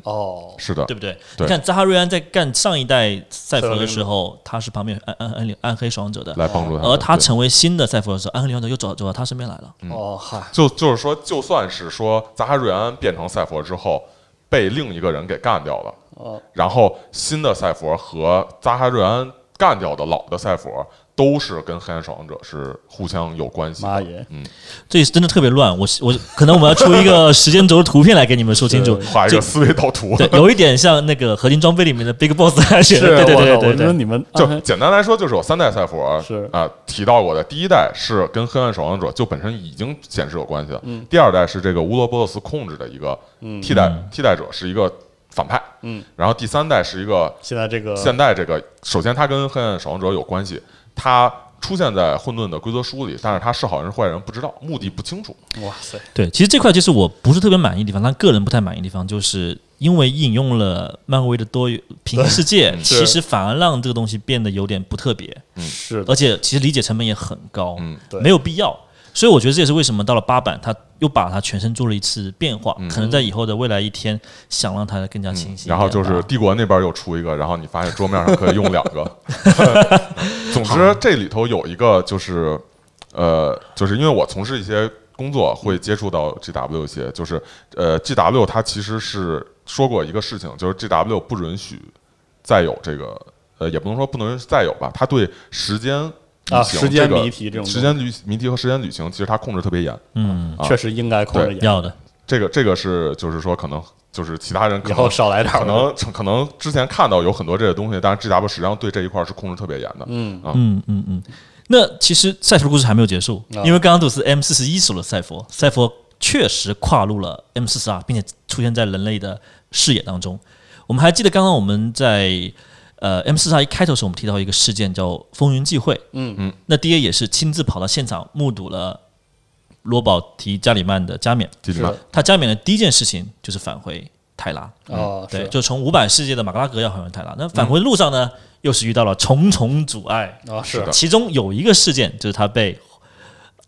Speaker 6: 哦，
Speaker 7: 是的
Speaker 8: 对，不对？
Speaker 7: 啊对
Speaker 8: 你看扎哈瑞安在干上一代赛佛的时候，他是旁边有暗暗暗暗黑守望者的，
Speaker 7: 来帮助他的。
Speaker 8: 而他
Speaker 7: 对嗯
Speaker 8: 成为新的赛佛的时候，暗黑守望者又走到走到他身边来了。
Speaker 6: 哦，嗨，
Speaker 7: 就就是说，就算是说扎哈瑞安变成赛佛之后，被另一个人给干掉了，
Speaker 6: 哦，
Speaker 7: 然后新的赛佛和扎哈瑞安干掉的老的赛佛。都是跟黑暗守望者是互相有关系的，
Speaker 6: 妈耶
Speaker 7: 嗯，
Speaker 8: 这是真的特别乱，我我可能我们要出一个时间轴的图片来给你们说 清楚。
Speaker 7: 画一个思维导图，
Speaker 8: 对，有一点像那个合金装备里面的 Big Boss 还是
Speaker 6: 我
Speaker 8: 对对对
Speaker 6: 靠
Speaker 8: 对
Speaker 6: 我觉得
Speaker 8: 对，
Speaker 6: 你们 啊
Speaker 7: 就简单来说，就是有三代赛佛
Speaker 6: 嗯是
Speaker 7: 啊、提到过的。第一代是跟黑暗守望者就本身已经显示有关系的，
Speaker 6: 嗯
Speaker 7: 第二代是这个乌罗波勒斯控制的一个替代、替代者，是一个反派，
Speaker 6: 嗯，
Speaker 7: 然后第三代是一个
Speaker 6: 现在这个
Speaker 7: 现代这个，首先它跟黑暗守望者有关系，它出现在混沌的规则书里，但是它是好人是坏人不知道，目的不清楚，
Speaker 6: 哇塞，
Speaker 8: 对，其实这块就是我不是特别满意的地方，但个人不太满意的地方，就是因为引用了漫威的多元平行世界，
Speaker 6: 是
Speaker 8: 其实反而让这个东西变得有点不特别，
Speaker 6: 是的
Speaker 8: 而，且其实理解成本也很高，
Speaker 7: 嗯
Speaker 6: 对
Speaker 8: 没有必要。所以我觉得这也是为什么到了八版，他又把它全身做了一次变化，可能在以后的未来一天，想让它更加清晰一点吧、
Speaker 7: 嗯然后就是帝国那边又出一个，然后你发现桌面上可以用两 个。总之，这里头有一个就是，呃，就是因为我从事一些工作会接触到 GW 一些，就是呃，GW 它其实是说过一个事情，就是 GW 不允许再有这个，呃，也不能说不能再有吧，它对时间
Speaker 6: 啊
Speaker 7: 旅行
Speaker 6: 时间
Speaker 7: 这个
Speaker 6: 谜题这种
Speaker 7: 时间旅谜题和时间旅行，其实它控制特别严。
Speaker 8: 嗯，
Speaker 7: 啊
Speaker 6: 确实应该控制
Speaker 7: 对
Speaker 6: 眼，
Speaker 8: 要的，
Speaker 7: 这个这个是就是说可能就是其他人可
Speaker 6: 以
Speaker 7: 能
Speaker 6: 后少来点儿
Speaker 7: 哎可能可能之前看到有很多这些东西，但是 GW 实际上对这一块儿是控制特别严的。嗯啊，
Speaker 8: 嗯嗯嗯。那其实赛佛的故事还没有结束，
Speaker 6: 啊
Speaker 8: 因为刚刚都是 M 四十一说了赛佛，赛佛确实跨入了 M 四十二，并且出现在人类的视野当中。我们还记得刚刚我们在呃 M 四十二一开头的时候，我们提到一个事件叫风云际会，嗯嗯，那 D A 也是亲自跑到现场目睹了罗宝提加里曼的加冕，
Speaker 7: 基本上
Speaker 8: 他加冕的第一件事情就是返回泰拉，
Speaker 6: 哦，
Speaker 8: 嗯对，
Speaker 6: 是
Speaker 8: 就从五百世界的马格拉格要横越泰拉。那返回路上呢，
Speaker 6: 嗯
Speaker 8: 又是遇到了重重阻碍，
Speaker 6: 啊，是
Speaker 7: 的
Speaker 8: 其中有一个事件就是他被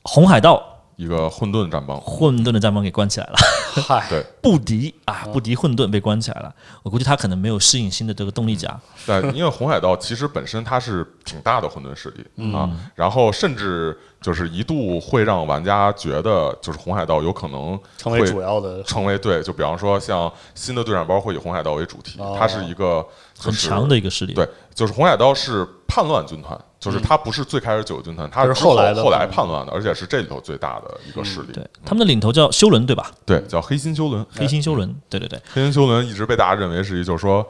Speaker 8: 红海盗
Speaker 7: 一个混沌战帮，
Speaker 8: 混沌的战帮给关起来了，
Speaker 6: 嗨，
Speaker 7: 对，
Speaker 8: 布迪啊，
Speaker 7: 嗯
Speaker 8: 布迪混沌被关起来了。我估计他可能没有适应新的这个动力甲，
Speaker 7: 对，因为红海盗其实本身它是挺大的混沌势力、
Speaker 6: 嗯
Speaker 7: 啊，然后甚至就是一度会让玩家觉得，就是红海盗有可能
Speaker 6: 成为
Speaker 7: 会
Speaker 6: 主要的
Speaker 7: 成为对，就比方说像新的对战包会以红海盗为主题，
Speaker 6: 哦
Speaker 7: 它是一个、就
Speaker 8: 很
Speaker 7: 是、
Speaker 8: 强的一个势力。
Speaker 7: 对，就是红海盗是叛乱军团，就是它不是最开始九个军团，它
Speaker 6: 嗯就是
Speaker 7: 之
Speaker 6: 后
Speaker 7: 后
Speaker 6: 来的
Speaker 7: 后来
Speaker 6: 叛
Speaker 7: 叛乱的，而且是这里头最大的一个势力。
Speaker 8: 嗯对，他们的领头叫修伦，对吧？
Speaker 7: 对，叫黑心修伦，
Speaker 6: 哎
Speaker 8: 黑心修
Speaker 7: 嗯
Speaker 8: 伦，对对对，
Speaker 7: 黑心修伦一直被大家认为是一就是说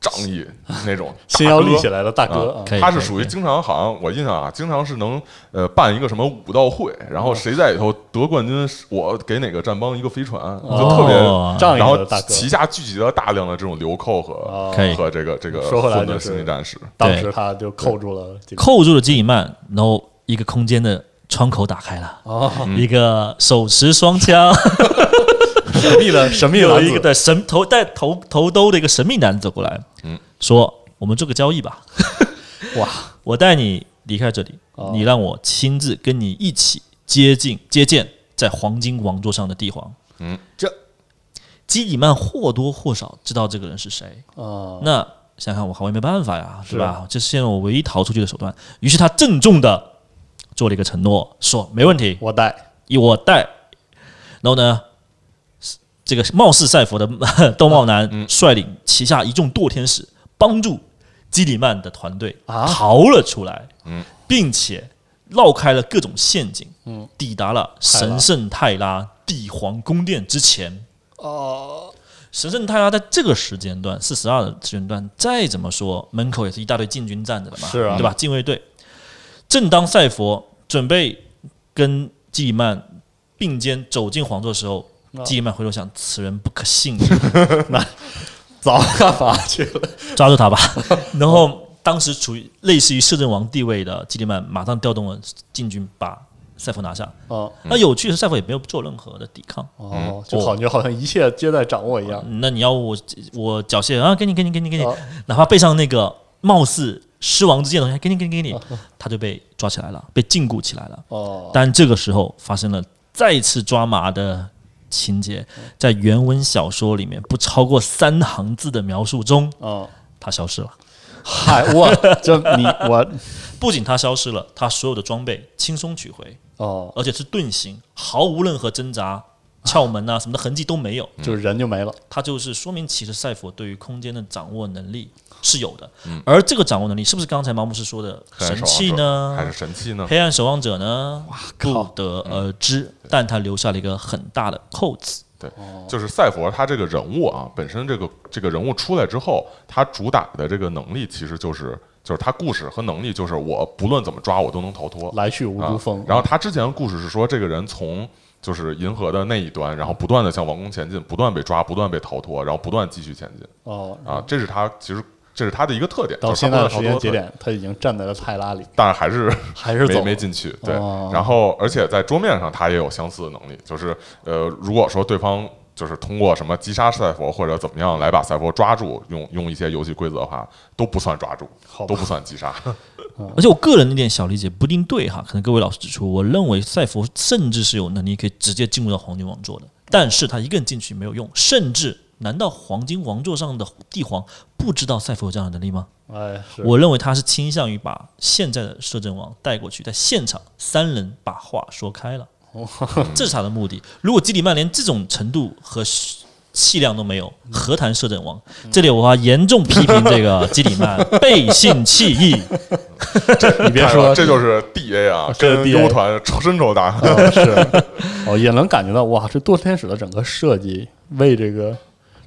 Speaker 7: 仗义那种
Speaker 6: 心
Speaker 7: 大
Speaker 6: 要
Speaker 7: 哥
Speaker 6: 立起来的大哥
Speaker 7: 啊
Speaker 6: 啊，
Speaker 8: 可以
Speaker 7: 他
Speaker 8: 可
Speaker 7: 是
Speaker 8: 以
Speaker 7: 属于
Speaker 8: 可以
Speaker 7: 经常好像我印象啊，经常是能呃办一个什么武道会，然
Speaker 6: 哦
Speaker 7: 后谁在里头得冠军，我给哪个战帮一个飞船，就特
Speaker 8: 哦
Speaker 7: 别。
Speaker 6: 仗义
Speaker 7: 然后
Speaker 6: 的大哥。
Speaker 7: 旗下聚集了大量的这种流寇和
Speaker 6: 哦
Speaker 8: 可以
Speaker 7: 和这个这个
Speaker 6: 说回来
Speaker 7: 混
Speaker 6: 就
Speaker 7: 沌
Speaker 6: 是
Speaker 7: 星际战士，
Speaker 6: 当时他就扣住了这个
Speaker 8: 扣住了基里曼，然后一个空间的窗口打开了，
Speaker 6: 哦，
Speaker 7: 嗯
Speaker 8: 一个手持双枪，
Speaker 6: 神秘的神秘
Speaker 8: 有
Speaker 6: 的
Speaker 8: 一个的神头戴头头兜的一个神秘男子走过来，
Speaker 7: 嗯
Speaker 8: 说我们做个交易吧，
Speaker 6: 哇，
Speaker 8: 我带你离开这里，
Speaker 6: 哦
Speaker 8: 你让我亲自跟你一起接近接见在黄金王座上的帝皇。
Speaker 7: 嗯，
Speaker 6: 这
Speaker 8: 基里曼或多或少知道这个人是谁，
Speaker 6: 啊，
Speaker 8: 那想想我靠，我也没办法呀，对吧？这是现在我唯一逃出去的手段。于是他郑重的做了一个承诺，说没问题，
Speaker 6: 我带
Speaker 8: 以我带。然后呢，这个貌似赛佛的 兜帽男率领旗下一众堕天使，帮助基里曼的团队
Speaker 6: 啊
Speaker 8: 逃了出来，
Speaker 7: 嗯
Speaker 8: 并且绕开了各种陷阱，
Speaker 6: 嗯
Speaker 8: 抵达了神圣泰拉帝皇宫殿之前。
Speaker 6: 哦，
Speaker 8: 神圣泰拉在这个时间段，四十二的时间段，再怎么说门口也是一大堆禁军站着的嘛，
Speaker 6: 是啊
Speaker 8: 对吧？禁卫队。正当赛佛准备跟基里曼并肩走进皇座的时候，
Speaker 6: 啊
Speaker 8: 基里曼回头想，此人不可信，啊
Speaker 6: 早干嘛去了？
Speaker 8: 抓住他 吧。然后当时处于类似于摄政王地位的基里曼，马上调动了禁军，把赛佛拿下。
Speaker 6: 哦
Speaker 8: 那有趣的是，赛佛也没有做任何的抵抗。
Speaker 6: 哦，就感觉好像一切皆在掌握一样。
Speaker 8: 那你要我我缴械啊，给你给你给你给你
Speaker 6: 哦，
Speaker 8: 哪怕背上那个貌似狮王之剑的东西，哎给你给你给你，他就被抓起来了，被禁锢起来了。
Speaker 6: 哦，
Speaker 8: 但这个时候发生了再次抓马的情节，在原文小说里面不超过三行字的描述中，
Speaker 6: 哦，
Speaker 8: 他消失了。
Speaker 6: 嗨，我这你我
Speaker 8: 不仅他消失了，他所有的装备轻松取回，
Speaker 6: 哦，
Speaker 8: 而且是遁形，毫无任何挣扎、窍门啊什么的痕迹都没有。
Speaker 6: 就是人就没了。
Speaker 8: 它就是说明，其实赛佛对于空间的掌握能力是有的，而这个掌握能力是不是刚才毛牧师说的
Speaker 7: 黑暗
Speaker 8: 神
Speaker 7: 守望
Speaker 8: 器
Speaker 7: 者
Speaker 8: 呢？
Speaker 7: 还是神器呢？
Speaker 8: 黑暗守望者呢？
Speaker 6: 靠
Speaker 8: 不得而知，但他留下了一个很大的扣子。
Speaker 7: 对，
Speaker 6: 哦
Speaker 7: 就是赛佛他这个人物啊，本身这个这个人物出来之后，他主打的这个能力其实就是就是他故事和能力，就是我不论怎么抓我都能逃脱。
Speaker 6: 来去无
Speaker 7: 啊
Speaker 6: 珠峰，
Speaker 7: 然后他之前的故事是说，这个人从就是银河的那一端，然后不断的向王宫前进，不断被抓，不断被逃脱，然后不断继续前进
Speaker 6: 哦，
Speaker 7: 啊，这是他其实这是他的一个特点。
Speaker 6: 到
Speaker 7: 就
Speaker 6: 现
Speaker 7: 是他不
Speaker 6: 在的
Speaker 7: 断地逃
Speaker 6: 时
Speaker 7: 脱
Speaker 6: 间
Speaker 7: 的
Speaker 6: 节
Speaker 7: 特点，
Speaker 6: 点，他已经站在了泰拉里，
Speaker 7: 但是还是
Speaker 6: 还是
Speaker 7: 没
Speaker 6: 走
Speaker 7: 没
Speaker 6: 了
Speaker 7: 进去。对，
Speaker 6: 哦
Speaker 7: 然后而且在桌面上他也有相似的能力，就是呃，如果说对方就是通过什么击杀赛佛或者怎么样来把赛佛抓住，用用一些游戏规则的话，都不算抓住
Speaker 6: 好，吧
Speaker 7: 都不算击杀。
Speaker 8: 而且我个人的一点小理解不一定对哈，可能各位老师指出，我认为赛佛甚至是有能力可以直接进入到黄金王座的，但是他一个人进去没有用，甚至难道黄金王座上的帝皇不知道赛佛有这样的能力吗？
Speaker 6: 哎，是
Speaker 8: 我认为他是倾向于把现在的摄政王带过去，在现场三人把话说开了，这是他的目的。如果基里曼连这种程度和气量都没有，何谈摄政王？这里我要严重批评这个基里曼背信弃义。
Speaker 6: 你 别
Speaker 7: 看
Speaker 6: 说
Speaker 7: 吧，这就是 DA 啊，
Speaker 6: 这是
Speaker 7: 跟
Speaker 6: DA
Speaker 7: 优团 仇深 仇大恨。
Speaker 6: 哦，是，哦，也能感觉到哇，这堕天使的整个设计为这个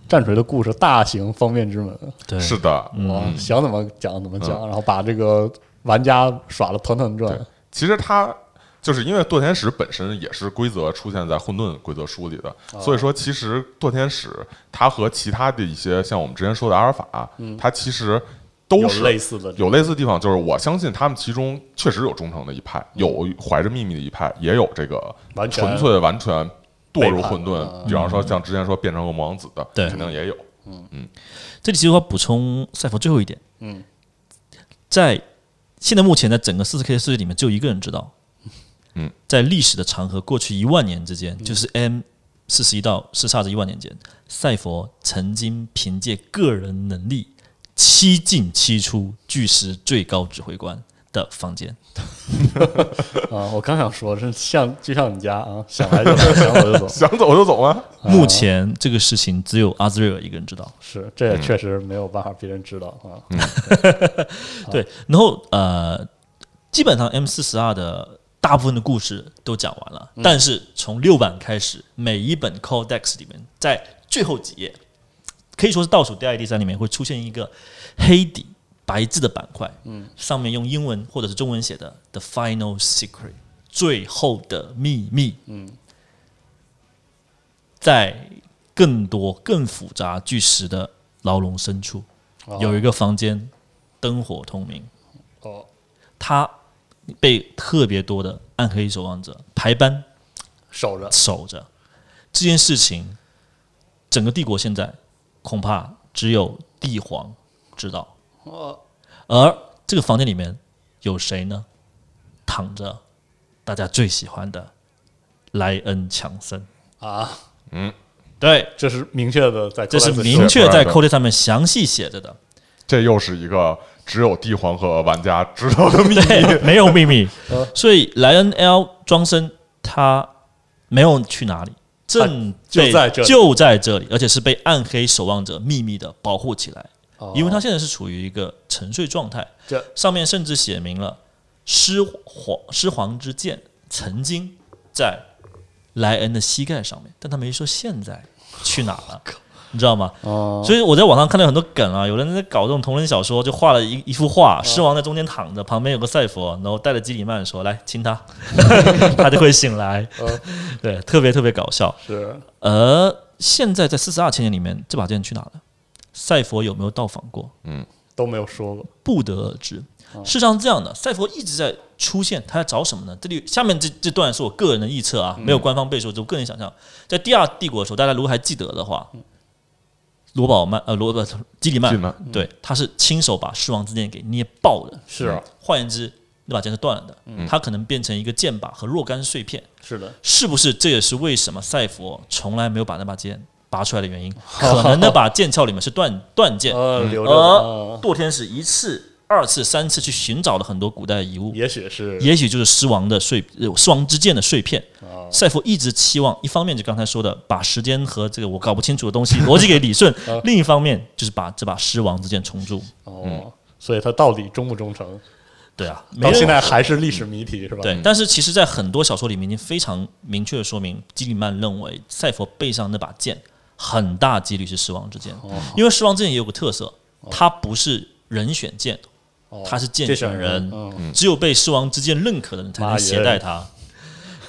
Speaker 6: 战锤的故事大型方便之门，
Speaker 8: 对，
Speaker 7: 是的，
Speaker 6: 哇，想怎么讲怎么讲，然后把这个玩家耍的团团转
Speaker 7: 对，其实它就是因为堕天使本身也是规则出现在混沌规则书里的，
Speaker 6: 哦
Speaker 7: 所以说其实堕天使它和其他的一些像我们之前说的阿尔法，它其实都
Speaker 6: 嗯有
Speaker 7: 是
Speaker 6: 类似 的这
Speaker 7: 有类似的地方，就是我相信他们其中确实有忠诚的一派，有怀着秘密的一派，也有这个
Speaker 6: 完全
Speaker 7: 纯粹完全堕入
Speaker 6: 背叛
Speaker 7: 混沌
Speaker 6: 了，
Speaker 7: 比方说像之前说变成恶魔王子的，
Speaker 8: 对
Speaker 7: 肯定也有。
Speaker 8: 这里其实我要补充赛佛最后一点，
Speaker 6: 嗯，
Speaker 8: 在现在目前在整个四十 K 的世界里面，只有一个人知道，
Speaker 7: 嗯，
Speaker 8: 在历史的长河过去一万年之间，就是 M 四十一到四十二这一万年间，赛佛曾经凭借个人能力七进七出，巨石最高指挥官的房间。
Speaker 6: 啊，我刚想说，是像就像你家啊，想来就来，想走就走。
Speaker 7: 想走就走吗？
Speaker 8: 目前这个事情只有阿兹瑞尔一个人知道。
Speaker 6: 是，这也确实没有办法别人知道啊。
Speaker 8: 对，然后呃，基本上 M 四十二的大部分的故事都讲完了，但是从六版开始，每一本 Codex 里面，在最后几页，可以说是倒数第二、第三里面会出现一个黑底白字的板块，嗯，上面用英文或者是中文写的 “The Final Secret”，最后的秘密，嗯，在更多更复杂巨石的牢笼深处，
Speaker 6: 哦
Speaker 8: 有一个房间灯火通明，
Speaker 6: 哦，
Speaker 8: 他被特别多的暗黑守望者排班
Speaker 6: 守着，
Speaker 8: 守着这件事情，整个帝国现在恐怕只有帝皇知道。而这个房间里面有谁呢？躺着大家最喜欢的莱恩·强森
Speaker 6: 啊，
Speaker 8: 对，
Speaker 6: 这是明确的在，
Speaker 8: 这是明确在
Speaker 7: 是
Speaker 8: code 上面详细写着的。
Speaker 7: 这又是一个只有帝皇和玩家知道的秘密。
Speaker 8: 对，没有秘密。所以莱恩 L 庄森他没有去哪里，正
Speaker 6: 就
Speaker 8: 被
Speaker 6: 在这里
Speaker 8: 就在这里，而且是被暗黑守望者秘密的保护起来，因
Speaker 6: 哦
Speaker 8: 为他现在是处于一个沉睡状态
Speaker 6: 这。
Speaker 8: 上面甚至写明了狮皇狮皇之剑曾经在莱恩的膝盖上面，但他没说现在去哪了。你知道吗？
Speaker 6: 哦
Speaker 8: 所以我在网上看到很多梗啊，有人在搞这种同人小说，就画了一一幅
Speaker 6: 哦
Speaker 8: 画，狮王在中间躺着，旁边有个赛佛，然后带着基里曼说：“来亲他， 他就会醒来。
Speaker 6: 哦
Speaker 8: 对，特别特别搞笑。
Speaker 6: 是
Speaker 8: 而现在在四十二千年里面，这把剑去哪了？赛佛有没有到访过？
Speaker 6: 都没有说过。
Speaker 8: 不得而知。事实上是这样的，赛佛一直在出现，他在找什么呢？这里下面这这段是我个人的臆测啊，没有官方背书，就我个人想象。在第二帝国的时候，大家如果还记得的话，罗宝曼呃罗不基里曼
Speaker 7: 基里曼
Speaker 8: 对，他是亲手把狮王之剑给捏爆的。
Speaker 6: 是
Speaker 7: 嗯
Speaker 6: 啊
Speaker 8: 换言之，那把剑是断了的，它可能变成一个剑靶和若干碎片。
Speaker 6: 是的，
Speaker 8: 是不是这也是为什么赛佛从来没有把那把剑拔出来的原因？可能那把剑鞘里面是断断剑，
Speaker 6: 呃，留着
Speaker 8: 而
Speaker 6: 吧，
Speaker 8: 堕天使一次、二次、三次去寻找了很多古代遗物，
Speaker 6: 嗯也许是
Speaker 8: 也许就是狮王的碎、呃狮王之剑的碎片。赛佛一直期望，一方面就刚才说的，把时间和这个我搞不清楚的东西 逻辑给理顺；另一方面就是把这把狮王之剑重铸。
Speaker 6: 哦，所以他到底忠不忠诚，
Speaker 8: 对啊，没
Speaker 6: 到
Speaker 8: 人嗯
Speaker 6: 现在还是历史谜题，是吧？
Speaker 8: 对，但是其实，在很多小说里面已经非常明确的说明，基里曼认为赛佛背上那把剑很大几率是狮王之剑，因为狮王之剑也有个特色，它不是人选剑，
Speaker 6: 哦，
Speaker 8: 他是
Speaker 6: 这
Speaker 8: 剑
Speaker 6: 选
Speaker 8: 选
Speaker 6: 人
Speaker 8: 人，
Speaker 6: 嗯
Speaker 8: 只有被狮王之剑认可的人才
Speaker 6: 妈
Speaker 8: 能
Speaker 6: 耶
Speaker 8: 携带它。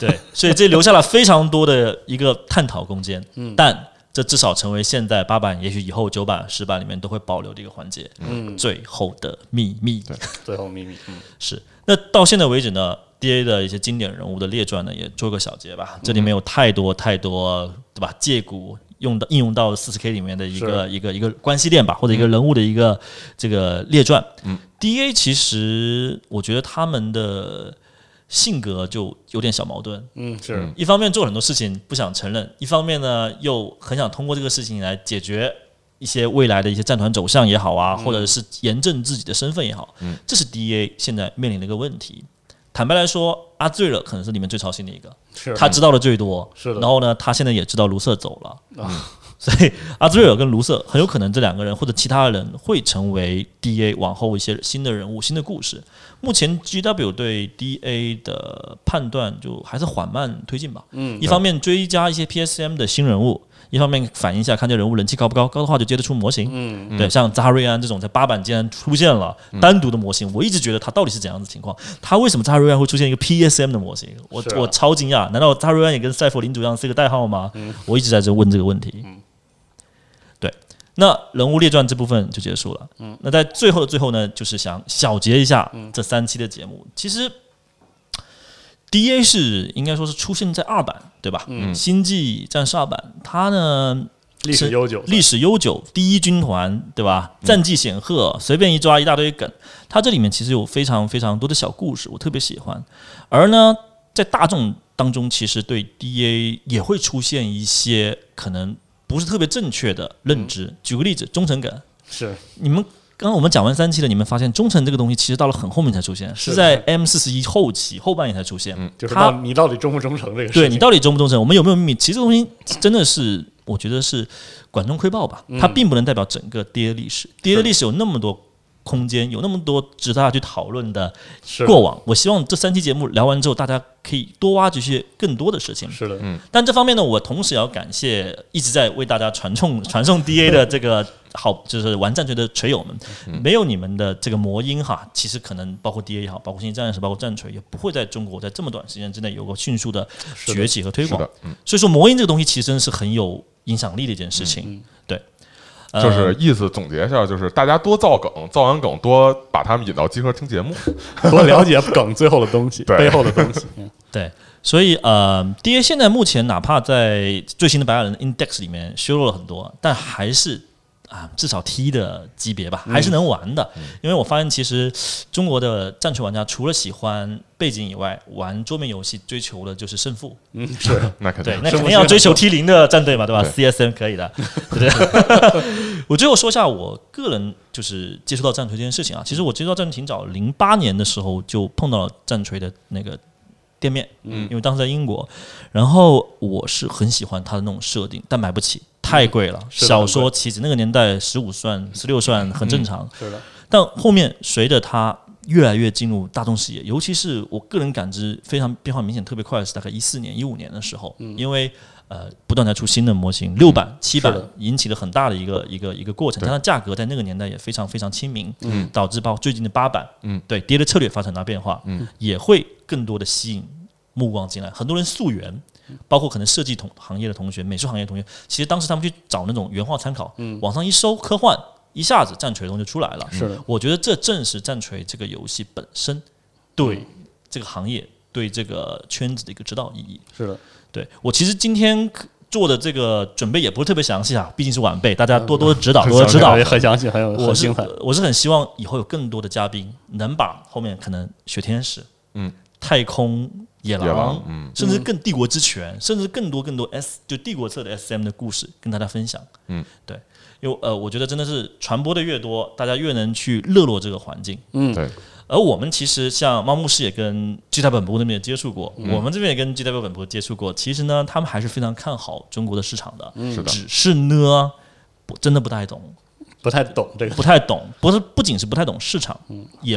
Speaker 8: 对，所以这留下了非常多的一个探讨空间。
Speaker 6: 嗯
Speaker 8: 但这至少成为现在八版，也许以后九版、十版里面都会保留的一个环节。
Speaker 6: 嗯，
Speaker 8: 最后的秘密
Speaker 6: 最后秘密，嗯，
Speaker 8: 是，那到现在为止呢，D A 的一些经典人物的列传呢，也做个小结吧。这里面有太多太多，对吧？借古用到应用到四十 K 里面的一个一个一个关系链吧，或者一个人物的一个这个列传。嗯，D A 其实我觉得他们的性格就有点小矛盾。
Speaker 6: 嗯，是
Speaker 8: 一方面做很多事情不想承认，一方面呢又很想通过这个事情来解决一些未来的一些战团走向也好啊，或者是严正自己的身份也好，这是 D A 现在面临的一个问题。坦白来说，阿醉了可能是里面最操心的一个，
Speaker 6: 是，
Speaker 8: 他知道的最多。
Speaker 6: 是的啊
Speaker 8: 然后呢，他现在也知道卢瑟走了，嗯 所以阿兹瑞尔跟卢瑟很有可能这两个人或者其他人会成为 D A 往后一些新的人物、新的故事。目前 G W 对 D A 的判断就还是缓慢推进吧。嗯，一方面追加一些 P S M 的新人物。一方面反映一下，看这人物人气高不高，高的话就接得出模型。嗯，对，像扎哈瑞安这种在八版竟然出现了
Speaker 6: 嗯
Speaker 8: 单独的模型，我一直觉得他到底是怎样的情况？他为什么扎哈瑞安会出现一个 PSM 的模型？我、
Speaker 6: 是啊
Speaker 8: 我超惊讶，难道扎哈瑞安也跟赛佛领主一样是一个代号吗？
Speaker 6: 嗯
Speaker 8: 我一直在这问这个问题。对，那人物列传这部分就结束了。嗯，那在最后
Speaker 6: 嗯
Speaker 8: 的最后呢，就是想小结一下这三期的节目。其实 DA 是应该说是出现在二版，对吧？
Speaker 6: 嗯
Speaker 8: 星际战士二版，它呢
Speaker 6: 历史
Speaker 8: 是
Speaker 6: 悠久，
Speaker 8: 历史悠久，第一军团，对吧？战绩显赫，随便一抓一大堆梗。它这里面其实有非常非常多的小故事，我特别喜欢。而呢，在大众当中，其实对 DA 也会出现一些可能不是特别正确的认知。举个例子，忠诚梗，
Speaker 6: 是
Speaker 8: 你们刚刚我们讲完三期了，你们发现忠诚这个东西其实到了很后面才出现，
Speaker 6: 是
Speaker 8: 是在 M 四十一后期后半夜才出现。
Speaker 6: 就是
Speaker 8: 它
Speaker 6: 到你到底忠不忠诚这个事情，
Speaker 8: 对你到底忠不忠诚？我们有没有秘密？其实这东西真的是，我觉得是管中窥豹吧，
Speaker 6: 嗯
Speaker 8: 它并不能代表整个 DA 历史。DA 历史有那么多空间，有那么多值得大家去讨论的
Speaker 6: 是
Speaker 8: 过往。我希望这三期节目聊完之后，大家可以多挖掘一些更多的事情。
Speaker 6: 是的，
Speaker 8: 但这方面呢，我同时也要感谢一直在为大家传送 传送 DA 的这个好，就是玩战锤的锤友
Speaker 7: 嗯
Speaker 8: 们，没有你们的这个魔音哈，其实可能包括 DA 也好，包括星际战士，包括战锤，也不会在中国在这么短时间之内有个迅速的
Speaker 6: 的
Speaker 8: 崛起和推
Speaker 7: 是
Speaker 8: 广
Speaker 7: 的。，嗯，
Speaker 8: 所以说，魔音这个东西其实真是很有影响力的一件事
Speaker 7: 嗯
Speaker 8: 情。对，呃
Speaker 7: 就是意思总结一下，就是大家多造梗，造完梗多把他们引到集合听节目。
Speaker 6: 多了解梗最后的东西，
Speaker 7: 对
Speaker 6: 背后的东西，嗯
Speaker 8: 对，所以呃，DA 现在目前哪怕在最新的白矮人 Index 里面削弱了很多，但还是啊，至少 T 的级别吧，还是能玩的。因为我发现其实中国的战锤玩家除了喜欢背景以外，玩桌面游戏追求的就是胜负。
Speaker 6: 嗯，是
Speaker 7: 那肯定
Speaker 8: 对，那肯定要追求 T 零的战队嘛，对吧？CSM 可以 的，对不对？我最后说一下我个人就是接触到战锤这件事情啊，其实我接触到战锤挺早，零八年的时候就碰到了战锤的那个店面，嗯，因为当时在英国，然后我是很喜欢它的那种设定，但买不起。太贵了，
Speaker 6: 嗯是的嗯
Speaker 8: 小说棋子那个年代十五算、十 六算很正常，
Speaker 6: 是的，
Speaker 8: 但后面随着它越来越进入大众视野，尤其是我个人感知非常变化明显、特别快的是大概一四年、一五年的时候，
Speaker 6: 嗯
Speaker 8: 因为呃不断在出新的模型，六版、七版
Speaker 6: 是的
Speaker 8: 引起了很大的一个一个一个过程，但它价格在那个年代也非常非常亲民，
Speaker 6: 嗯
Speaker 8: 导致包括最近的八版，
Speaker 7: 嗯
Speaker 8: 对跌的策略发生了很大变化，
Speaker 6: 嗯
Speaker 8: 也会更多的吸引目光进来，很多人溯源。包括可能设计同行业的同学、美术行业的同学，其实当时他们去找那种原画参考，
Speaker 6: 嗯
Speaker 8: 网上一搜科幻，一下子战锤的东西就出来了。
Speaker 6: 是的，
Speaker 8: 我觉得这正是战锤这个游戏本身
Speaker 6: 嗯
Speaker 8: 对这个行业、对这个圈子的一个指导意义。
Speaker 6: 是的，
Speaker 8: 对我其实今天做的这个准备也不是特别详细啊，毕竟是晚辈，大家多多指导，多多指导
Speaker 6: 嗯也。很详细，很有
Speaker 8: 我
Speaker 6: 很
Speaker 8: 是
Speaker 6: 精彩，
Speaker 8: 我是很希望以后有更多的嘉宾能把后面可能雪天使、
Speaker 7: 嗯、
Speaker 8: 太空野
Speaker 7: 野狼嗯
Speaker 8: 甚至更帝国之泉，甚至更多更多 S 就帝国侧的 SM 的故事跟大家分享。
Speaker 7: 嗯，
Speaker 8: 对，因为呃，我觉得真的是传播的越多，大家越能去热络这个环境。
Speaker 7: 对，
Speaker 8: 而我们其实像猫牧师也跟 G 台本部那边也接触
Speaker 7: 嗯
Speaker 8: 过，我们这边也跟 G 台本部接触过。其实呢，他们还是非常看好中国的市场的，
Speaker 7: 嗯是的
Speaker 8: 只是呢，不真的不太懂，
Speaker 6: 不太懂这个
Speaker 8: 不太懂，不是不仅是不太懂市场，也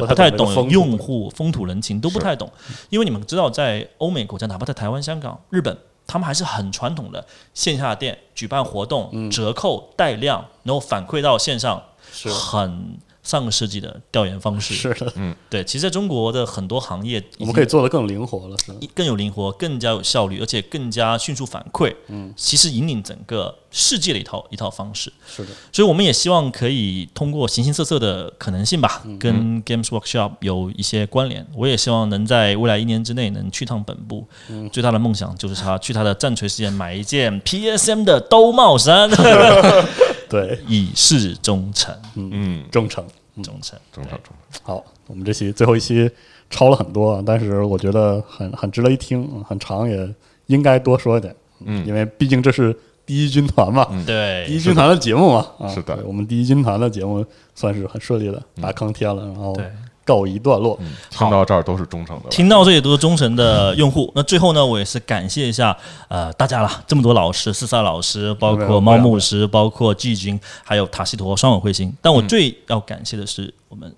Speaker 6: 嗯不
Speaker 8: 不
Speaker 6: 太
Speaker 8: 太
Speaker 6: 懂那个风
Speaker 8: 懂
Speaker 6: 土
Speaker 8: 用户风土人情都不太懂，因为你们知道，在欧美国家，哪怕在台湾、香港、日本，他们还是很传统的线下店举办活动、折扣带量，然后反馈到线上，
Speaker 6: 嗯是
Speaker 8: 很上个世纪的调研方 式。
Speaker 6: 是的，
Speaker 8: 对，其实在中国的很多行业，
Speaker 6: 我们可以做的更灵活了，是的，
Speaker 8: 更有灵活、更加有效率，而且更加迅速反馈。嗯，其实引领整个世界的一套一套方式。
Speaker 6: 是的，
Speaker 8: 所以我们也希望可以通过形形色色的可能性吧，跟 Games Workshop 有一些关联。我也希望能在未来一年之内能去趟本部。最大的梦想就是他去他的战锤世界买一件 PSM 的兜帽衫，
Speaker 6: 对，
Speaker 8: 以示忠诚，
Speaker 7: 嗯，
Speaker 6: 忠诚。
Speaker 8: 忠诚。
Speaker 7: 中场中
Speaker 6: 好，我们这期最后一期超了很多，啊，但是我觉得很很值得一听，嗯很长，也应该多说一点，
Speaker 7: 嗯
Speaker 6: 因为毕竟这是第一军团嘛， 第
Speaker 8: 对
Speaker 6: 一军团的节目嘛，啊，
Speaker 7: 是的嗯
Speaker 6: 对我们第一军团的节目算是很顺利的把坑贴了，然后
Speaker 8: 对。
Speaker 6: 告一段落，
Speaker 7: 听到这儿都是忠诚的了，
Speaker 8: 听到这里都是忠诚的用户。那最后呢，我也是感谢一下呃大家了，这么多老师，四萨老师，包
Speaker 6: 没有
Speaker 8: 括猫牧师，包括季军，还有塔西佗双尾彗星。但我最要感谢的是我们。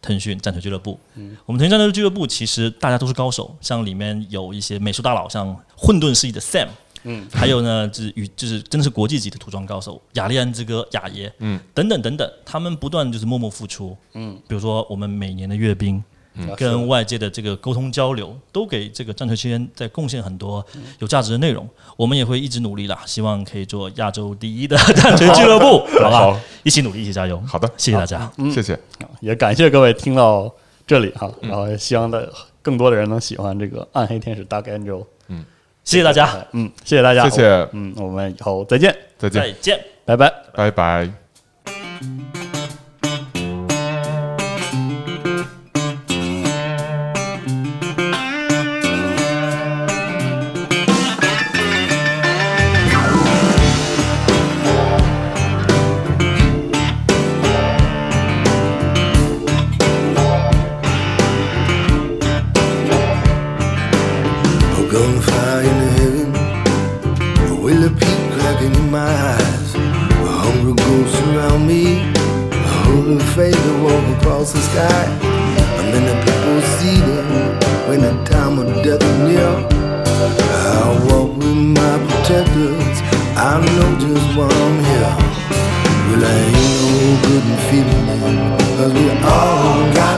Speaker 8: 腾讯战锤俱乐部，我们腾讯战锤俱乐部其实大家都是高手，像里面有一些美术大佬，像混沌世纪的 Sam，嗯，还有呢，就是与就是真的是国际级的涂装高手，雅利安之歌雅爷，嗯，等等等等，他们不断就是默默付出，嗯，比如说我们每年的阅兵，
Speaker 6: 啊
Speaker 8: 跟外界的这个沟通交流，都给这个战锤期间在贡献很多有价值的内容。我们也会一直努力啦，希望可以做亚洲第一的战锤俱乐部，好吧
Speaker 7: 好？
Speaker 8: 一起努力，一起加油。
Speaker 7: 好的
Speaker 8: 谢谢大家。嗯
Speaker 7: 谢谢，嗯
Speaker 6: 也感谢各位听到这里哈、然后也希望的更多的人能喜欢这个暗黑天使 Dark Angel。
Speaker 8: 谢谢大家，
Speaker 6: 哎嗯，谢谢大家，
Speaker 7: 谢谢
Speaker 6: 嗯，我们以后再见，
Speaker 7: 再
Speaker 8: 再
Speaker 7: 见，
Speaker 8: 见。
Speaker 6: 拜拜。
Speaker 7: 拜拜。
Speaker 9: Or gunfire in heaven, or will a peak cracking in my eyes, a hungry ghost around me, a holy faith that walk across the sky. And then the people see them when the time of death is near. I walk with my protectors, I know just why I'm here. Well, I ain't no good in feeling it, 'cause we all got